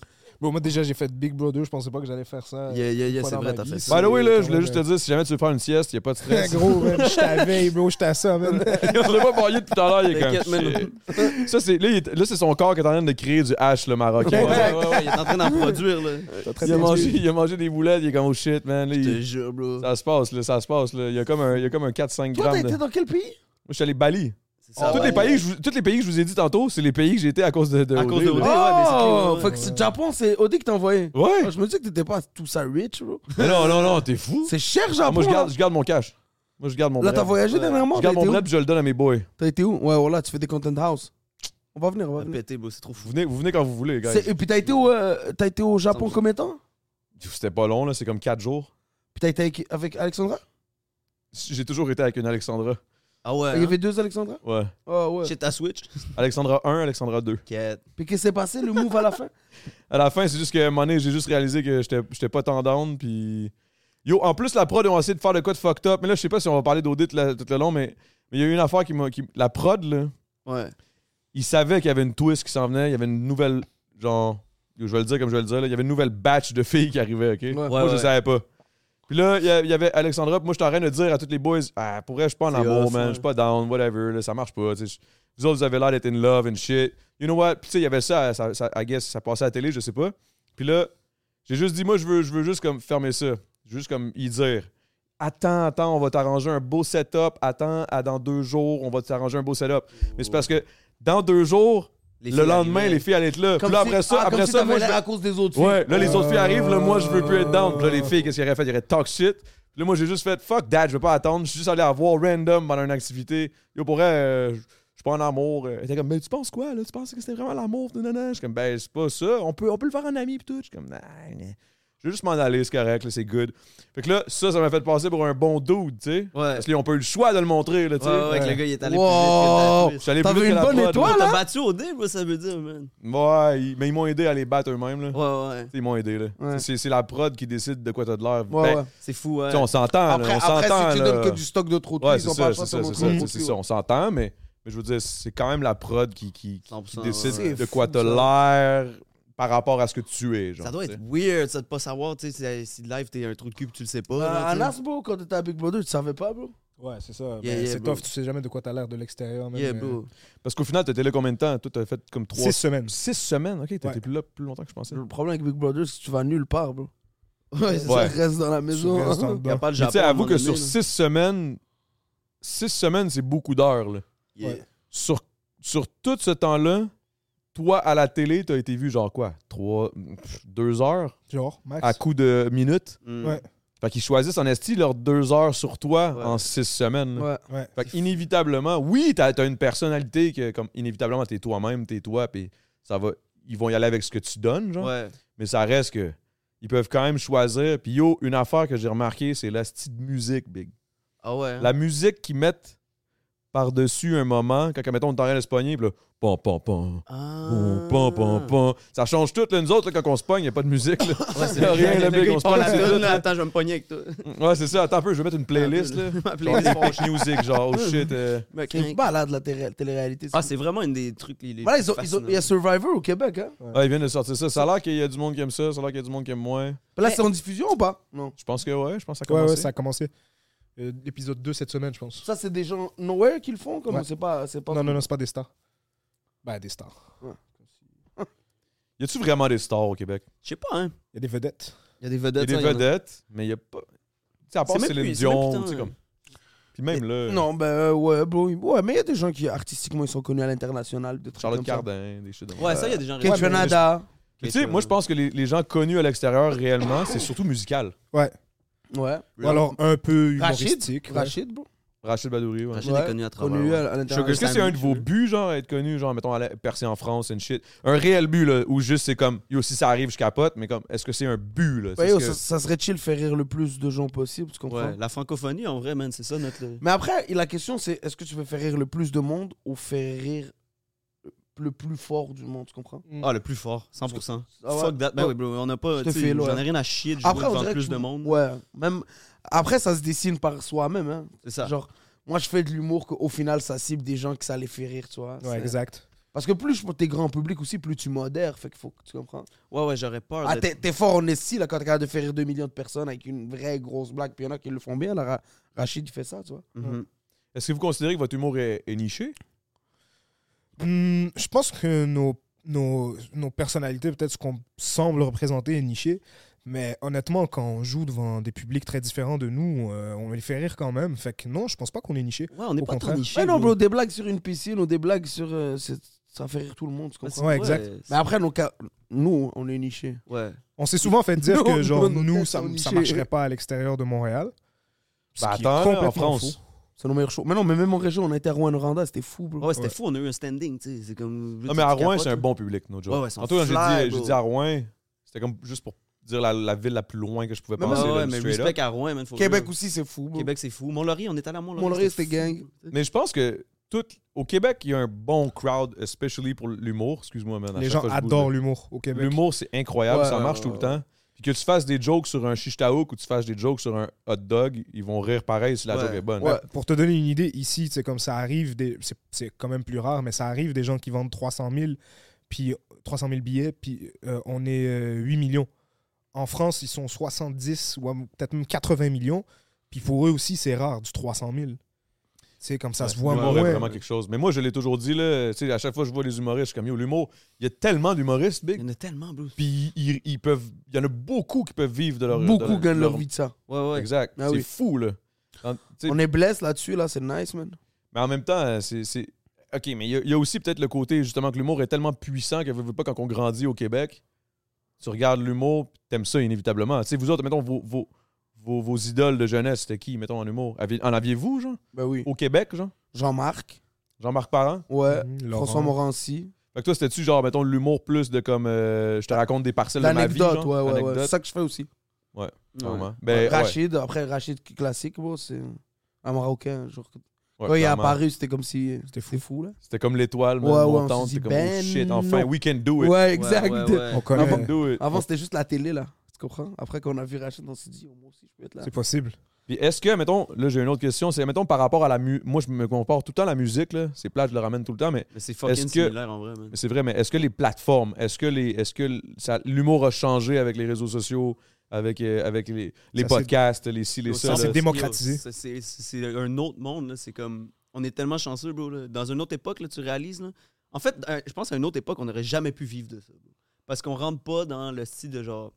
Speaker 1: Bon, moi déjà j'ai fait Big Brother, je pensais pas que j'allais faire ça.
Speaker 4: Yeah, yeah, yeah,
Speaker 1: Pas
Speaker 4: c'est
Speaker 1: dans
Speaker 4: vrai,
Speaker 1: ma
Speaker 4: t'as
Speaker 1: vie,
Speaker 4: fait
Speaker 1: ça.
Speaker 3: By
Speaker 4: ça.
Speaker 3: the way, là, je voulais
Speaker 1: Ouais.
Speaker 3: juste te dire, si jamais tu veux faire une sieste, y a pas de
Speaker 1: Très
Speaker 3: stress.
Speaker 1: gros, man. J'étais à veille, bro, j'étais à ça, man.
Speaker 3: Je l'ai pas parlé depuis tout à l'heure, il est
Speaker 4: T'inquiète,
Speaker 3: comme.
Speaker 4: man.
Speaker 3: shit. Ça, c'est, là, il est- là, c'est son corps qui est en train de créer du hash, le marocain.
Speaker 4: Ouais, ouais, ouais, ouais, il est en train d'en produire, là.
Speaker 1: T'as très
Speaker 3: Il, a
Speaker 1: bien
Speaker 3: mangé,
Speaker 1: dit.
Speaker 3: il a mangé des boulettes, il est comme oh shit, man. là,
Speaker 4: Je te
Speaker 3: il-
Speaker 4: jure, bro.
Speaker 3: ça se passe, là, ça se passe. Là. Il, y a comme un, il y a comme un 4-5
Speaker 2: Toi, t'as
Speaker 3: grammes. de-
Speaker 2: été
Speaker 3: Moi,
Speaker 2: dans quel pays
Speaker 3: je suis allé Bali.
Speaker 4: C'est ça,
Speaker 3: tous,
Speaker 4: ouais.
Speaker 3: les pays, que je vous- tous les pays que je vous ai dit tantôt, c'est les pays que j'étais à cause de, de
Speaker 4: À
Speaker 3: OD,
Speaker 4: cause
Speaker 3: là.
Speaker 4: de OD.
Speaker 2: Oh,
Speaker 4: ouais,
Speaker 2: fait que c'est Japon, c'est OD qui t'a envoyé. Ah,
Speaker 3: Ouais!
Speaker 2: Je me dis que t'étais pas tout ça rich, bro.
Speaker 3: Ah, Mais non, non, non, t'es fou!
Speaker 2: C'est cher,
Speaker 3: Ah,
Speaker 2: Japon.
Speaker 3: moi, je garde,
Speaker 2: là.
Speaker 3: je garde mon cash. Moi, je garde mon
Speaker 2: Là,
Speaker 3: bread.
Speaker 2: t'as voyagé dernièrement.
Speaker 3: Je garde
Speaker 2: t'as
Speaker 3: mon
Speaker 2: été
Speaker 3: bread
Speaker 2: où
Speaker 3: puis je le donne à mes boys.
Speaker 2: T'as été où Ouais, voilà, tu fais des content house. On va venir, on va
Speaker 4: T'as
Speaker 2: venir.
Speaker 4: pété, bro, c'est trop fou.
Speaker 3: Vous venez, vous venez quand vous voulez, les gars.
Speaker 2: C'est- Et puis t'as été, où, euh, t'as été au Japon combien de temps
Speaker 3: C'était pas long, là, c'est comme 4 jours.
Speaker 2: Puis t'as été avec, avec Alexandra
Speaker 3: J'ai toujours été avec une Alexandra.
Speaker 4: Ah ouais.
Speaker 2: Il y
Speaker 4: hein?
Speaker 2: avait deux Alexandra
Speaker 3: Ouais.
Speaker 2: Ah ouais.
Speaker 4: Shit, ta Switch.
Speaker 3: Alexandra 1, Alexandra 2.
Speaker 4: Quête.
Speaker 2: Puis qu'est-ce qui s'est passé, le move à la fin
Speaker 3: À la fin, c'est juste qu'à un moment donné, j'ai juste réalisé que j'étais j'étais pas tendance, puis... Yo, en plus, la prod, ont essayé de faire le code fucked up. Mais là, je sais pas si on va parler d'audit tout la- tout le long, mais mais il y a eu une affaire qui m'a... qui- La prod, là,
Speaker 4: Ouais.
Speaker 3: ils savaient qu'il y avait une twist qui s'en venait. Il y avait une nouvelle... Genre... yo, Je vais le dire comme je vais le dire, là, il y avait une nouvelle batch de filles qui arrivait, OK?
Speaker 2: Ouais.
Speaker 3: moi, je
Speaker 4: ouais.
Speaker 3: savais pas. Puis là, il y a- il y avait Alexandra, puis moi, j'étais en train de dire à tous les boys, « Ah, pour vrai, je suis pas en
Speaker 4: C'est
Speaker 3: amour,
Speaker 4: off,
Speaker 3: man.
Speaker 4: ouais.
Speaker 3: Je suis pas down, whatever. Là, ça marche pas. tu sais. Je- Vous autres, vous avez l'air d'être in love and shit. You know what? » Puis tu sais, il y avait ça, ça, ça- I guess, ça passait à la télé, je sais pas. Puis là, j'ai juste dit, moi, je veux, je veux juste comme fermer ça. Juste comme y dire. Attends, attends, on va t'arranger un beau setup. Attends, à dans deux jours, on va t'arranger un beau setup. Mais c'est parce que dans deux jours,
Speaker 4: Les
Speaker 3: le
Speaker 4: filles
Speaker 3: lendemain,
Speaker 4: arrivaient.
Speaker 3: les filles allaient être là. Puis là,
Speaker 2: si-
Speaker 3: après ça,
Speaker 2: ah, comme
Speaker 3: après
Speaker 2: si
Speaker 3: ça,
Speaker 2: t'avais
Speaker 3: moi, je
Speaker 2: l'air à cause des autres filles.
Speaker 3: Ouais, là, les autres filles arrivent, là, moi, je veux plus être down. Puis là, les
Speaker 1: Euh.
Speaker 3: filles, qu'est-ce qu'ils auraient fait? Ils auraient talk shit. Puis là, moi, j'ai juste fait, fuck dad, je veux pas attendre. Je suis juste allé à voir random pendant une activité. Yo, pour vrai, euh, je je suis pas en amour. Euh, Elle était comme, mais tu penses quoi, là? Tu penses que c'était vraiment l'amour? Non, non, non. Je suis comme, ben, c'est pas ça. On peut, on peut le faire en ami, pis tout. Je suis comme, nah, nah. Je vais juste m'en aller, c'est correct, là, c'est good. Fait que là, ça, ça m'a fait passer pour un bon dude, tu sais.
Speaker 4: Ouais.
Speaker 3: Parce qu'ils ont pas eu le choix de le montrer, là, tu
Speaker 4: Ouais,
Speaker 3: sais.
Speaker 4: ouais, que le gars, il est allé
Speaker 2: Wow.
Speaker 4: plus vite que
Speaker 3: Je suis allé plus
Speaker 2: T'avais
Speaker 3: vite que
Speaker 2: une
Speaker 3: la
Speaker 2: bonne
Speaker 3: prod, là.
Speaker 2: étoile,
Speaker 4: t'as
Speaker 2: là?
Speaker 4: T'as battu au dé, moi, ça veut dire, man.
Speaker 3: Ouais, ils- mais ils m'ont aidé à les battre eux-mêmes, là.
Speaker 4: Ouais, ouais.
Speaker 3: Ils m'ont aidé, là.
Speaker 2: Ouais.
Speaker 3: C'est, c'est la prod qui décide de quoi t'as de l'air.
Speaker 2: Ouais,
Speaker 3: Ben,
Speaker 2: ouais.
Speaker 4: C'est fou, ouais.
Speaker 3: tu sais, on s'entend, là,
Speaker 2: Après,
Speaker 3: on
Speaker 2: après
Speaker 3: s'entend,
Speaker 2: si tu
Speaker 3: là.
Speaker 2: donnes que du stock de trop de
Speaker 3: Ouais,
Speaker 2: ils
Speaker 3: c'est
Speaker 2: ont
Speaker 3: ça,
Speaker 2: pas le
Speaker 3: c'est
Speaker 2: choix
Speaker 3: ça,
Speaker 2: de
Speaker 3: c'est
Speaker 2: montrer
Speaker 3: ça,
Speaker 2: au
Speaker 3: c'est-
Speaker 2: cul,
Speaker 3: c'est ça. On s'entend, mais, mais je veux dire, c'est quand même la prod qui, qui, qui
Speaker 4: 100%,
Speaker 3: décide
Speaker 4: ouais.
Speaker 3: de quoi t'as
Speaker 2: C'est fou,
Speaker 3: l'air par rapport à ce que tu es. Genre,
Speaker 4: Ça doit
Speaker 3: tu
Speaker 4: être
Speaker 3: sais.
Speaker 4: weird, ça, de pas savoir, tu sais, si- si live, t'es un trou de cul pis tu le sais pas.
Speaker 2: ouais.
Speaker 4: là,
Speaker 2: Euh,
Speaker 4: tu sais.
Speaker 2: Anas, bro, quand t'étais à Big Brother, tu savais pas, bro?
Speaker 1: Ouais, c'est ça.
Speaker 4: Yeah,
Speaker 1: Ben,
Speaker 4: yeah,
Speaker 1: c'est
Speaker 4: bro.
Speaker 1: tough, tu sais jamais de quoi t'as l'air de l'extérieur. même,
Speaker 4: Yeah,
Speaker 1: euh,
Speaker 4: bro.
Speaker 3: Parce qu'au final, t'étais là combien de temps Toi, t'as fait comme trois.
Speaker 1: Six semaines.
Speaker 3: six semaines. Ok, t'étais
Speaker 1: Ouais.
Speaker 3: plus là plus longtemps que je pensais.
Speaker 2: Le problème avec Big Brother, c'est que tu vas nulle part, bro.
Speaker 4: Ouais,
Speaker 2: C'est
Speaker 4: c'est
Speaker 2: ça,
Speaker 3: Ouais.
Speaker 2: reste dans la maison. hein.
Speaker 1: Tu restes en
Speaker 4: Y a
Speaker 1: dedans.
Speaker 4: pas le
Speaker 3: Mais
Speaker 4: Japon.
Speaker 3: tu sais,
Speaker 4: à un
Speaker 3: avoue
Speaker 4: moment
Speaker 3: que
Speaker 4: donné,
Speaker 3: sur
Speaker 4: là.
Speaker 3: six semaines, six semaines, c'est beaucoup d'heures, là.
Speaker 4: Yeah.
Speaker 1: Ouais.
Speaker 3: sur, sur tout ce temps-là, toi, à la télé, t'as été vu genre quoi? Trois, pff, deux heures
Speaker 1: Genre, max.
Speaker 3: à coup de minutes?
Speaker 4: Mm.
Speaker 1: Ouais.
Speaker 3: Fait qu'ils choisissent en esti leurs deux heures sur toi
Speaker 4: Ouais.
Speaker 3: en six semaines. là.
Speaker 2: Ouais.
Speaker 1: Ouais.
Speaker 3: Fait qu'inévitablement, oui, t'as as une personnalité que, comme, inévitablement, t'es toi-même, t'es toi, puis ça va. Ils vont y aller avec ce que tu donnes, genre.
Speaker 4: Ouais.
Speaker 3: Mais ça reste que. Ils peuvent quand même choisir. Puis yo, une affaire que j'ai remarqué, c'est la style de musique, Big.
Speaker 4: Ah ouais. hein.
Speaker 3: La musique qu'ils mettent par-dessus un moment, quand, mettons, on est en train de se pogner, puis là, pom, pom, pom.
Speaker 4: Ah.
Speaker 3: Pom, pom, pom, pom. Ça change tout. Là, nous autres, là, quand on se pogne, il n'y a pas de musique. là.
Speaker 4: Ouais, Ah, c'est
Speaker 3: Y a rien,
Speaker 4: vrai.
Speaker 3: le
Speaker 4: Le
Speaker 3: big,
Speaker 4: gars,
Speaker 3: on
Speaker 4: il
Speaker 3: se
Speaker 4: prend
Speaker 3: parle
Speaker 4: la
Speaker 3: tout de
Speaker 4: toune,
Speaker 3: suite,
Speaker 4: là.
Speaker 3: là.
Speaker 4: Attends, je vais me pogner avec toi.
Speaker 3: Ouais, c'est ça. Attends un peu, je vais mettre une playlist. Là.
Speaker 4: Ma
Speaker 3: Genre,
Speaker 4: playlist.
Speaker 3: des Punch Music, genre, oh shit. euh.
Speaker 4: Me
Speaker 2: C'est
Speaker 4: craint.
Speaker 2: balade, la télé- télé-réalité.
Speaker 4: Ah, c'est vraiment une des trucs les les
Speaker 2: Voilà,
Speaker 4: plus
Speaker 2: ils ont- ils ont-
Speaker 4: fascinants.
Speaker 2: il y a Survivor au Québec, hein?
Speaker 3: Ah, ils viennent de sortir ça. Ça a l'air qu'il y a du monde qui aime ça. Ça a l'air qu'il y a du monde qui aime moins.
Speaker 2: Mais là, c'est en diffusion ou pas? Non.
Speaker 3: Je pense que, ouais, je pense que ça a
Speaker 1: Ouais,
Speaker 3: commencé.
Speaker 1: ouais, ça a commencé. Euh, L'épisode 2 cette semaine, je pense.
Speaker 2: Ça, c'est des gens nowhere qui le font? Comme
Speaker 1: Ouais.
Speaker 2: c'est pas, c'est pas.
Speaker 1: Non, non, non, c'est pas des stars. Ben, des stars.
Speaker 3: Y a-tu vraiment des stars au Québec?
Speaker 4: Je sais pas, hein.
Speaker 1: Il y a des vedettes.
Speaker 4: Il y a des
Speaker 3: Y a
Speaker 4: vedettes.
Speaker 3: des
Speaker 4: ça, y en a.
Speaker 3: vedettes, mais y a pas. Tu sais, à part
Speaker 4: C'est même
Speaker 3: Céline
Speaker 4: plus- c'est même plus
Speaker 3: Dion,
Speaker 4: tant,
Speaker 3: tu sais,
Speaker 4: hein.
Speaker 3: comme. Puis même là,
Speaker 2: Non, ben euh, ouais, bro. Ouais, mais il y a des gens qui artistiquement ils sont connus à l'international. des trucs
Speaker 3: Charlotte
Speaker 2: comme ça.
Speaker 3: Cardin, des shit de
Speaker 4: Ouais, ça, il y a des gens.
Speaker 2: Kate
Speaker 1: Ouais, mais-
Speaker 2: Renada.
Speaker 3: Mais Tu sais, moi, je pense que les, les gens connus à l'extérieur réellement, c'est surtout musical.
Speaker 2: Ouais.
Speaker 1: Ou alors un peu humoristique.
Speaker 2: Rachid.
Speaker 1: ouais.
Speaker 2: Rachid, bro.
Speaker 3: Rachid Badouri, ouais.
Speaker 4: Rachid
Speaker 2: Ouais.
Speaker 4: est connu à travers.
Speaker 2: Connu
Speaker 4: Ah, ouais.
Speaker 2: à à
Speaker 3: Sugar,
Speaker 2: l'international.
Speaker 3: Est-ce que c'est un de vos buts, genre, à être connu, genre, mettons, à la- percer en France, une shit? Un réel but, là, ou juste c'est comme, yo, si ça arrive, je capote, mais comme, est-ce que c'est un but, là? C'est
Speaker 2: Ouais,
Speaker 3: ce
Speaker 2: yo,
Speaker 3: que-
Speaker 2: ça, ça serait chill faire rire le plus de gens possible, tu comprends?
Speaker 4: Ouais, la francophonie, en vrai, man, c'est ça notre.
Speaker 2: Mais après, la question c'est est-ce que tu veux faire rire le plus de monde ou faire rire le plus fort du monde, tu comprends?
Speaker 1: Mm.
Speaker 4: Ah, le plus fort, 100%.
Speaker 2: Ah ouais.
Speaker 4: Fuck that. Ben oui, bro, on n'a pas.
Speaker 2: Je te
Speaker 4: tu sais,
Speaker 2: file, ouais.
Speaker 4: J'en ai rien à chier de jouer
Speaker 2: Après, on
Speaker 4: devant
Speaker 2: dirait
Speaker 4: plus
Speaker 2: que-
Speaker 4: de monde.
Speaker 2: Ouais, même. Après, ça se dessine par soi-même. Hein.
Speaker 4: C'est ça.
Speaker 2: Genre, moi, je fais de l'humour qu'au final, ça cible des gens que ça les fait rire, tu vois.
Speaker 1: Ouais,
Speaker 2: C'est-
Speaker 1: exact.
Speaker 2: Parce que plus t'es grand public aussi, plus tu modères. Fait qu'il faut que tu comprends.
Speaker 4: Ouais, ouais, j'aurais peur.
Speaker 2: Ah, t'es
Speaker 4: d'être-
Speaker 2: t'es fort en esti, là, quand t'es capable de faire rire 2 millions de personnes avec une vraie grosse blague. Puis il y en a qui le font bien. Là, Ra- Rachid, il fait ça, tu vois.
Speaker 4: Mhm.
Speaker 3: Est-ce que vous considérez que votre humour est, est niché?
Speaker 1: Hmm, je pense que nos, nos, nos personnalités, peut-être ce qu'on semble représenter, est niché. Mais honnêtement, quand on joue devant des publics très différents de nous, euh, on les fait rire quand même. Fait que non, je pense pas qu'on est niché.
Speaker 4: Ouais, on n'est
Speaker 1: Au
Speaker 4: pas
Speaker 1: contraire.
Speaker 4: trop niché.
Speaker 2: Mais non, bro, des blagues sur une piscine ou des blagues sur. euh, c'est- ça fait rire tout le
Speaker 4: Bah,
Speaker 2: monde, tu comprends.
Speaker 1: Ouais, exact.
Speaker 2: Mais après, nos cas- nous, on est nichés.
Speaker 4: Ouais.
Speaker 1: On s'est souvent fait dire
Speaker 2: Non,
Speaker 1: que genre
Speaker 2: non, non,
Speaker 1: nous,
Speaker 2: non,
Speaker 1: ça,
Speaker 2: non,
Speaker 1: ça
Speaker 2: niché.
Speaker 1: marcherait pas à l'extérieur de Montréal. Ce
Speaker 3: Ben
Speaker 1: qui est
Speaker 3: attends, là, en
Speaker 1: complètement
Speaker 3: France.
Speaker 1: faux.
Speaker 2: C'est nos meilleurs shows. Mais non, mais même en région, on a été à Rouen-Oranda, c'était fou, bro.
Speaker 4: Ah Ouais, c'était
Speaker 1: Ouais.
Speaker 4: fou, on a eu un standing, tu sais. C'est comme.
Speaker 3: Non, Ah, mais à Rouen, c'est un bon public, no joke.
Speaker 4: Ouais, ouais, ils sont
Speaker 3: Tantôt, quand
Speaker 4: fly,
Speaker 3: j'ai dit, j'ai
Speaker 4: bro.
Speaker 3: dit à Rouen, c'était comme juste pour dire la, la ville la plus loin que je pouvais
Speaker 2: Mais
Speaker 4: Ouais,
Speaker 3: penser,
Speaker 4: ouais,
Speaker 3: là,
Speaker 4: mais
Speaker 3: straight up.
Speaker 4: respect à Rouen, man. faut
Speaker 2: Québec
Speaker 4: le-
Speaker 2: aussi, c'est fou, bro.
Speaker 4: Québec, c'est fou. Mont-Laurier, on était allé à Mont-Laurier.
Speaker 2: Mont-Laurier,
Speaker 4: c'était
Speaker 2: c'était gang.
Speaker 3: Mais je pense que tout au Québec, il y a un bon crowd, especially pour l'humour. Excuse-moi, man. à
Speaker 1: Les
Speaker 3: chaque
Speaker 1: gens
Speaker 3: fois, je bouge,
Speaker 1: adorent
Speaker 3: là.
Speaker 1: l'humour au Québec.
Speaker 3: L'humour, c'est incroyable,
Speaker 2: Ouais,
Speaker 3: ça
Speaker 2: ouais,
Speaker 3: marche
Speaker 2: ouais,
Speaker 3: tout le
Speaker 2: ouais.
Speaker 3: temps. Puis que tu fasses des jokes sur un shishtaouk ou tu fasses des jokes sur un hot dog, ils vont rire pareil si la
Speaker 4: Ouais.
Speaker 3: joke est bonne.
Speaker 1: Ouais, Pour te donner une idée, ici, c'est comme ça arrive, des, c'est, c'est quand même plus rare, mais ça arrive des gens qui vendent 300 000, puis, 300 000 billets, puis euh, on est euh, 8 millions. En France, ils sont 70 ou euh, peut-être même 80 millions, puis pour eux aussi, c'est rare, du 300 000. C'est comme ça se voit
Speaker 3: l'humour
Speaker 1: moins.
Speaker 3: est vraiment quelque chose. Mais moi, je l'ai toujours dit, là, tu sais, à chaque fois que je vois les humoristes, je suis comme, yo, l'humour, il y a tellement d'humoristes,
Speaker 4: Il y
Speaker 3: big.
Speaker 4: en a tellement, bro.
Speaker 3: Puis ils, ils peuvent, il y en a beaucoup qui peuvent vivre de leur de
Speaker 2: Beaucoup
Speaker 3: leur-
Speaker 2: gagnent
Speaker 3: de
Speaker 2: leur vie de ça.
Speaker 4: Ouais, ouais.
Speaker 3: Exact.
Speaker 2: Ah
Speaker 3: c'est
Speaker 2: oui.
Speaker 3: fou, là. Dans- tu sais,
Speaker 2: On est blessé là-dessus, là, c'est nice, man.
Speaker 3: Mais en même temps, euh, c'est. c'est- OK, mais il y a- il y, a aussi peut-être le côté, justement, que l'humour est tellement puissant que, veux, veux pas, quand on grandit au Québec, tu regardes l'humour, puis t'aimes ça inévitablement. Tu sais, vous autres, mettons, vos, vos, vos, vos idoles de jeunesse, c'était qui, mettons, en humour? Aviez- en aviez-vous, genre?
Speaker 2: Ben oui.
Speaker 3: Au Québec, genre?
Speaker 2: Jean-Marc,
Speaker 3: Jean-Marc Parent?
Speaker 2: ouais.
Speaker 1: Mhm, Laurent.
Speaker 2: François Morancy.
Speaker 3: Fait que toi, c'était-tu genre, mettons, l'humour plus de comme euh, je te raconte des parcelles de ma vie?
Speaker 2: L'anecdote,
Speaker 3: genre?
Speaker 2: ouais, ouais, ouais.
Speaker 3: Anecdote,
Speaker 2: C'est ça que je fais aussi.
Speaker 3: Ouais,
Speaker 2: Ouais.
Speaker 3: clairement. Ben, ouais.
Speaker 2: Rachid, après Rachid classique, bro, c'est un Marocain. Genre,
Speaker 3: Ouais,
Speaker 2: quand il est
Speaker 3: clairement.
Speaker 2: apparu, c'était comme si.
Speaker 1: C'était
Speaker 2: C'était fou, là.
Speaker 3: C'était comme l'étoile, man,
Speaker 2: Ouais, ouais, on
Speaker 3: montante.
Speaker 2: s'est dit,
Speaker 3: C'était comme,
Speaker 2: ben
Speaker 3: oh shit, enfin,
Speaker 2: non.
Speaker 3: we can do it.
Speaker 2: Ouais, exact.
Speaker 4: Ouais, ouais, ouais.
Speaker 1: On connaît.
Speaker 3: We can do it.
Speaker 2: Avant, c'était juste la télé, là. Tu comprends? Après qu'on a vu Rachid, on s'est dit, oh, moi aussi, je peux être là.
Speaker 1: C'est possible.
Speaker 3: Puis est-ce que, mettons, là, j'ai une autre question. C'est, mettons, par rapport à la musique. Moi, je me compare tout le temps à la musique, là. C'est plat, je le ramène tout le temps, mais
Speaker 4: Mais c'est fucking
Speaker 3: Est-ce que-
Speaker 4: similaire en vrai, man.
Speaker 3: Mais c'est vrai, mais est-ce que les plateformes, est-ce que les, est-ce que l- ça- l'humour a changé avec les réseaux sociaux, avec, euh, avec les, les
Speaker 1: Ça, c'est-
Speaker 3: podcasts, les ci, les
Speaker 4: Yo,
Speaker 3: ça?
Speaker 1: c'est
Speaker 3: là?
Speaker 4: yo,
Speaker 1: démocratisé.
Speaker 4: ça, C'est c'est- c'est un autre monde. là. C'est comme. On est tellement chanceux, bro. là. Dans une autre époque, là, tu réalises. là. En fait, euh, je pense à une autre époque, on n'aurait jamais pu vivre de ça. bro. Parce qu'on rentre pas dans le style de genre.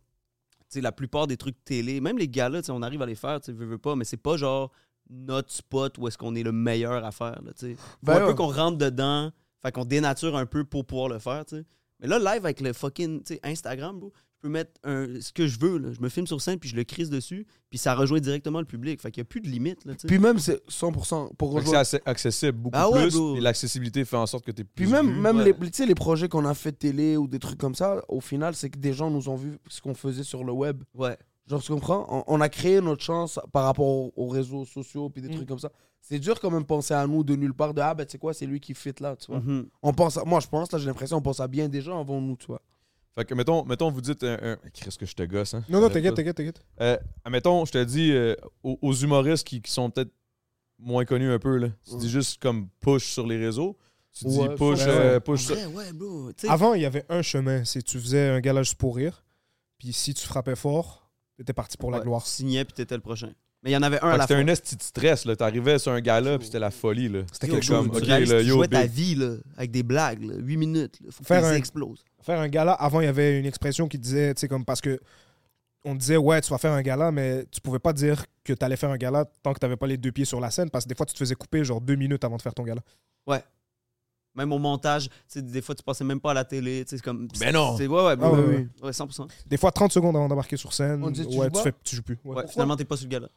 Speaker 4: Tu sais, la plupart des trucs télé, même les gars-là, on arrive à les faire, tu sais, veux, veux pas, mais c'est pas genre notre spot où est-ce qu'on est le meilleur à faire. Là, tu sais. Faut
Speaker 2: Ben
Speaker 4: un
Speaker 2: ouais.
Speaker 4: peu qu'on rentre dedans, fait qu'on dénature un peu pour pouvoir le faire, tu sais. Mais là, live avec le fucking tu sais, Instagram, bro, je peux mettre un- ce que je veux, là. je me filme sur scène, puis je le crise dessus, puis ça rejoint directement le public. Fait qu'il n'y a plus de limite, là, tu sais.
Speaker 2: Puis même, c'est 100% pour
Speaker 3: Fait que
Speaker 2: rejoindre.
Speaker 3: c'est assez- accessible beaucoup
Speaker 4: Ah ouais,
Speaker 3: plus,
Speaker 4: bro.
Speaker 3: et l'accessibilité fait en sorte que t'es plus
Speaker 2: Puis même,
Speaker 3: vu.
Speaker 2: même
Speaker 4: ouais.
Speaker 2: les, tu sais, les projets qu'on a fait télé ou des trucs comme ça, au final, c'est que des gens nous ont vu ce qu'on faisait sur le web.
Speaker 4: Ouais.
Speaker 2: Genre, tu comprends on, on a créé notre chance par rapport aux, aux réseaux sociaux puis des trucs comme ça. C'est dur quand même penser à nous de nulle part, de ah ben tu sais quoi, c'est lui qui fit là, tu vois.
Speaker 4: Mhm.
Speaker 2: On pense à- moi, je pense, là, j'ai l'impression, on pense à bien des gens avant nous, tu vois.
Speaker 3: Fait que, mettons, mettons vous dites un... un- Qu'est-ce que je te gosse, hein?
Speaker 1: Non, non,
Speaker 3: Arrête
Speaker 1: t'inquiète,
Speaker 3: pas.
Speaker 1: t'inquiète, t'inquiète.
Speaker 3: Euh, mettons, je te dis, euh, aux, aux humoristes qui, qui sont peut-être moins connus un peu, là. Tu
Speaker 2: Ouais.
Speaker 3: dis juste comme push sur les réseaux. Tu dis
Speaker 2: Ouais,
Speaker 3: push,
Speaker 1: ouais,
Speaker 3: euh,
Speaker 1: ouais.
Speaker 3: push sur-
Speaker 4: Ouais, ouais, bro. tu sais.
Speaker 1: Avant, il y avait un chemin. C'est tu faisais un galage pour rire, puis si tu frappais fort, t'étais parti pour la
Speaker 4: Ouais.
Speaker 1: gloire.
Speaker 4: Tu signais, puis t'étais le prochain. Mais il y en avait un
Speaker 3: Fait
Speaker 4: à
Speaker 3: que
Speaker 4: la
Speaker 3: Ah, c'était
Speaker 4: fois.
Speaker 3: un esti de stress, là. T'arrivais sur un gala, puis c'était la folie, là. C'était
Speaker 4: Yo,
Speaker 3: quelque
Speaker 4: bro,
Speaker 3: chose.
Speaker 4: Tu
Speaker 3: Ok,
Speaker 4: réalises que
Speaker 3: là,
Speaker 4: tu
Speaker 3: yo,
Speaker 4: jouais ta
Speaker 3: big.
Speaker 4: vie, là, avec des blagues, 8 minutes. là. Faut
Speaker 1: Faire
Speaker 4: que tu
Speaker 1: un-
Speaker 4: les exploses.
Speaker 1: Faire un gala, avant, il y avait une expression qui disait, tu sais, comme parce que on disait, ouais, tu vas faire un gala, mais tu pouvais pas dire que t'allais faire un gala tant que t'avais pas les deux pieds sur la scène, parce que des fois, tu te faisais couper genre deux minutes avant de faire ton gala.
Speaker 4: Même au montage, tu sais, des fois, tu passais même pas à la télé. tu sais, c'est comme,
Speaker 3: Ben non.
Speaker 4: c'est- Ouais, ouais, bro,
Speaker 1: Ah,
Speaker 4: ouais,
Speaker 1: ouais,
Speaker 4: ouais. Ouais, 100%.
Speaker 1: Des fois, 30 secondes avant d'embarquer sur scène,
Speaker 2: On disait, tu
Speaker 1: ouais,
Speaker 2: joues
Speaker 1: tu,
Speaker 2: pas?
Speaker 1: fais, tu joues plus. Ouais.
Speaker 4: Ouais, finalement, t'es pas sur le gars-là.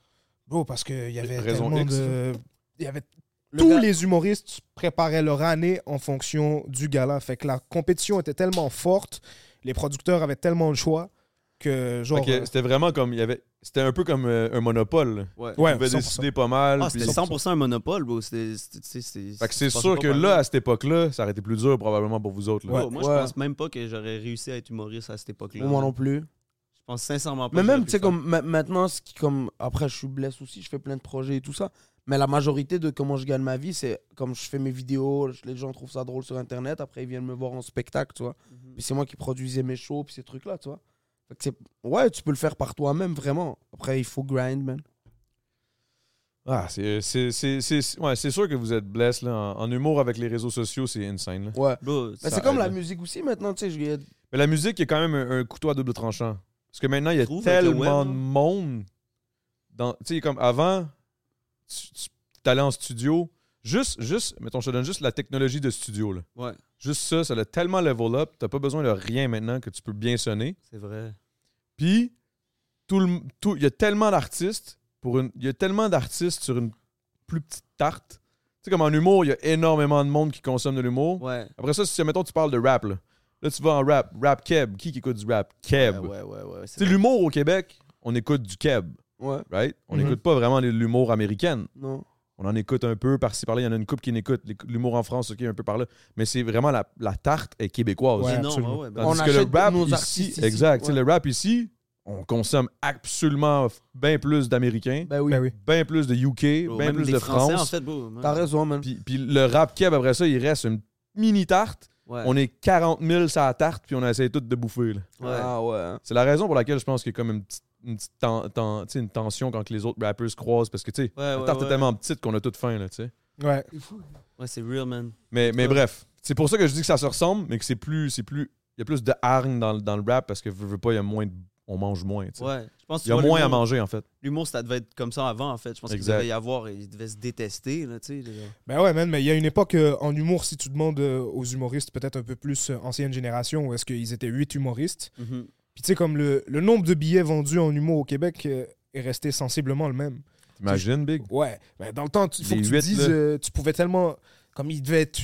Speaker 1: Bro, parce qu'il y avait
Speaker 3: Raison
Speaker 1: tellement
Speaker 3: X,
Speaker 1: de... Il y avait
Speaker 2: Le
Speaker 1: tous
Speaker 2: gars-
Speaker 1: les humoristes préparaient leur année en fonction du gala. Fait que la compétition était tellement forte, les producteurs avaient tellement le choix que genre... euh, hein.
Speaker 3: Fait que c'était vraiment comme il y avait c'était un peu comme euh, un monopole. là.
Speaker 4: Ouais.
Speaker 1: euh, ouais,
Speaker 3: On pouvait
Speaker 1: 100%.
Speaker 3: décider pas mal.
Speaker 4: Ah,
Speaker 3: puis-
Speaker 4: c'était 100% un monopole, bro. C'était- c'était- tu sais, c'est
Speaker 3: Fait que c'est
Speaker 4: ça
Speaker 3: sûr
Speaker 4: passait
Speaker 3: que
Speaker 4: pas par
Speaker 3: là, à cette époque-là, ça aurait été plus dur probablement pour vous autres. là.
Speaker 4: Bro,
Speaker 1: Ouais.
Speaker 4: moi,
Speaker 2: Ouais.
Speaker 4: je pense même pas que j'aurais réussi à être humoriste à cette époque-là.
Speaker 2: Moi non plus.
Speaker 4: Je pense sincèrement pas.
Speaker 2: Mais
Speaker 4: que
Speaker 2: même, tu
Speaker 4: j'aurais pu
Speaker 2: sais,
Speaker 4: le faire.
Speaker 2: comme ma- maintenant, ce qui, comme, après, je suis blessé aussi, je fais plein de projets et tout ça. Mais la majorité de comment je gagne ma vie, c'est comme je fais mes vidéos, je- les gens trouvent ça drôle sur Internet, après ils viennent me voir en spectacle, tu vois.
Speaker 4: Mm.
Speaker 2: Puis c'est moi qui produisais mes shows, puis ces trucs-là, tu vois. Fait que c'est- ouais, tu peux le faire par toi-même, vraiment. Après, il faut grind, man.
Speaker 3: Ah, c'est c'est- c'est- c'est- ouais, c'est sûr que vous êtes blessé. là. En, en humour avec les réseaux sociaux, c'est insane. là.
Speaker 2: Ouais.
Speaker 4: Bro,
Speaker 2: Mais
Speaker 4: ça-
Speaker 2: Ben, c'est comme
Speaker 3: aide.
Speaker 2: la musique aussi maintenant, tu sais. Je... vais-
Speaker 3: Mais la musique, il y a quand même un, un couteau à double tranchant. Parce que maintenant, il y a
Speaker 4: trouves, avec le
Speaker 3: tellement
Speaker 4: web,
Speaker 3: de
Speaker 4: là?
Speaker 3: monde. dans- Tu sais, comme avant, tu, tu allais en studio. Juste, juste, mettons, je te donne juste la technologie de studio. Là.
Speaker 4: Ouais,
Speaker 3: Juste ça, ça l'a tellement level up. T'as pas besoin de rien maintenant que tu peux bien sonner.
Speaker 4: c'est vrai.
Speaker 3: Puis, tout le, tout, il y a tellement d'artistes pour une, il y a tellement d'artistes sur une plus petite tarte. Tu sais, comme en humour, il y a énormément de monde qui consomme de l'humour.
Speaker 4: Ouais.
Speaker 3: Après ça, si mettons tu parles de rap, là, Là, tu vas en rap, rap keb. Qui qui écoute du rap keb?
Speaker 4: Ben Ouais, ouais, ouais. ouais, c'est
Speaker 3: Tu sais,
Speaker 4: vrai.
Speaker 3: l'humour au Québec, on écoute du keb,
Speaker 2: Ouais,
Speaker 3: right? On
Speaker 1: Mhm.
Speaker 3: n'écoute pas vraiment de l'humour américaine.
Speaker 2: non.
Speaker 3: On en écoute un peu par-ci par-là. Il y en a une coupe qui n'écoute l'humour en France, ok, un peu par là. Mais c'est vraiment la, la tarte est québécoise.
Speaker 1: Ouais,
Speaker 4: C'est énorme,
Speaker 1: absolument.
Speaker 4: ouais, ouais, ben,
Speaker 3: Tandis
Speaker 2: On
Speaker 3: que
Speaker 2: achète
Speaker 3: le rap
Speaker 2: nos
Speaker 3: ici,
Speaker 2: artistes ici.
Speaker 3: exact. tu sais,
Speaker 2: Ouais.
Speaker 3: Le rap ici, on consomme absolument f- bien plus d'Américains,
Speaker 2: Ben oui.
Speaker 1: Ben oui.
Speaker 3: bien plus de UK,
Speaker 4: bro,
Speaker 3: bien
Speaker 4: même
Speaker 3: plus
Speaker 4: des
Speaker 3: de
Speaker 4: Français, en
Speaker 3: France.
Speaker 4: fait, bro. ouais.
Speaker 2: T'as raison, man.
Speaker 3: Puis, puis le rap keb, après ça, il reste une mini tarte.
Speaker 4: Ouais.
Speaker 3: On est 40 000 sur la tarte, puis on essaie tout de bouffer. là.
Speaker 4: Ouais.
Speaker 2: Ah ouais. hein.
Speaker 3: C'est la raison pour laquelle je pense qu'il y a comme une petite, une petite ten- ten- tu sais, une tension quand que les autres rappers se croisent, parce que tu sais,
Speaker 4: Ouais,
Speaker 3: la
Speaker 4: ouais,
Speaker 3: tarte
Speaker 4: ouais.
Speaker 3: est tellement petite qu'on a toute faim. Là, tu sais.
Speaker 1: Ouais.
Speaker 4: Ouais, c'est real, man.
Speaker 3: mais mais
Speaker 4: Ouais.
Speaker 3: bref, c'est pour ça que je dis que ça se ressemble, mais que c'est plus. c'est plus Il y a plus de hargne dans, le- dans le rap parce que veux, veux pas, il y a moins de- on mange moins. tu sais.
Speaker 4: Ouais. Je pense que
Speaker 3: Il y a
Speaker 4: tu vois,
Speaker 3: moins à
Speaker 4: l'humour-
Speaker 3: manger, en fait.
Speaker 4: L'humour, ça devait être comme ça avant, en fait. Je pense qu'il
Speaker 3: Exact.
Speaker 4: devait y avoir, il devait se détester, là, tu sais. les gars.
Speaker 1: Ben ouais, man, mais il y a une époque euh, en humour, si tu demandes euh, aux humoristes, peut-être un peu plus euh, ancienne génération, où est-ce qu'ils étaient huit humoristes.
Speaker 4: Mhm.
Speaker 1: Puis tu sais, comme le, le nombre de billets vendus en humour au Québec euh, est resté sensiblement le même.
Speaker 3: T'imagines, Big?
Speaker 1: Ouais, mais dans le temps, tu- faut
Speaker 3: Les
Speaker 1: que tu
Speaker 3: huit,
Speaker 1: dises,
Speaker 3: là.
Speaker 1: euh, tu pouvais tellement. Comme il devait être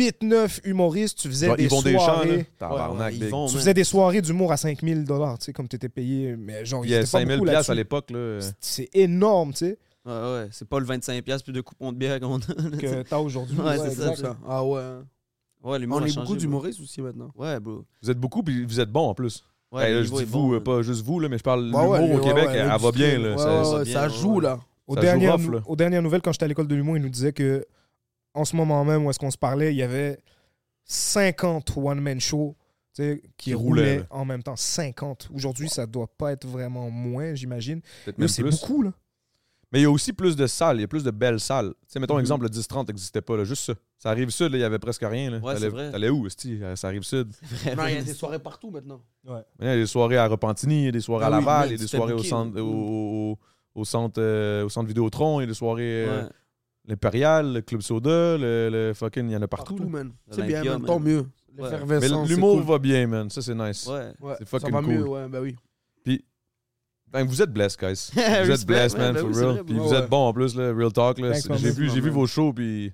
Speaker 1: 8-9 humoristes, tu faisais
Speaker 3: Genre,
Speaker 1: des
Speaker 3: Yvon Deschamps,
Speaker 1: soirées.
Speaker 3: là. Tabarnak,
Speaker 4: Ouais, ouais,
Speaker 3: big.
Speaker 4: ils vont,
Speaker 1: tu
Speaker 4: man.
Speaker 1: faisais des soirées d'humour à 5000 dollars, tu sais, comme tu étais payé, mais genre,
Speaker 3: Il y a
Speaker 1: était pas
Speaker 3: 5000
Speaker 1: beaucoup
Speaker 3: piastres à
Speaker 1: là-dessus.
Speaker 3: l'époque, là.
Speaker 1: C'est- C'est énorme, tu sais,
Speaker 4: Ouais, ouais, c'est pas le 25$ plus de coupons de bière qu'on a.
Speaker 1: que t'as aujourd'hui.
Speaker 4: Ouais,
Speaker 1: Ouais,
Speaker 4: c'est
Speaker 1: exact.
Speaker 4: ça.
Speaker 2: ça. Ah ouais. hein.
Speaker 4: Ouais, l'humour
Speaker 2: On
Speaker 4: a
Speaker 2: est
Speaker 4: changé,
Speaker 2: beaucoup
Speaker 4: bro.
Speaker 2: d'humoristes aussi maintenant.
Speaker 4: Ouais, bro.
Speaker 3: Vous êtes beaucoup, puis vous êtes bons en plus.
Speaker 4: Ouais,
Speaker 3: Eh,
Speaker 4: le
Speaker 3: là, je
Speaker 4: niveau
Speaker 3: dis
Speaker 4: est
Speaker 3: vous,
Speaker 4: bon,
Speaker 3: euh,
Speaker 4: là.
Speaker 3: pas juste vous, là, mais je parle de
Speaker 2: Ouais, ouais,
Speaker 3: l'humour au
Speaker 2: ouais,
Speaker 3: Québec,
Speaker 2: ouais,
Speaker 3: elle, elle va
Speaker 2: l'industrie,
Speaker 3: bien. Là,
Speaker 2: ouais,
Speaker 3: Ça-
Speaker 2: ouais,
Speaker 3: ça- hein.
Speaker 2: ouais,
Speaker 4: bien,
Speaker 2: ça
Speaker 4: ouais,
Speaker 2: joue
Speaker 4: ouais.
Speaker 2: là.
Speaker 1: Aux,
Speaker 3: Ça joue
Speaker 1: dernières,
Speaker 3: rough, là.
Speaker 1: aux dernières nouvelles, quand j'étais à l'école de l'humour, ils nous disaient que en ce moment même où est-ce qu'on se parlait, il y avait 50 one-man shows tu sais, qui
Speaker 3: Qui roulaient,
Speaker 1: roulaient
Speaker 3: là.
Speaker 1: en même temps. 50. Aujourd'hui, ça doit pas être vraiment moins, j'imagine.
Speaker 3: peut-être
Speaker 1: Mais
Speaker 3: même
Speaker 1: c'est
Speaker 3: plus.
Speaker 1: beaucoup, là.
Speaker 3: Mais il y a aussi plus de salles, il y a plus de belles salles. Tu sais, mettons,
Speaker 2: Mhm.
Speaker 3: exemple, le 10-30 n'existait pas, là, juste ça. Ça arrive sud, là, il y avait presque rien. Là.
Speaker 4: Ouais, c'est
Speaker 3: T'allais-
Speaker 4: vrai.
Speaker 3: T'allais où, esti? Euh, Ça arrive sud.
Speaker 2: Non, il y a des soirées partout maintenant.
Speaker 3: Il y a des soirées à Repentigny, il y a des soirées à
Speaker 2: Ah oui,
Speaker 3: Laval,
Speaker 4: man,
Speaker 3: il y a des
Speaker 4: tu t'es
Speaker 3: soirées au
Speaker 4: booké,
Speaker 3: centre,
Speaker 4: là.
Speaker 3: au, au- au centre, euh, au centre Vidéotron, il y a des soirées euh,
Speaker 4: Ouais.
Speaker 3: l'Impérial, le Club Soda, le, le fucking, il y en a partout.
Speaker 2: Partout,
Speaker 3: là.
Speaker 2: man. C'est
Speaker 4: Olympia,
Speaker 2: bien, man.
Speaker 4: man.
Speaker 2: Tant mieux.
Speaker 4: Ouais.
Speaker 3: Mais
Speaker 2: L'effervescence.
Speaker 3: l'humour
Speaker 2: c'est cool.
Speaker 3: va bien, man. Ça, c'est nice.
Speaker 4: Ouais.
Speaker 2: Ouais,
Speaker 3: c'est
Speaker 2: Ça
Speaker 3: fucking
Speaker 2: va mieux,
Speaker 3: cool.
Speaker 2: ouais, bah oui.
Speaker 3: Ben, vous êtes blessed, guys. vous êtes
Speaker 4: Respect,
Speaker 3: blessed,
Speaker 4: ouais,
Speaker 3: man,
Speaker 4: ben
Speaker 3: for
Speaker 4: oui, c'est
Speaker 3: real.
Speaker 4: vrai,
Speaker 3: puis
Speaker 2: ouais,
Speaker 3: vous
Speaker 2: ouais.
Speaker 3: êtes bon en plus, là, real talk. Là.
Speaker 1: Thanks,
Speaker 3: C'est-
Speaker 1: man.
Speaker 3: J'ai vu, j'ai vu vos shows, puis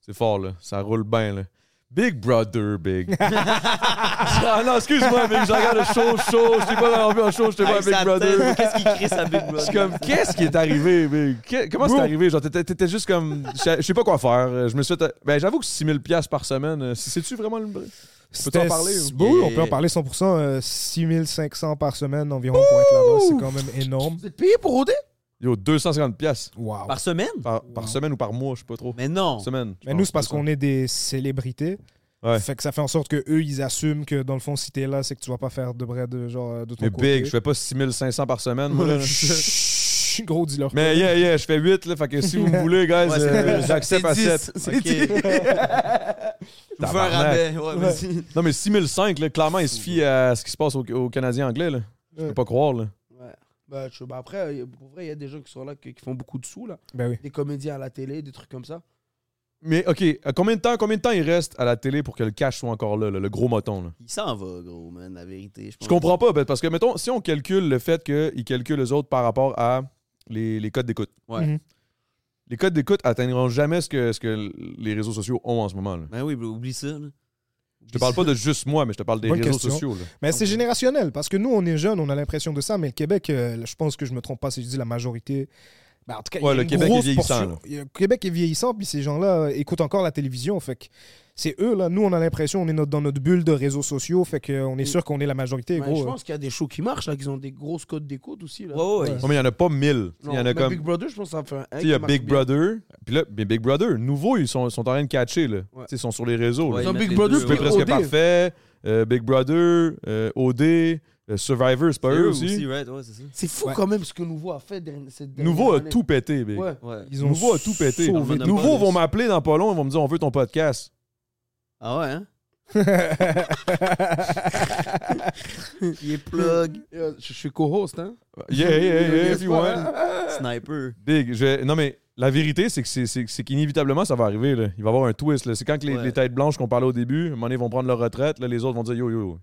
Speaker 3: c'est fort, là. Ça roule bien, là. Big Brother, Big. ah non, excuse-moi, Big. Je regarde le show, show. Je t'ai pas envie en show, je t'ai pas à
Speaker 4: Avec
Speaker 3: Big
Speaker 4: sa
Speaker 3: Brother.
Speaker 4: tête, Qu'est-ce qu'il crée sa Big Brother?
Speaker 3: Je suis comme, qu'est-ce qui est arrivé, Big? Que- comment c'est
Speaker 1: Bro.
Speaker 3: arrivé? Genre, t'étais, t'étais juste comme, je je sais pas quoi faire. Euh, Je me suis fait- ben, j'avoue que 6000 piastres par semaine, euh, c'est- c'est-tu vraiment le.
Speaker 1: C'était-
Speaker 3: en parler, ou-
Speaker 1: Bah oui, on peut en
Speaker 4: Yeah.
Speaker 1: parler 100%. euh, 6500 par semaine environ pour être là-bas. C'est quand même énorme.
Speaker 2: Vous êtes payé pour OD
Speaker 3: Yo, 250 piastres
Speaker 1: Wow.
Speaker 4: Par semaine?
Speaker 3: par, par
Speaker 1: Wow.
Speaker 3: semaine ou par mois, je sais pas trop.
Speaker 4: Mais non.
Speaker 3: Semaine. je
Speaker 1: Mais
Speaker 3: pense,
Speaker 1: nous, c'est parce
Speaker 3: 200.
Speaker 1: qu'on est des célébrités.
Speaker 3: Ouais.
Speaker 1: Fait que ça fait en sorte que eux ils assument que dans le fond, si t'es là, c'est que tu vas pas faire de bread euh, genre euh, de ton
Speaker 3: Mais
Speaker 1: côté.
Speaker 3: big, je fais pas 6500 par semaine. moi, là.
Speaker 1: Chut, gros dealer.
Speaker 3: Mais yeah, yeah, je fais 8, là. Fait que si vous me voulez, guys,
Speaker 4: Ouais, c'est
Speaker 3: euh,
Speaker 4: deux.
Speaker 3: j'accepte à 7.
Speaker 4: C'est Je vous fais un
Speaker 3: Tabarnak.
Speaker 4: rabais. Ouais, vas-y.
Speaker 3: Non, mais 6005, là, clairement, il se fie à ce qui se passe au, au Canadien anglais, là. Je peux
Speaker 1: Ouais.
Speaker 3: pas croire, là.
Speaker 2: Ouais. Bah, je- bah après, euh, pour vrai, il y a des gens qui sont là, qui, qui font beaucoup de sous, là.
Speaker 1: Ben oui.
Speaker 2: Des comédiens à la télé, des trucs comme ça.
Speaker 3: Mais OK, à combien de temps, combien de temps il reste à la télé pour que le cash soit encore là, là, le gros moton, là?
Speaker 4: Il s'en va, gros, man, la vérité.
Speaker 3: Je
Speaker 4: pense.
Speaker 3: comprends pas, ben, parce que, mettons, si on calcule le fait qu'ils calculent les autres par rapport à les, les codes d'écoute.
Speaker 4: Ouais.
Speaker 1: Mhm.
Speaker 3: Les codes d'écoute atteindront jamais ce que, ce que les réseaux sociaux ont en ce moment, là.
Speaker 4: Ben oui, bro, oublie ça. là.
Speaker 3: Je te parle pas de juste moi, mais je te parle des
Speaker 1: Bonne
Speaker 3: réseaux
Speaker 1: question.
Speaker 3: sociaux, là.
Speaker 1: Mais c'est générationnel parce que nous, on est jeunes, on a l'impression de ça, mais le Québec, euh, je pense que je me trompe pas si je dis la majorité. Ben, en tout cas, il y a
Speaker 3: Ouais, le
Speaker 1: une
Speaker 3: Québec est
Speaker 1: grosse
Speaker 3: vieillissant,
Speaker 1: portion-
Speaker 3: là.
Speaker 1: il y a- Le Québec est vieillissant, puis ces gens-là euh, écoutent encore la télévision. Fait que c'est eux, là. Nous, on a l'impression, on est notre- dans notre bulle de réseaux sociaux. Fait qu'on est sûr qu'on est la majorité,
Speaker 2: Mais Ben,
Speaker 1: gros. euh, hein.
Speaker 2: je pense qu'il y a des shows qui marchent, là, qu'ils ont des grosses codes d'écoute aussi, là.
Speaker 4: Ouais, ouais.
Speaker 1: Ouais.
Speaker 3: Non, mais il y en a pas mille.
Speaker 2: Non,
Speaker 3: Il y en a
Speaker 2: mais
Speaker 3: comme.
Speaker 2: Big Brother, je pense que ça en fait un.
Speaker 3: Tu sais, il y a Big Brother. Puis là, mais Big Brother, nouveau, ils sont, sont en train de catcher. Là.
Speaker 2: Ouais.
Speaker 3: Tu sais, Ils sont sur les réseaux. là.
Speaker 4: Ouais,
Speaker 2: Ils ont
Speaker 4: ils mettent
Speaker 2: Big
Speaker 4: les
Speaker 2: Brother,
Speaker 4: deux,
Speaker 3: Coupé
Speaker 2: puis
Speaker 4: ouais.
Speaker 3: presque
Speaker 2: OD.
Speaker 3: parfait, euh, Big Brother, euh, OD, euh, Survivor, c'est pas eux aussi.
Speaker 4: right? Ouais, c'est ça.
Speaker 2: C'est fou
Speaker 1: Ouais.
Speaker 2: quand même ce que Nouveau a fait derni- cette dernière
Speaker 3: Nouveau a
Speaker 2: année.
Speaker 3: tout pété. Big.
Speaker 2: Ouais.
Speaker 4: Ouais.
Speaker 1: Ils ont
Speaker 3: Nouveau a tout pété.
Speaker 1: sauvé
Speaker 4: Dans le
Speaker 3: Nouveau
Speaker 4: monopole.
Speaker 3: vont m'appeler dans pas long, ils vont me dire on veut ton podcast.
Speaker 4: Ah ouais, hein?
Speaker 2: Il est plug. Euh, Je je suis co-host, hein.
Speaker 3: Yeah, yeah, yeah, if you want.
Speaker 4: Sniper.
Speaker 3: Big, je- non mais la vérité, c'est que c'est- c'est c'est qu'inévitablement, ça va arriver. là. Il va y avoir un twist. là. C'est quand que les,
Speaker 4: Ouais.
Speaker 3: les têtes blanches qu'on parlait au début, à un moment donné, ils vont prendre leur retraite, là, les autres vont dire yo, yo, yo,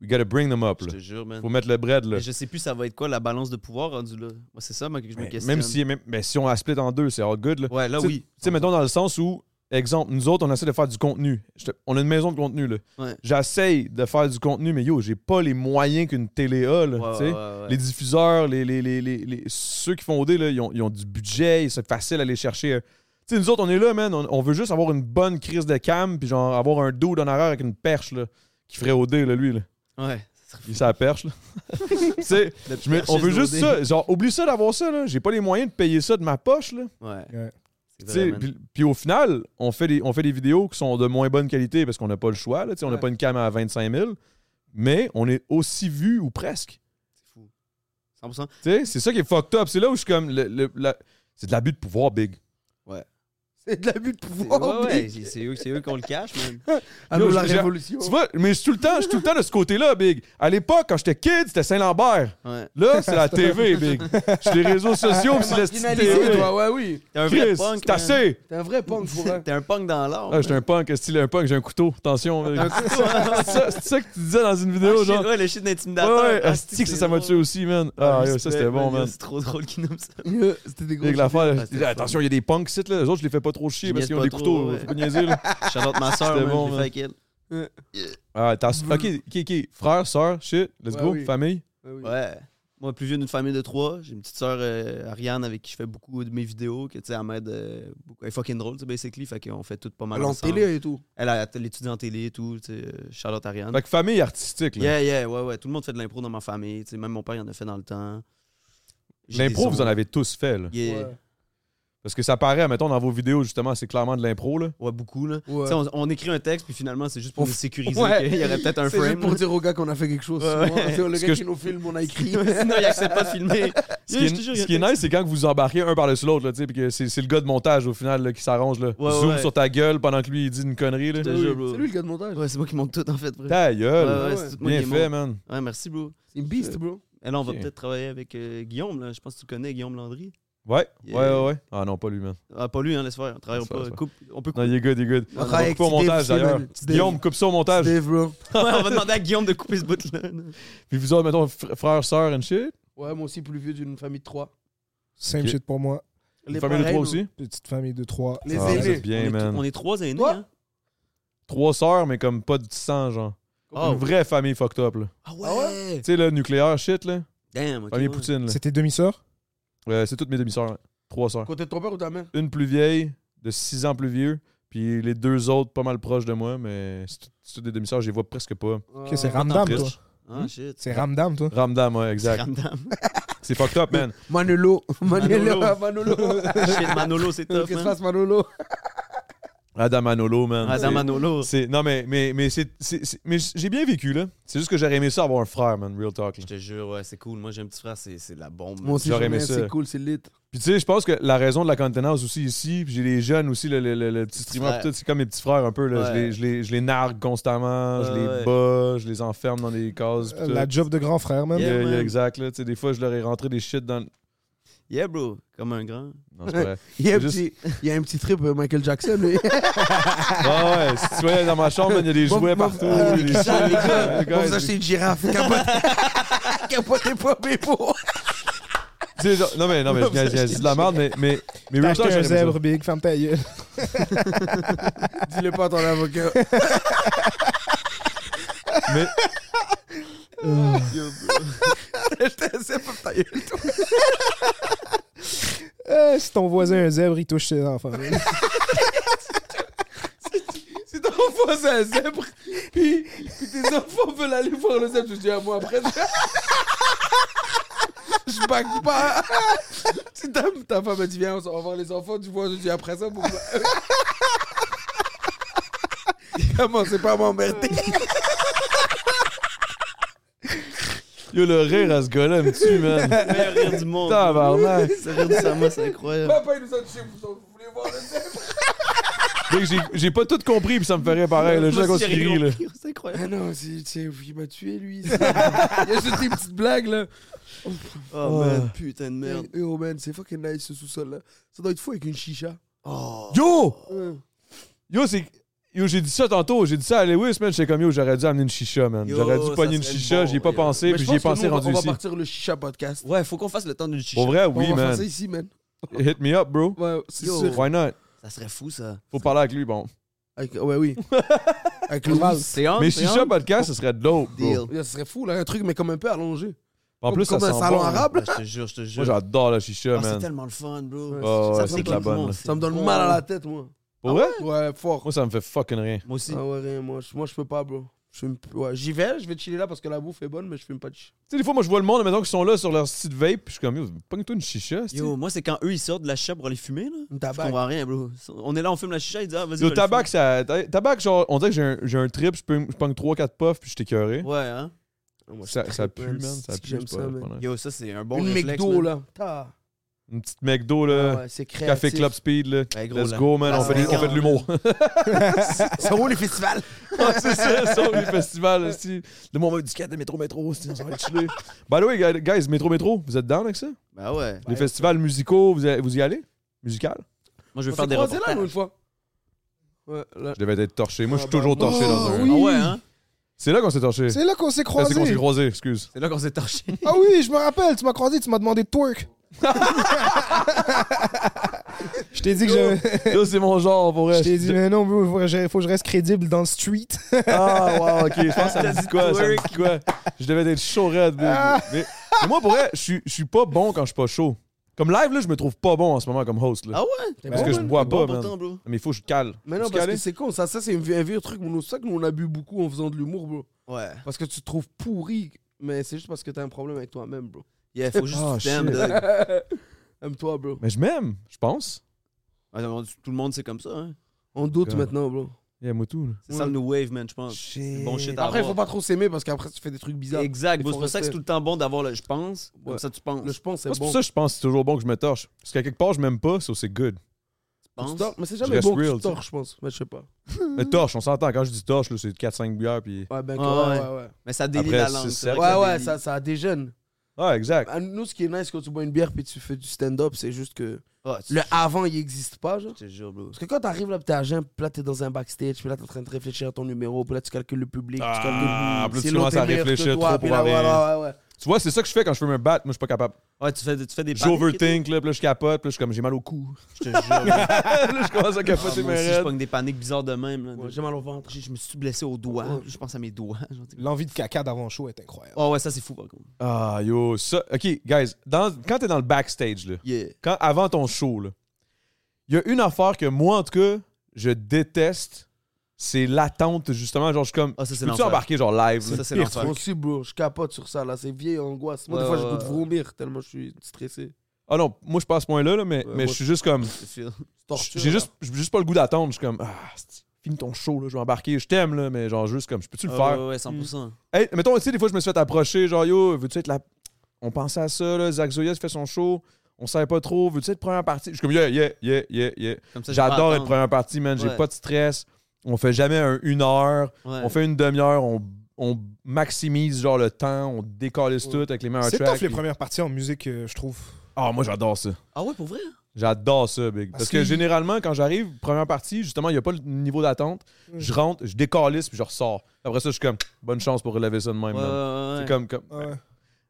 Speaker 3: we gotta bring them up.
Speaker 4: Je
Speaker 3: là.
Speaker 4: te jure, man.
Speaker 3: Faut mettre le bread. Là.
Speaker 4: Mais je sais plus ça va être quoi la balance de pouvoir rendue là. Moi, c'est ça, moi, que je me
Speaker 1: Mais
Speaker 4: questionne.
Speaker 3: Même si, même, mais si on la split en deux, c'est all good. Là.
Speaker 4: Ouais, là,
Speaker 3: Tu sais-
Speaker 4: oui.
Speaker 3: Tu sais, mettons dans le sens où, exemple, nous autres, on essaie de faire du contenu. Je te- on a une maison de contenu. là.
Speaker 4: Ouais.
Speaker 3: J'essaye de faire du contenu, mais yo, j'ai pas les moyens qu'une télé a. là,
Speaker 4: Ouais, ouais,
Speaker 3: tu sais.
Speaker 4: ouais, ouais.
Speaker 3: Les diffuseurs, les, les, les, les- les- ceux qui font OD, là, ils, ont, ils ont du budget, c'est facile à aller chercher. euh. Tu sais, nous autres, on est là, man. On, on veut juste avoir une bonne crise de cam, puis genre avoir un dos d'honneur avec une perche là, qui ferait OD, là, lui. Là.
Speaker 4: Ouais.
Speaker 3: Il s'en perche. Là. tu sais,
Speaker 4: Le
Speaker 3: je me- on
Speaker 4: perchiste
Speaker 3: veut juste
Speaker 4: d'OD.
Speaker 3: ça. Genre, oublie ça d'avoir ça. là. J'ai pas les moyens de payer ça de ma poche. Là.
Speaker 4: Ouais.
Speaker 1: Ouais.
Speaker 4: C'est
Speaker 3: Tu
Speaker 4: vrai,
Speaker 3: sais,
Speaker 4: man.
Speaker 3: Puis puis au final, on fait, des, on fait des vidéos qui sont de moins bonne qualité parce qu'on n'a pas le choix. Là, tu sais, on n'a
Speaker 2: Ouais.
Speaker 3: pas une cam à 25 000, mais on est aussi vu ou presque.
Speaker 4: C'est fou. 100%.
Speaker 3: Tu sais, C'est ça qui est fucked up. C'est là où je suis comme. le- le- la- C'est de l'abus de pouvoir, big.
Speaker 2: C'est de l'abus de
Speaker 4: C'est-
Speaker 2: pouvoir.
Speaker 4: Ouais, ouais,
Speaker 2: Big.
Speaker 4: c'est- c'est eux, c'est eux qu'on le cache, man.
Speaker 2: Ah non,
Speaker 3: Yo,
Speaker 2: la
Speaker 3: j'ai-
Speaker 2: révolution.
Speaker 3: Tu vois, mais je suis tout le temps, je suis tout le temps de ce côté-là, big. À l'époque, quand j'étais kid, c'était Saint-Lambert.
Speaker 4: Ouais.
Speaker 3: Là, c'est la TV, big. Je suis les réseaux sociaux, puis c'est la petite
Speaker 2: Marginalisé,
Speaker 3: TV.
Speaker 2: toi, ouais, oui.
Speaker 4: T'es un vrai
Speaker 3: Chris,
Speaker 4: punk.
Speaker 3: c'est assez.
Speaker 2: T'es un vrai punk pour un.
Speaker 4: T'es un punk dans l'art.
Speaker 3: Ah, j'étais un punk, style un punk, j'ai un couteau. Attention. big. C'est ça- c'est ça que tu disais dans une
Speaker 4: Ah,
Speaker 3: vidéo,
Speaker 4: shit,
Speaker 3: genre.
Speaker 4: ouais, le shit
Speaker 3: Ouais,
Speaker 4: d'intimidateur.
Speaker 3: ouais,
Speaker 4: Ah,
Speaker 3: asti que ça,
Speaker 4: c'est
Speaker 3: ça m'a
Speaker 4: drôle.
Speaker 3: tué aussi, man. Ah, yo, ça,
Speaker 4: Respect,
Speaker 3: c'était bon,
Speaker 4: yo,
Speaker 3: man.
Speaker 4: C'est trop drôle qu'il nomme ça.
Speaker 2: C'était des gros.
Speaker 3: Big l'affaire,
Speaker 4: c'était
Speaker 3: attention, il y a des punks sites, là. Eux autres, je les fais pas trop chier
Speaker 4: Je
Speaker 3: parce
Speaker 4: niaise
Speaker 3: qu'ils ont
Speaker 4: pas
Speaker 3: des
Speaker 4: trop,
Speaker 3: couteaux.
Speaker 4: ouais.
Speaker 3: Faut pas niaiser, là.
Speaker 4: Charlotte, ma soeur,
Speaker 3: C'était
Speaker 4: man,
Speaker 3: bon,
Speaker 4: je l'ai
Speaker 3: man.
Speaker 4: fait avec
Speaker 3: Ah, t'as- ok, ok, ok. Frère, soeur, shit, let's
Speaker 2: Ouais,
Speaker 3: go,
Speaker 2: oui.
Speaker 3: famille.
Speaker 4: elle. Ouais. Moi, plus vieux d'une famille de trois, j'ai une petite soeur, euh, Ariane, avec qui je fais beaucoup de mes vidéos, que tu sais, elle m'aide euh, beaucoup. Elle est fucking drôle, tu sais, basically, fait qu'on fait tout pas mal.
Speaker 2: Elle est en
Speaker 4: ensemble.
Speaker 2: télé et tout.
Speaker 4: Elle a elle étudie en télé et tout, tu sais, euh, Charlotte, Ariane.
Speaker 3: Fait que famille artistique, là.
Speaker 4: Yeah, yeah, ouais, ouais. Tout le monde fait de l'impro dans ma famille. tu sais, même mon père, il en a fait dans le temps. J'ai
Speaker 3: L'impro,
Speaker 4: des
Speaker 3: vous en
Speaker 4: ondes.
Speaker 3: avez tous fait, là.
Speaker 4: Yeah.
Speaker 2: Ouais.
Speaker 3: Parce que ça paraît, mettons, dans vos vidéos, justement, c'est clairement de l'impro, là.
Speaker 4: Ouais, beaucoup, là.
Speaker 2: Ouais.
Speaker 4: Tu sais, On, on écrit un texte, puis finalement, c'est juste pour
Speaker 2: On
Speaker 4: nous
Speaker 2: f-
Speaker 4: sécuriser
Speaker 2: Ouais.
Speaker 4: qu'il y aurait peut-être un
Speaker 2: C'est juste
Speaker 4: frame.
Speaker 2: pour
Speaker 4: là.
Speaker 2: dire au gars qu'on a fait quelque chose.
Speaker 4: Ouais.
Speaker 2: souvent. C'est Le
Speaker 3: Parce
Speaker 2: gars
Speaker 3: que
Speaker 2: qui nous filme, on a écrit.
Speaker 4: Sinon, il accepte pas de filmer.
Speaker 3: Ce qui est, ce qui est nice, c'est quand vous embarquez un par-dessus l'autre, là, tu sais, puis que c'est c'est le gars de montage, au final, là, qui s'arrange, là.
Speaker 4: Ouais,
Speaker 3: Zoom
Speaker 4: ouais.
Speaker 3: sur ta gueule pendant que lui, il dit une connerie, là.
Speaker 4: Je te
Speaker 2: Oui,
Speaker 4: jure, bro.
Speaker 2: C'est lui le gars de montage.
Speaker 4: Ouais, c'est moi qui monte tout, en fait. bro.
Speaker 3: Ta
Speaker 4: Ouais,
Speaker 3: gueule.
Speaker 4: ouais,
Speaker 2: ouais.
Speaker 4: c'est tout moi
Speaker 3: Bien
Speaker 4: qui
Speaker 3: fait,
Speaker 4: monte.
Speaker 3: man.
Speaker 4: Ouais, merci, bro.
Speaker 2: C'est une beast, bro.
Speaker 4: Et là, on va
Speaker 3: Ok.
Speaker 4: peut-être travailler avec euh, Guillaume, là. Je pense que tu connais Guillaume Landry.
Speaker 3: Ouais,
Speaker 4: Yeah.
Speaker 3: ouais, ouais, ouais. Ah non, pas lui, man.
Speaker 4: Ah, pas lui, hein, laisse faire. On travaille
Speaker 3: Laisse
Speaker 4: pas.
Speaker 3: faire,
Speaker 4: Coupe- On peut
Speaker 3: Non, il est good, il est good.
Speaker 2: On va
Speaker 3: On va
Speaker 2: travailler
Speaker 3: couper au
Speaker 2: avec Steve,
Speaker 3: montage,
Speaker 2: Steve,
Speaker 3: d'ailleurs.
Speaker 2: man. Steve.
Speaker 3: Guillaume, coupe ça au montage.
Speaker 2: Dave, bro.
Speaker 4: Ouais, on va demander à Guillaume de couper ce bout-là. là.
Speaker 3: Puis vous autres, mettons, fr- frère, sœur and shit.
Speaker 2: Ouais, moi aussi, plus vieux d'une famille de trois.
Speaker 1: Same
Speaker 3: Ok.
Speaker 1: shit pour moi.
Speaker 3: Une famille de trois
Speaker 2: pareils, nous.
Speaker 3: aussi.
Speaker 1: Petite famille de trois.
Speaker 2: Les
Speaker 3: Ah,
Speaker 2: aînés.
Speaker 3: c'est
Speaker 4: on,
Speaker 3: bien,
Speaker 4: est,
Speaker 3: man.
Speaker 4: on est trois aînés,
Speaker 2: Toi?
Speaker 4: hein.
Speaker 3: Trois sœurs, mais comme pas de sang, genre.
Speaker 4: Ah,
Speaker 3: Une vraie famille fucked up, là.
Speaker 4: Ah
Speaker 2: Ah
Speaker 4: ouais?
Speaker 3: Tu sais, là, nucléaire, shit, là.
Speaker 4: Damn, ok.
Speaker 3: Famille
Speaker 4: ouais.
Speaker 3: Poutine, là.
Speaker 1: C'est tes demi-sœurs
Speaker 3: Euh, c'est toutes mes demi-sœurs. hein. Trois sœurs.
Speaker 2: Côté de ton père ou ta mère
Speaker 3: Une plus vieille, de six ans plus vieux. Puis les deux autres, pas mal proches de moi, mais c'est tout- c'est toutes des demi-sœurs, je les vois presque pas.
Speaker 1: Ok, C'est
Speaker 2: Euh,
Speaker 1: Ramdam, toi.
Speaker 3: triste.
Speaker 4: Ah, shit.
Speaker 1: C'est Ramdam, toi.
Speaker 3: Ramdam, ouais, exact.
Speaker 4: Ramdam.
Speaker 3: C'est fucked up, man.
Speaker 2: Manolo. Manolo.
Speaker 4: Manolo.
Speaker 2: Manolo.
Speaker 4: Shit, Manolo, c'est
Speaker 2: Qu'est-ce
Speaker 4: tough, hein.
Speaker 2: qui se
Speaker 4: man.
Speaker 2: passe, Manolo
Speaker 3: Adam Anolo, man.
Speaker 4: Adam
Speaker 3: C'est-
Speaker 4: Manolo.
Speaker 3: c'est- Non, mais, mais, mais, c'est- c'est- c'est- mais j'ai bien vécu, là. C'est juste que j'aurais aimé ça avoir un frère, man, real talk. là.
Speaker 4: Je te jure, ouais, c'est cool. Moi, j'ai un petit frère, c'est c'est la bombe.
Speaker 2: Moi aussi,
Speaker 3: J'aurais aimé
Speaker 2: j'aimais,
Speaker 3: ça.
Speaker 2: C'est cool, c'est lit.
Speaker 3: Puis tu sais, je pense que la raison de la contenance aussi ici, puis j'ai les jeunes aussi, le, le- le- le petit streamer,
Speaker 4: frères.
Speaker 3: puis tout, c'est comme mes petits frères un peu. Là.
Speaker 4: Ouais.
Speaker 3: Je, les, je, les, je les nargue constamment, je
Speaker 4: Ouais,
Speaker 3: les
Speaker 4: ouais.
Speaker 3: bats, je les enferme dans des cases. puis
Speaker 1: Euh,
Speaker 3: tout.
Speaker 1: La job de grand frère, man.
Speaker 4: Yeah.
Speaker 3: Yeah, yeah,
Speaker 4: man.
Speaker 3: exact. Là. Tu sais, Des fois, je leur ai rentré des shit dans. le-
Speaker 4: Yeah, bro. Comme un grand.
Speaker 3: Non, c'est pas vrai.
Speaker 2: Il y, a un
Speaker 3: Juste-
Speaker 2: petit, il y a un petit trip euh, Michael Jackson. lui.
Speaker 3: Ah ouais, si tu vois dans ma chambre, man, il y a des
Speaker 2: Bon,
Speaker 3: jouets
Speaker 2: bon,
Speaker 3: partout.
Speaker 2: euh,
Speaker 3: des
Speaker 2: les
Speaker 3: shit.
Speaker 2: gars, les gars,
Speaker 3: Les
Speaker 2: on
Speaker 3: gars,
Speaker 2: va
Speaker 3: ils-
Speaker 2: vous acheter une girafe. Capotez, capotez pas, mais bon.
Speaker 3: tu sais, genre- Non, mais, non, mais
Speaker 1: On va
Speaker 3: je- je- je dis de la merde, mais. mais, mais
Speaker 1: T'as
Speaker 3: real talk,
Speaker 1: acheté un
Speaker 3: j'aurais aimé ça.
Speaker 1: zèbre, big, ferme ta gueule.
Speaker 2: Dis-le pas à ton avocat.
Speaker 3: Mais-
Speaker 2: Je te sais pas, ta gueule.
Speaker 1: Euh, si ton voisin a un zèbre, il touche ses enfants.
Speaker 2: Si ton enfant c'est un zèbre, puis, puis tes enfants veulent aller voir le zèbre, je dis à moi après. Je bague pas. Si ta, ta femme elle dit viens, on s'en va voir les enfants, tu vois, je dis après ça. bah. Pour... Comment c'est pas à m'emmerder
Speaker 3: Yo, le rire à ce gars-là me tue, man.
Speaker 4: Le meilleur rire du monde.
Speaker 3: Tabarnak.
Speaker 4: Ce rire du Sama, c'est incroyable.
Speaker 2: Papa il nous a touché, vous, vous voulez voir le zèbre
Speaker 3: Dès que j'ai- J'ai pas tout compris, puis ça me ferait pareil. Là, juste à
Speaker 4: Moi
Speaker 3: cause
Speaker 4: aussi,
Speaker 3: qu'il
Speaker 4: j'ai
Speaker 3: rit, là.
Speaker 4: compris, C'est incroyable.
Speaker 2: Ah non, c'est c'est- il m'a tué lui. c'est- Il a jeté une petite blague là.
Speaker 4: Oh,
Speaker 2: Oh.
Speaker 4: man, putain de merde.
Speaker 2: Eh, oh man, c'est fucking nice ce sous-sol là. Ça doit être fou avec une chicha.
Speaker 4: Oh.
Speaker 3: Yo!
Speaker 2: Ouais.
Speaker 3: Yo, c'est. Yo, j'ai dit ça tantôt, j'ai dit ça à Lewis, man. J'étais comme yo, j'aurais dû amener une chicha, man.
Speaker 4: Yo,
Speaker 3: J'aurais dû
Speaker 4: ça
Speaker 3: pogner une
Speaker 4: serait
Speaker 3: chicha,
Speaker 4: bon,
Speaker 3: j'y ai pas
Speaker 4: yo.
Speaker 3: pensé,
Speaker 2: Mais
Speaker 3: puis
Speaker 2: je
Speaker 3: j'y ai
Speaker 2: pense que
Speaker 3: pensé
Speaker 2: nous, on va-
Speaker 3: rendu
Speaker 2: On
Speaker 3: ici.
Speaker 2: va partir le chicha podcast.
Speaker 4: Ouais, faut qu'on fasse le temps d'une chicha.
Speaker 3: Pour vrai,
Speaker 2: on
Speaker 3: oui,
Speaker 2: va faire ça
Speaker 3: man.
Speaker 2: ici, man.
Speaker 3: Hit me up, bro.
Speaker 2: Ouais, c'est
Speaker 4: Yo.
Speaker 2: sûr.
Speaker 3: Why not?
Speaker 4: Ça serait fou, ça.
Speaker 3: Faut parler avec lui, bon.
Speaker 2: Avec- ouais, oui. Avec le
Speaker 1: Normal.
Speaker 2: mal.
Speaker 4: C'est on,
Speaker 3: Mais
Speaker 4: c'est
Speaker 3: chicha
Speaker 4: on.
Speaker 3: podcast, ce serait dope, bro.
Speaker 4: Deal.
Speaker 2: Ça serait fou, là, un truc, mais comme un peu allongé.
Speaker 3: En plus, ça
Speaker 2: Comme un
Speaker 3: sent
Speaker 2: salon
Speaker 3: bon.
Speaker 2: arabe.
Speaker 4: Ouais, Je te jure, je te
Speaker 3: Moi,
Speaker 4: jure.
Speaker 3: j'adore la chicha,
Speaker 4: Ah, c'est
Speaker 3: man.
Speaker 4: tellement le fun, bro.
Speaker 2: Ouais,
Speaker 3: Oh,
Speaker 2: ça
Speaker 3: ouais,
Speaker 2: me
Speaker 3: c'est
Speaker 2: donne
Speaker 3: de la
Speaker 2: le
Speaker 3: bonne. là.
Speaker 2: Ça me donne mal à la tête, moi.
Speaker 4: Ah
Speaker 3: Pour vrai?
Speaker 2: hein. Ouais, fort.
Speaker 3: Moi, ça me fait fucking rien.
Speaker 4: Moi aussi.
Speaker 2: Ah ouais, rien, moi, je, moi, je peux pas, bro. Je fume- ouais, J'y vais, je vais chiller là parce que la bouffe est bonne, mais je fume pas de chicha.
Speaker 3: Tu sais, des fois, moi, je vois le monde, mettons, qui sont là sur leur site vape, puis je suis comme, yo, pogne-toi une chicha, c'ti.
Speaker 4: Yo, moi, c'est quand eux, ils sortent de la chicha pour aller fumer, là.
Speaker 2: Une
Speaker 4: Je
Speaker 2: tabac.
Speaker 4: comprends rien, bro. On est là, on fume la chicha, ils disent, ah, vas-y. je
Speaker 3: Yo,
Speaker 4: vais le
Speaker 3: tabac, ça. Tabac, genre, on dirait que j'ai un- j'ai un trip, je peux- je pogne 3-4 puffs, puis je t'écœuré.
Speaker 4: fumer. Ouais, hein.
Speaker 3: Ça, ça pue, man. Ça
Speaker 2: C'est que
Speaker 3: pue,
Speaker 2: j'aime
Speaker 3: c'est
Speaker 2: ça,
Speaker 3: pas-
Speaker 2: man.
Speaker 3: pas nice.
Speaker 4: Yo, ça, c'est un bon
Speaker 2: Une
Speaker 4: réflexe.
Speaker 2: McDo,
Speaker 4: man.
Speaker 2: là. Ta.
Speaker 3: Une petite McDo,
Speaker 4: Ah
Speaker 3: là.
Speaker 2: Ah, Ouais, c'est créatif.
Speaker 3: Euh, Café Club Speed, là.
Speaker 4: Ouais, gros,
Speaker 3: Let's
Speaker 4: là.
Speaker 3: go, man.
Speaker 4: Ah,
Speaker 3: On fait,
Speaker 4: c'est
Speaker 3: des- on fait
Speaker 4: quand,
Speaker 3: de l'humour.
Speaker 2: C'est où les festivals
Speaker 3: Ah, c'est ça, ça, les festivals. aussi. Le moment du 4 de Métro Métro, c'est- ça va être chillé. By the way, guys, guys, Métro Métro, vous êtes down avec ça?
Speaker 4: Ben ouais.
Speaker 3: les festivals musicaux, vous, vous y allez? Musical?
Speaker 4: Moi, je
Speaker 2: On
Speaker 4: vais faire
Speaker 2: s'est
Speaker 4: des
Speaker 2: croisés là, nous, une
Speaker 4: reportages.
Speaker 2: fois. Ouais, là.
Speaker 3: Je devais être torché. Moi, je suis
Speaker 2: Ah, bah,
Speaker 3: toujours torché
Speaker 1: oh,
Speaker 3: dans un.
Speaker 1: oui.
Speaker 4: Ah ouais, hein.
Speaker 3: C'est là qu'on s'est torché.
Speaker 1: C'est là qu'on s'est
Speaker 3: Là, C'est qu'on s'est
Speaker 1: croisés.
Speaker 3: croisé, excuse.
Speaker 4: C'est là qu'on s'est torché.
Speaker 1: Ah oui, je me rappelle, tu m'as croisé, tu m'as demandé de twerk. Je t'ai dit que j'avais-
Speaker 3: Yo, c'est mon genre, pour vrai.
Speaker 1: je t'ai dit, mais non, bro, faut que je- faut que je reste crédible dans le street.
Speaker 3: Ah, wow, ok. Je pense que ça me dit quoi, ça me dit quoi. Je devais être chaud raide, big.
Speaker 1: Ah.
Speaker 3: Mais, mais moi, pour vrai, je suis- je suis pas bon quand je suis pas chaud. Comme live, là, je me trouve pas bon en ce moment comme host. Là.
Speaker 4: Ah ouais?
Speaker 2: T'es
Speaker 3: Parce
Speaker 2: bon,
Speaker 3: que je
Speaker 2: man?
Speaker 3: bois
Speaker 4: T'es
Speaker 3: pas,
Speaker 4: bon
Speaker 3: man.
Speaker 4: pourtant, bro.
Speaker 3: Mais il faut que je cale.
Speaker 2: Mais non,
Speaker 3: Tu
Speaker 2: parce que
Speaker 3: calais?
Speaker 2: c'est con. Ça, ça c'est un vieux, un vieux truc. mais C'est pour ça que nous, on a bu beaucoup en faisant de l'humour, bro.
Speaker 4: Ouais.
Speaker 2: Parce que tu te trouves pourri, mais c'est juste parce que t'as un problème avec toi-même, bro.
Speaker 4: Yeah, faut juste
Speaker 3: Oh,
Speaker 2: Ah,
Speaker 4: que tu t'aimes,
Speaker 3: shit.
Speaker 4: Doug.
Speaker 2: Aime-toi, bro.
Speaker 3: Mais je m'aime, je pense.
Speaker 4: Attends, Tout le monde, c'est comme ça, hein.
Speaker 2: On doute
Speaker 3: God.
Speaker 2: maintenant, bro.
Speaker 3: Il y a Moutou, là.
Speaker 4: C'est
Speaker 2: Ouais.
Speaker 4: ça le new wave, man, je pense. Bon shit à
Speaker 2: Après, il faut pas
Speaker 4: avoir.
Speaker 2: trop s'aimer parce qu'après, tu fais des trucs bizarres.
Speaker 4: Exact,
Speaker 2: Il
Speaker 4: bro.
Speaker 2: faut
Speaker 4: C'est pour ça que c'est
Speaker 2: rester-
Speaker 4: tout le temps bon d'avoir le je pense. Comme
Speaker 2: Ouais.
Speaker 4: ça, tu penses.
Speaker 2: Le je pense,
Speaker 3: Moi,
Speaker 2: c'est
Speaker 3: C'est
Speaker 2: bon.
Speaker 3: pour ça que je pense que c'est toujours bon que je me torche. Parce qu'à quelque part, je m'aime pas, so c'est good.
Speaker 2: Tu
Speaker 4: penses.
Speaker 2: torches, mais c'est
Speaker 3: Je
Speaker 2: jamais
Speaker 3: reste
Speaker 2: bon que
Speaker 3: real,
Speaker 2: tu
Speaker 3: tu sais.
Speaker 2: torches, je pense. Mais je sais pas.
Speaker 3: Mais torche, on s'entend. Quand je dis torche, là, c'est 4-5 bières, puis...
Speaker 2: Ouais, ben,
Speaker 4: Ouais,
Speaker 2: ouais,
Speaker 4: ouais.
Speaker 2: ouais, ouais.
Speaker 4: Mais ça délie
Speaker 3: Après,
Speaker 4: la langue.
Speaker 3: c'est
Speaker 4: c'est vrai
Speaker 2: Ouais,
Speaker 4: que
Speaker 2: ouais,
Speaker 4: délie.
Speaker 2: ça, ça déjeune.
Speaker 3: Ah, exact.
Speaker 2: À nous, ce qui est nice quand tu bois une bière puis tu fais du stand-up, c'est juste que
Speaker 4: Ah, tu-
Speaker 2: le avant, il existe pas, genre.
Speaker 4: Je te jure, bro.
Speaker 2: Parce que quand t'arrives là, puis t'es à jeun, puis là, t'es dans un backstage, puis là, t'es en train de réfléchir à ton numéro, puis là, tu calcules le public, tu
Speaker 3: Ah,
Speaker 2: calcules.
Speaker 3: puis là,
Speaker 2: si
Speaker 3: tu
Speaker 2: l'autre
Speaker 3: commences
Speaker 2: est
Speaker 3: à
Speaker 2: meilleur que
Speaker 3: réfléchir
Speaker 2: toi,
Speaker 3: trop
Speaker 2: puis
Speaker 3: pour
Speaker 2: là,
Speaker 3: aller-
Speaker 2: voilà, ouais, ouais.
Speaker 3: Tu vois, c'est ça que je fais quand je veux me battre. Moi, je suis pas capable.
Speaker 4: Ouais, tu fais, tu fais des paniques.
Speaker 3: J'overthink, là, puis là, je capote, puis là, je suis comme, j'ai mal au cou.
Speaker 4: Je te jure. bro. Ah,
Speaker 3: là, je commence à
Speaker 4: moi
Speaker 3: capoter
Speaker 4: aussi,
Speaker 3: mes
Speaker 4: je
Speaker 3: raides.
Speaker 4: pogne des paniques bizarres de même. là.
Speaker 2: Ouais, J'ai mal au ventre.
Speaker 4: Je je me suis blessé au doigt.
Speaker 2: Ouais.
Speaker 4: Je pense à mes doigts. genre.
Speaker 1: L'envie de caca d'avant chaud est incroyable.
Speaker 4: Ah ouais, ça, c'est fou, par contre.
Speaker 3: Ah, yo, ça... OK, guys, dans... quand t'es dans le backstage, là,
Speaker 4: Yeah.
Speaker 3: quand... avant ton show, là, il y a une affaire que moi, en tout cas, je déteste, c'est l'attente, justement. Genre, je suis comme...
Speaker 4: Ah, ça, c'est
Speaker 3: Peux-tu
Speaker 4: l'enfer.
Speaker 3: embarquer, genre, live, là?
Speaker 4: Ça, c'est
Speaker 1: pire
Speaker 4: l'enfer.
Speaker 2: Moi aussi, bro, je capote sur ça, là. C'est vieille angoisse. Moi, des
Speaker 4: Ouais,
Speaker 2: fois,
Speaker 4: ouais,
Speaker 2: j'ai goût de
Speaker 4: ouais.
Speaker 2: vomir tellement je suis stressé.
Speaker 3: Ah non, moi, je suis pas à ce point-là, là, mais,
Speaker 2: Ouais,
Speaker 3: mais
Speaker 2: moi,
Speaker 3: Mm. je suis juste comme...
Speaker 4: Je te file.
Speaker 2: Torture,
Speaker 3: J'ai
Speaker 2: là.
Speaker 3: juste, j'ai juste pas le goût d'attendre. Je suis comme, ah, c'est- finis ton show, là, je vais embarquer. Je t'aime, là, mais genre, juste comme, je peux-tu le
Speaker 4: Ah
Speaker 3: faire?
Speaker 4: Ouais, ouais, 100%.
Speaker 3: Hey, mettons, tu sais, des fois, je me suis fait approcher, genre, yo, veux-tu être la. On pensait à ça, là, Zach Zoyas fait son show, on savait pas trop, veux-tu être première partie? Je suis comme, yeah, yeah, yeah, yeah, yeah.
Speaker 4: Comme ça, j'ai pas
Speaker 3: J'adore
Speaker 4: à
Speaker 3: être
Speaker 4: attendre.
Speaker 3: première partie, man, j'ai
Speaker 4: Ouais.
Speaker 3: pas de stress. On fait jamais un- une heure,
Speaker 4: Ouais.
Speaker 3: on fait une demi-heure, on, on maximise, genre, le temps, on décalisse
Speaker 2: Ouais.
Speaker 3: tout avec les meilleurs
Speaker 1: C'est
Speaker 3: tracks.
Speaker 1: tough les
Speaker 3: puis-
Speaker 1: premières parties en musique, euh, je trouve.
Speaker 3: Ah, moi, j'adore ça.
Speaker 4: Ah ouais, pour vrai?
Speaker 3: J'adore ça, Big.
Speaker 1: Parce
Speaker 3: Parce que
Speaker 1: que-
Speaker 3: généralement, quand j'arrive, première partie, justement, il n'y a pas le niveau d'attente.
Speaker 1: Mm.
Speaker 3: Je rentre, je décalisse, puis je ressors. Après ça, je suis comme, bonne chance pour relever ça de
Speaker 4: Ouais,
Speaker 3: même.
Speaker 4: ouais,
Speaker 3: man.
Speaker 4: ouais.
Speaker 3: C'est comme, comme
Speaker 1: Ouais.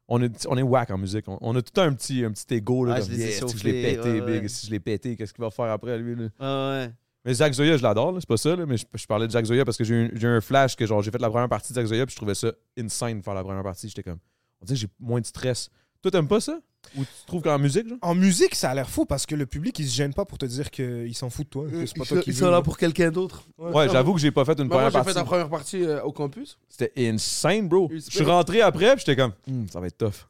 Speaker 3: on est, on est whack en musique. On, on a tout un petit, un petit ego. Là,
Speaker 4: Ah,
Speaker 3: comme,
Speaker 4: je les ai
Speaker 3: Yeah, si je
Speaker 4: chauffés,
Speaker 3: l'ai pété,
Speaker 4: ouais, ouais.
Speaker 3: Big. Si je l'ai pété, qu'est-ce qu'il va faire après, lui? là?
Speaker 4: Ouais, ouais.
Speaker 3: Mais Zach Zoya, je l'adore, là, c'est pas ça. là, mais je, je parlais de Zach Zoya parce que j'ai eu, j'ai eu un flash que genre j'ai fait la première partie de Zach Zoya, puis je trouvais ça insane de faire la première partie. J'étais comme, on dirait que j'ai moins de stress. Toi, t'aimes pas ça? Ou tu trouves qu'en musique, genre?
Speaker 1: En musique, ça a l'air fou parce que le public, il se gêne pas pour te dire qu'il s'en fout de toi. que
Speaker 2: Euh, Ils
Speaker 1: c'est pas toi
Speaker 2: sont-
Speaker 1: qui
Speaker 2: ils
Speaker 1: veux,
Speaker 2: sont là
Speaker 1: là.
Speaker 2: pour quelqu'un d'autre.
Speaker 3: Ouais, j'avoue que j'ai pas fait une
Speaker 2: Mais Euh, Moi,
Speaker 3: première
Speaker 2: j'ai
Speaker 3: partie.
Speaker 2: fait la première partie euh, au campus.
Speaker 3: C'était insane, bro.
Speaker 2: Respect.
Speaker 3: Je suis rentré après, puis j'étais comme, Hmm, ça va être tough.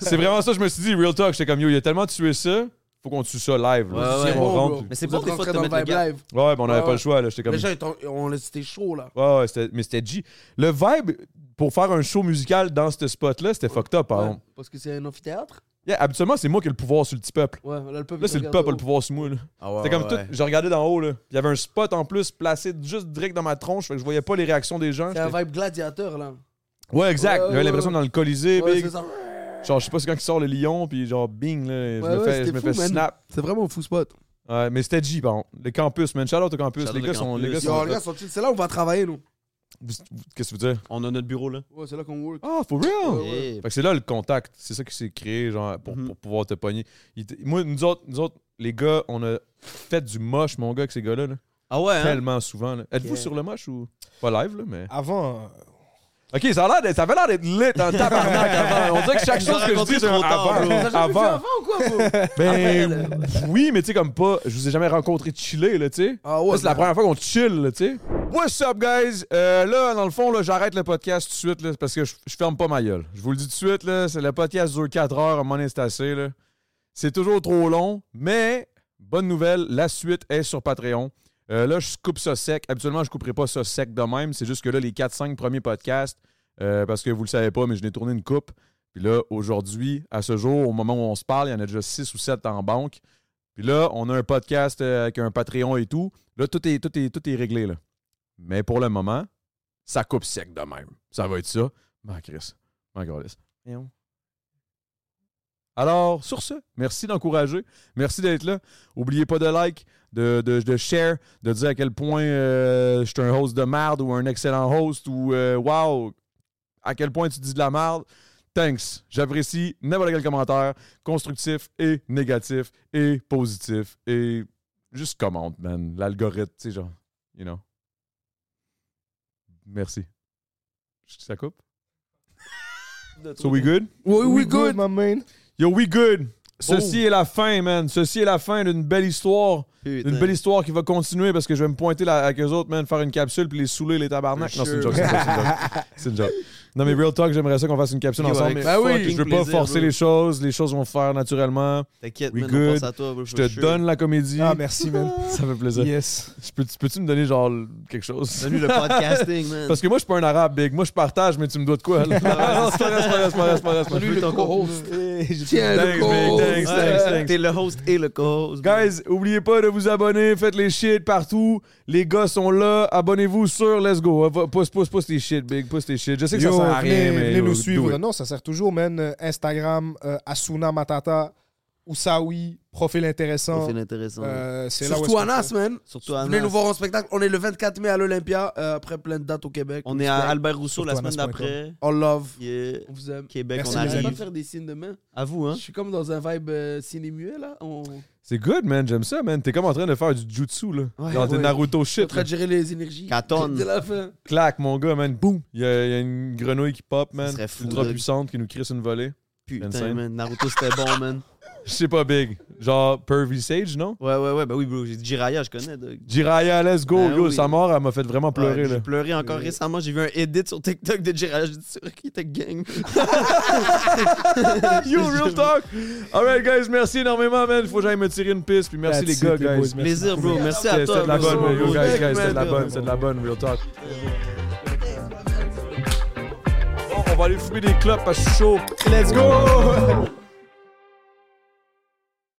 Speaker 3: c'est vraiment ça, je me suis dit, real talk. J'étais comme, yo, il a tellement tué ça, faut qu'on tue ça live. là.
Speaker 4: Ouais,
Speaker 3: Si
Speaker 4: ouais.
Speaker 3: on
Speaker 2: Bon,
Speaker 3: rentre,
Speaker 2: bro.
Speaker 3: puis-
Speaker 4: Mais c'est
Speaker 2: Vous
Speaker 4: bon,
Speaker 2: êtes
Speaker 4: des fois, de
Speaker 2: rentrés
Speaker 4: te
Speaker 2: dans
Speaker 4: mettre le
Speaker 2: Vibe
Speaker 4: gap.
Speaker 2: Live.
Speaker 3: Ouais, mais on n'avait
Speaker 2: Ouais,
Speaker 3: pas
Speaker 2: ouais.
Speaker 3: le choix, là. J'étais comme,
Speaker 2: Les gens, ils t'ont- on les- c'était chaud, là.
Speaker 3: ouais, ouais, c'était- mais c'était G. Le vibe pour faire un show musical dans ce spot-là, c'était fucked up, par
Speaker 2: Ouais,
Speaker 3: exemple.
Speaker 2: Parce que c'est un amphithéâtre.
Speaker 3: Yeah, habituellement, c'est moi qui ai le pouvoir sur le petit peuple.
Speaker 2: Ouais, là, le peuple.
Speaker 3: Là,
Speaker 2: il
Speaker 3: c'est le
Speaker 2: regarde
Speaker 3: peuple qui a le
Speaker 2: de
Speaker 3: pouvoir sur moi, là.
Speaker 4: Ah ouais,
Speaker 3: C'était comme
Speaker 4: ouais,
Speaker 3: tout.
Speaker 4: ouais.
Speaker 3: Je regardais d'en haut, là. Il y avait un spot en plus placé juste direct dans ma tronche, fait que je voyais pas les réactions des gens.
Speaker 2: haut. C'est un vibe gladiateur, là.
Speaker 3: J'étais- Ouais, exact.
Speaker 2: Ouais,
Speaker 3: J'avais
Speaker 2: ouais,
Speaker 3: l'impression
Speaker 2: ouais.
Speaker 3: dans le Colisée,
Speaker 2: Ouais,
Speaker 3: big.
Speaker 2: c'est ça.
Speaker 3: Genre, je sais pas, c'est quand il sort le lion, puis genre, bing, là, je
Speaker 2: Ouais,
Speaker 3: me
Speaker 2: ouais,
Speaker 3: fais, je
Speaker 2: c'était
Speaker 3: me
Speaker 2: fou,
Speaker 3: fais
Speaker 2: man.
Speaker 3: snap.
Speaker 2: C'est vraiment un fou spot.
Speaker 3: Ouais, mais c'était G, par contre. Le campus, man. Shout out au campus.
Speaker 4: Shout
Speaker 3: les,
Speaker 4: out
Speaker 3: gars
Speaker 4: au
Speaker 3: sont,
Speaker 4: campus.
Speaker 3: les gars
Speaker 4: Yo,
Speaker 3: sont.
Speaker 2: Yo, regarde, sont- c'est là où on va travailler, nous.
Speaker 3: Vous- vous- Qu'est-ce que tu veux dire?
Speaker 4: On a notre bureau, là.
Speaker 2: Ouais, c'est là qu'on work.
Speaker 3: Ah, for
Speaker 4: Eh,
Speaker 3: real!
Speaker 2: Ouais, ouais.
Speaker 4: Yeah.
Speaker 3: Fait que c'est là le contact. C'est ça qui s'est créé, genre, pour,
Speaker 4: Mhm.
Speaker 3: pour pouvoir te pogner. Il t- Moi, nous autres, nous autres, les gars, on a fait du moche, mon gars, avec ces gars-là. là.
Speaker 4: Ah ouais, hein? Ah.
Speaker 3: Tellement souvent. là. Êtes-vous
Speaker 2: Ok.
Speaker 3: sur le moche ou. Pas live, là, mais.
Speaker 1: Avant, euh,
Speaker 3: Ok, ça, a l'air d'être- ça avait l'air d'être lit en tabarnak avant. On dirait que chaque
Speaker 4: Je l'ai
Speaker 3: chose que je
Speaker 4: raconté
Speaker 3: dis, c'est un
Speaker 4: trop tard,
Speaker 3: avant.
Speaker 4: bro.
Speaker 2: T'as jamais vu
Speaker 3: Avant.
Speaker 2: ça avant ou quoi, bro
Speaker 3: Ben, oui, mais tu sais, comme pas. Je vous ai jamais rencontré chiller, là, tu sais.
Speaker 2: Ah
Speaker 3: Là,
Speaker 2: ouais.
Speaker 3: c'est la
Speaker 2: man.
Speaker 3: première fois qu'on chill, là, tu sais. ben. What's up, guys? Euh, là, dans le fond, là, j'arrête le podcast tout de suite, là, parce que je, je ferme pas ma gueule. Je vous le dis tout de suite, là, c'est le podcast dure 4 heures, à mon moment donné, c'est assez, là. C'est toujours trop long, mais bonne nouvelle, la suite est sur Patreon. Euh, là, je coupe ça sec. Habituellement, je couperai pas ça sec de même. C'est juste que là, les 4-5 premiers podcasts, euh, parce que vous le savez pas, mais je n'ai tourné une coupe. Puis là, aujourd'hui, à ce jour, au moment où on se parle, il y en a déjà 6 ou 7 en banque. Puis là, on a un podcast euh, avec un Patreon et tout. Là, tout est, tout est, tout est réglé. Là. Mais pour le moment, ça coupe sec de même. Ça va être ça. Ma Chris. Ma calisse. Alors, sur ce, merci d'encourager. Merci d'être là. Oubliez pas de like, de, de, de share, de dire à quel point euh, je suis un host de merde ou un excellent host ou euh, wow, à quel point tu dis de la merde. Thanks. J'apprécie n'importe quel commentaire, constructif et négatif et positif et juste commente, man. L'algorithme, tu sais, genre, you know. Merci. Ça coupe? So we good?
Speaker 2: Oui, oui, good.
Speaker 1: my man.
Speaker 3: Yo, we good.
Speaker 4: Oh.
Speaker 3: Ceci est la fin, man. Ceci est la fin d'une belle histoire. Une belle histoire qui va continuer parce que je vais me pointer là avec eux autres, man, faire une capsule puis les saouler, les tabarnak.
Speaker 4: For
Speaker 3: Non, c'est une
Speaker 4: sure.
Speaker 3: joke, c'est une joke, c'est une joke. C'est une joke. Non, mais Real Talk, j'aimerais ça qu'on fasse une capsule
Speaker 4: Yo,
Speaker 3: ensemble.
Speaker 4: avec
Speaker 3: mais
Speaker 2: Bah oui,
Speaker 3: je veux pas
Speaker 4: plaisir,
Speaker 3: forcer
Speaker 4: bro.
Speaker 3: les choses. Les choses vont se faire naturellement.
Speaker 4: T'inquiète,
Speaker 3: We
Speaker 4: man,
Speaker 3: good.
Speaker 4: on pense à toi. bro,
Speaker 3: Je
Speaker 4: for
Speaker 3: te
Speaker 4: sure.
Speaker 3: donne la comédie.
Speaker 1: Ah, merci, man.
Speaker 3: Ça fait plaisir.
Speaker 1: Yes.
Speaker 3: Je peux- tu- Peux-tu me donner, genre, le- quelque chose?
Speaker 4: Salut le podcasting, man.
Speaker 3: Parce que moi, je suis pas un arabe, big. Moi, je partage, mais tu me dois de quoi? là? Non, c'est pas vrai, c'est pas vrai, c'est pas vrai, c'est pas vrai, c'est pas vrai.
Speaker 4: Salut le co-host.
Speaker 2: Tiens,
Speaker 3: Thanks,
Speaker 2: le
Speaker 3: big,
Speaker 2: gros.
Speaker 3: thanks, thanks,
Speaker 4: Ouais,
Speaker 3: thanks.
Speaker 4: T'es le host et le co-host. bro.
Speaker 3: Guys, oubliez pas de vous abonner, faites les shit partout. Les gars sont là, abonnez-vous sur Let's Go. Va- Pousse, pousse, pousse les shit, big, pousse les shit. Je sais que ça
Speaker 1: Yo,
Speaker 3: sert à rien,
Speaker 1: venez,
Speaker 3: mais.
Speaker 1: venez
Speaker 3: yo,
Speaker 1: nous
Speaker 3: do
Speaker 1: suivre.
Speaker 3: it.
Speaker 1: Non, ça sert toujours, man. Euh, Instagram, euh, Asuna Matata, Oussaoui, profil intéressant.
Speaker 4: Profil intéressant.
Speaker 1: Euh, c'est là où est-ce
Speaker 2: Surtout
Speaker 1: qu'on
Speaker 2: Anas, man.
Speaker 4: Surtout à
Speaker 2: Venez nous voir en spectacle. On est le 24 mai à l'Olympia, euh, après plein de dates au Québec.
Speaker 4: On est à Albert Rousseau
Speaker 1: Surtout
Speaker 4: la semaine
Speaker 1: Anas.com.
Speaker 4: d'après.
Speaker 2: On love.
Speaker 4: Yeah.
Speaker 2: On vous aime.
Speaker 4: Québec,
Speaker 1: Merci,
Speaker 4: on
Speaker 1: les
Speaker 2: J'arrive
Speaker 1: amis.
Speaker 2: pas à
Speaker 4: arrive.
Speaker 2: faire des signes de main.
Speaker 4: À vous, hein.
Speaker 2: Je suis comme dans un vibe euh, ciné muet, là. On
Speaker 3: C'est good, man. J'aime ça, man. T'es comme en train de faire du jutsu, là.
Speaker 2: Ouais,
Speaker 3: dans tes
Speaker 2: ouais.
Speaker 3: Naruto
Speaker 2: est en
Speaker 3: shit.
Speaker 2: train
Speaker 3: là.
Speaker 2: de gérer les énergies.
Speaker 4: Catonne.
Speaker 2: C'est la fin.
Speaker 3: Clac, mon gars, man. Boum. Il y, a il y a une grenouille qui pop, man.
Speaker 4: serait fou,
Speaker 3: Ultra
Speaker 4: dog.
Speaker 3: puissante qui nous crisse une volée.
Speaker 4: Putain,
Speaker 3: Insane.
Speaker 4: man. Naruto, c'était bon, man.
Speaker 3: Je sais pas, big. Genre, Pervy Sage, non?
Speaker 4: Ouais, ouais, ouais. Bah oui, bro. J'ai dit Jiraya, je connais. dog.
Speaker 3: Jiraya, let's go.
Speaker 4: Ben
Speaker 3: yo,
Speaker 4: oui. Ah,
Speaker 3: sa mort, elle m'a fait vraiment pleurer,
Speaker 4: Ouais,
Speaker 3: là. Euh,
Speaker 4: J'ai pleuré encore récemment. J'ai vu un edit sur TikTok de Jiraya. J'ai dit, c'est qui ta gang?
Speaker 3: Yo, real talk. All right, guys, merci énormément, man. Faut que j'aille me tirer une piste. Puis merci,
Speaker 1: That's
Speaker 3: les gars,
Speaker 1: it, les boys.
Speaker 3: guys.
Speaker 4: Plaisir, bro. Merci à
Speaker 3: C'était
Speaker 4: toi.
Speaker 3: de la
Speaker 4: bro.
Speaker 3: bonne, man. yo,
Speaker 4: Merci,
Speaker 3: guys, guys,
Speaker 4: man.
Speaker 3: c'était de la bonne, c'était de la bonne, real talk. Bon, on va aller fumer des clopes parce que je suis chaud. Let's go!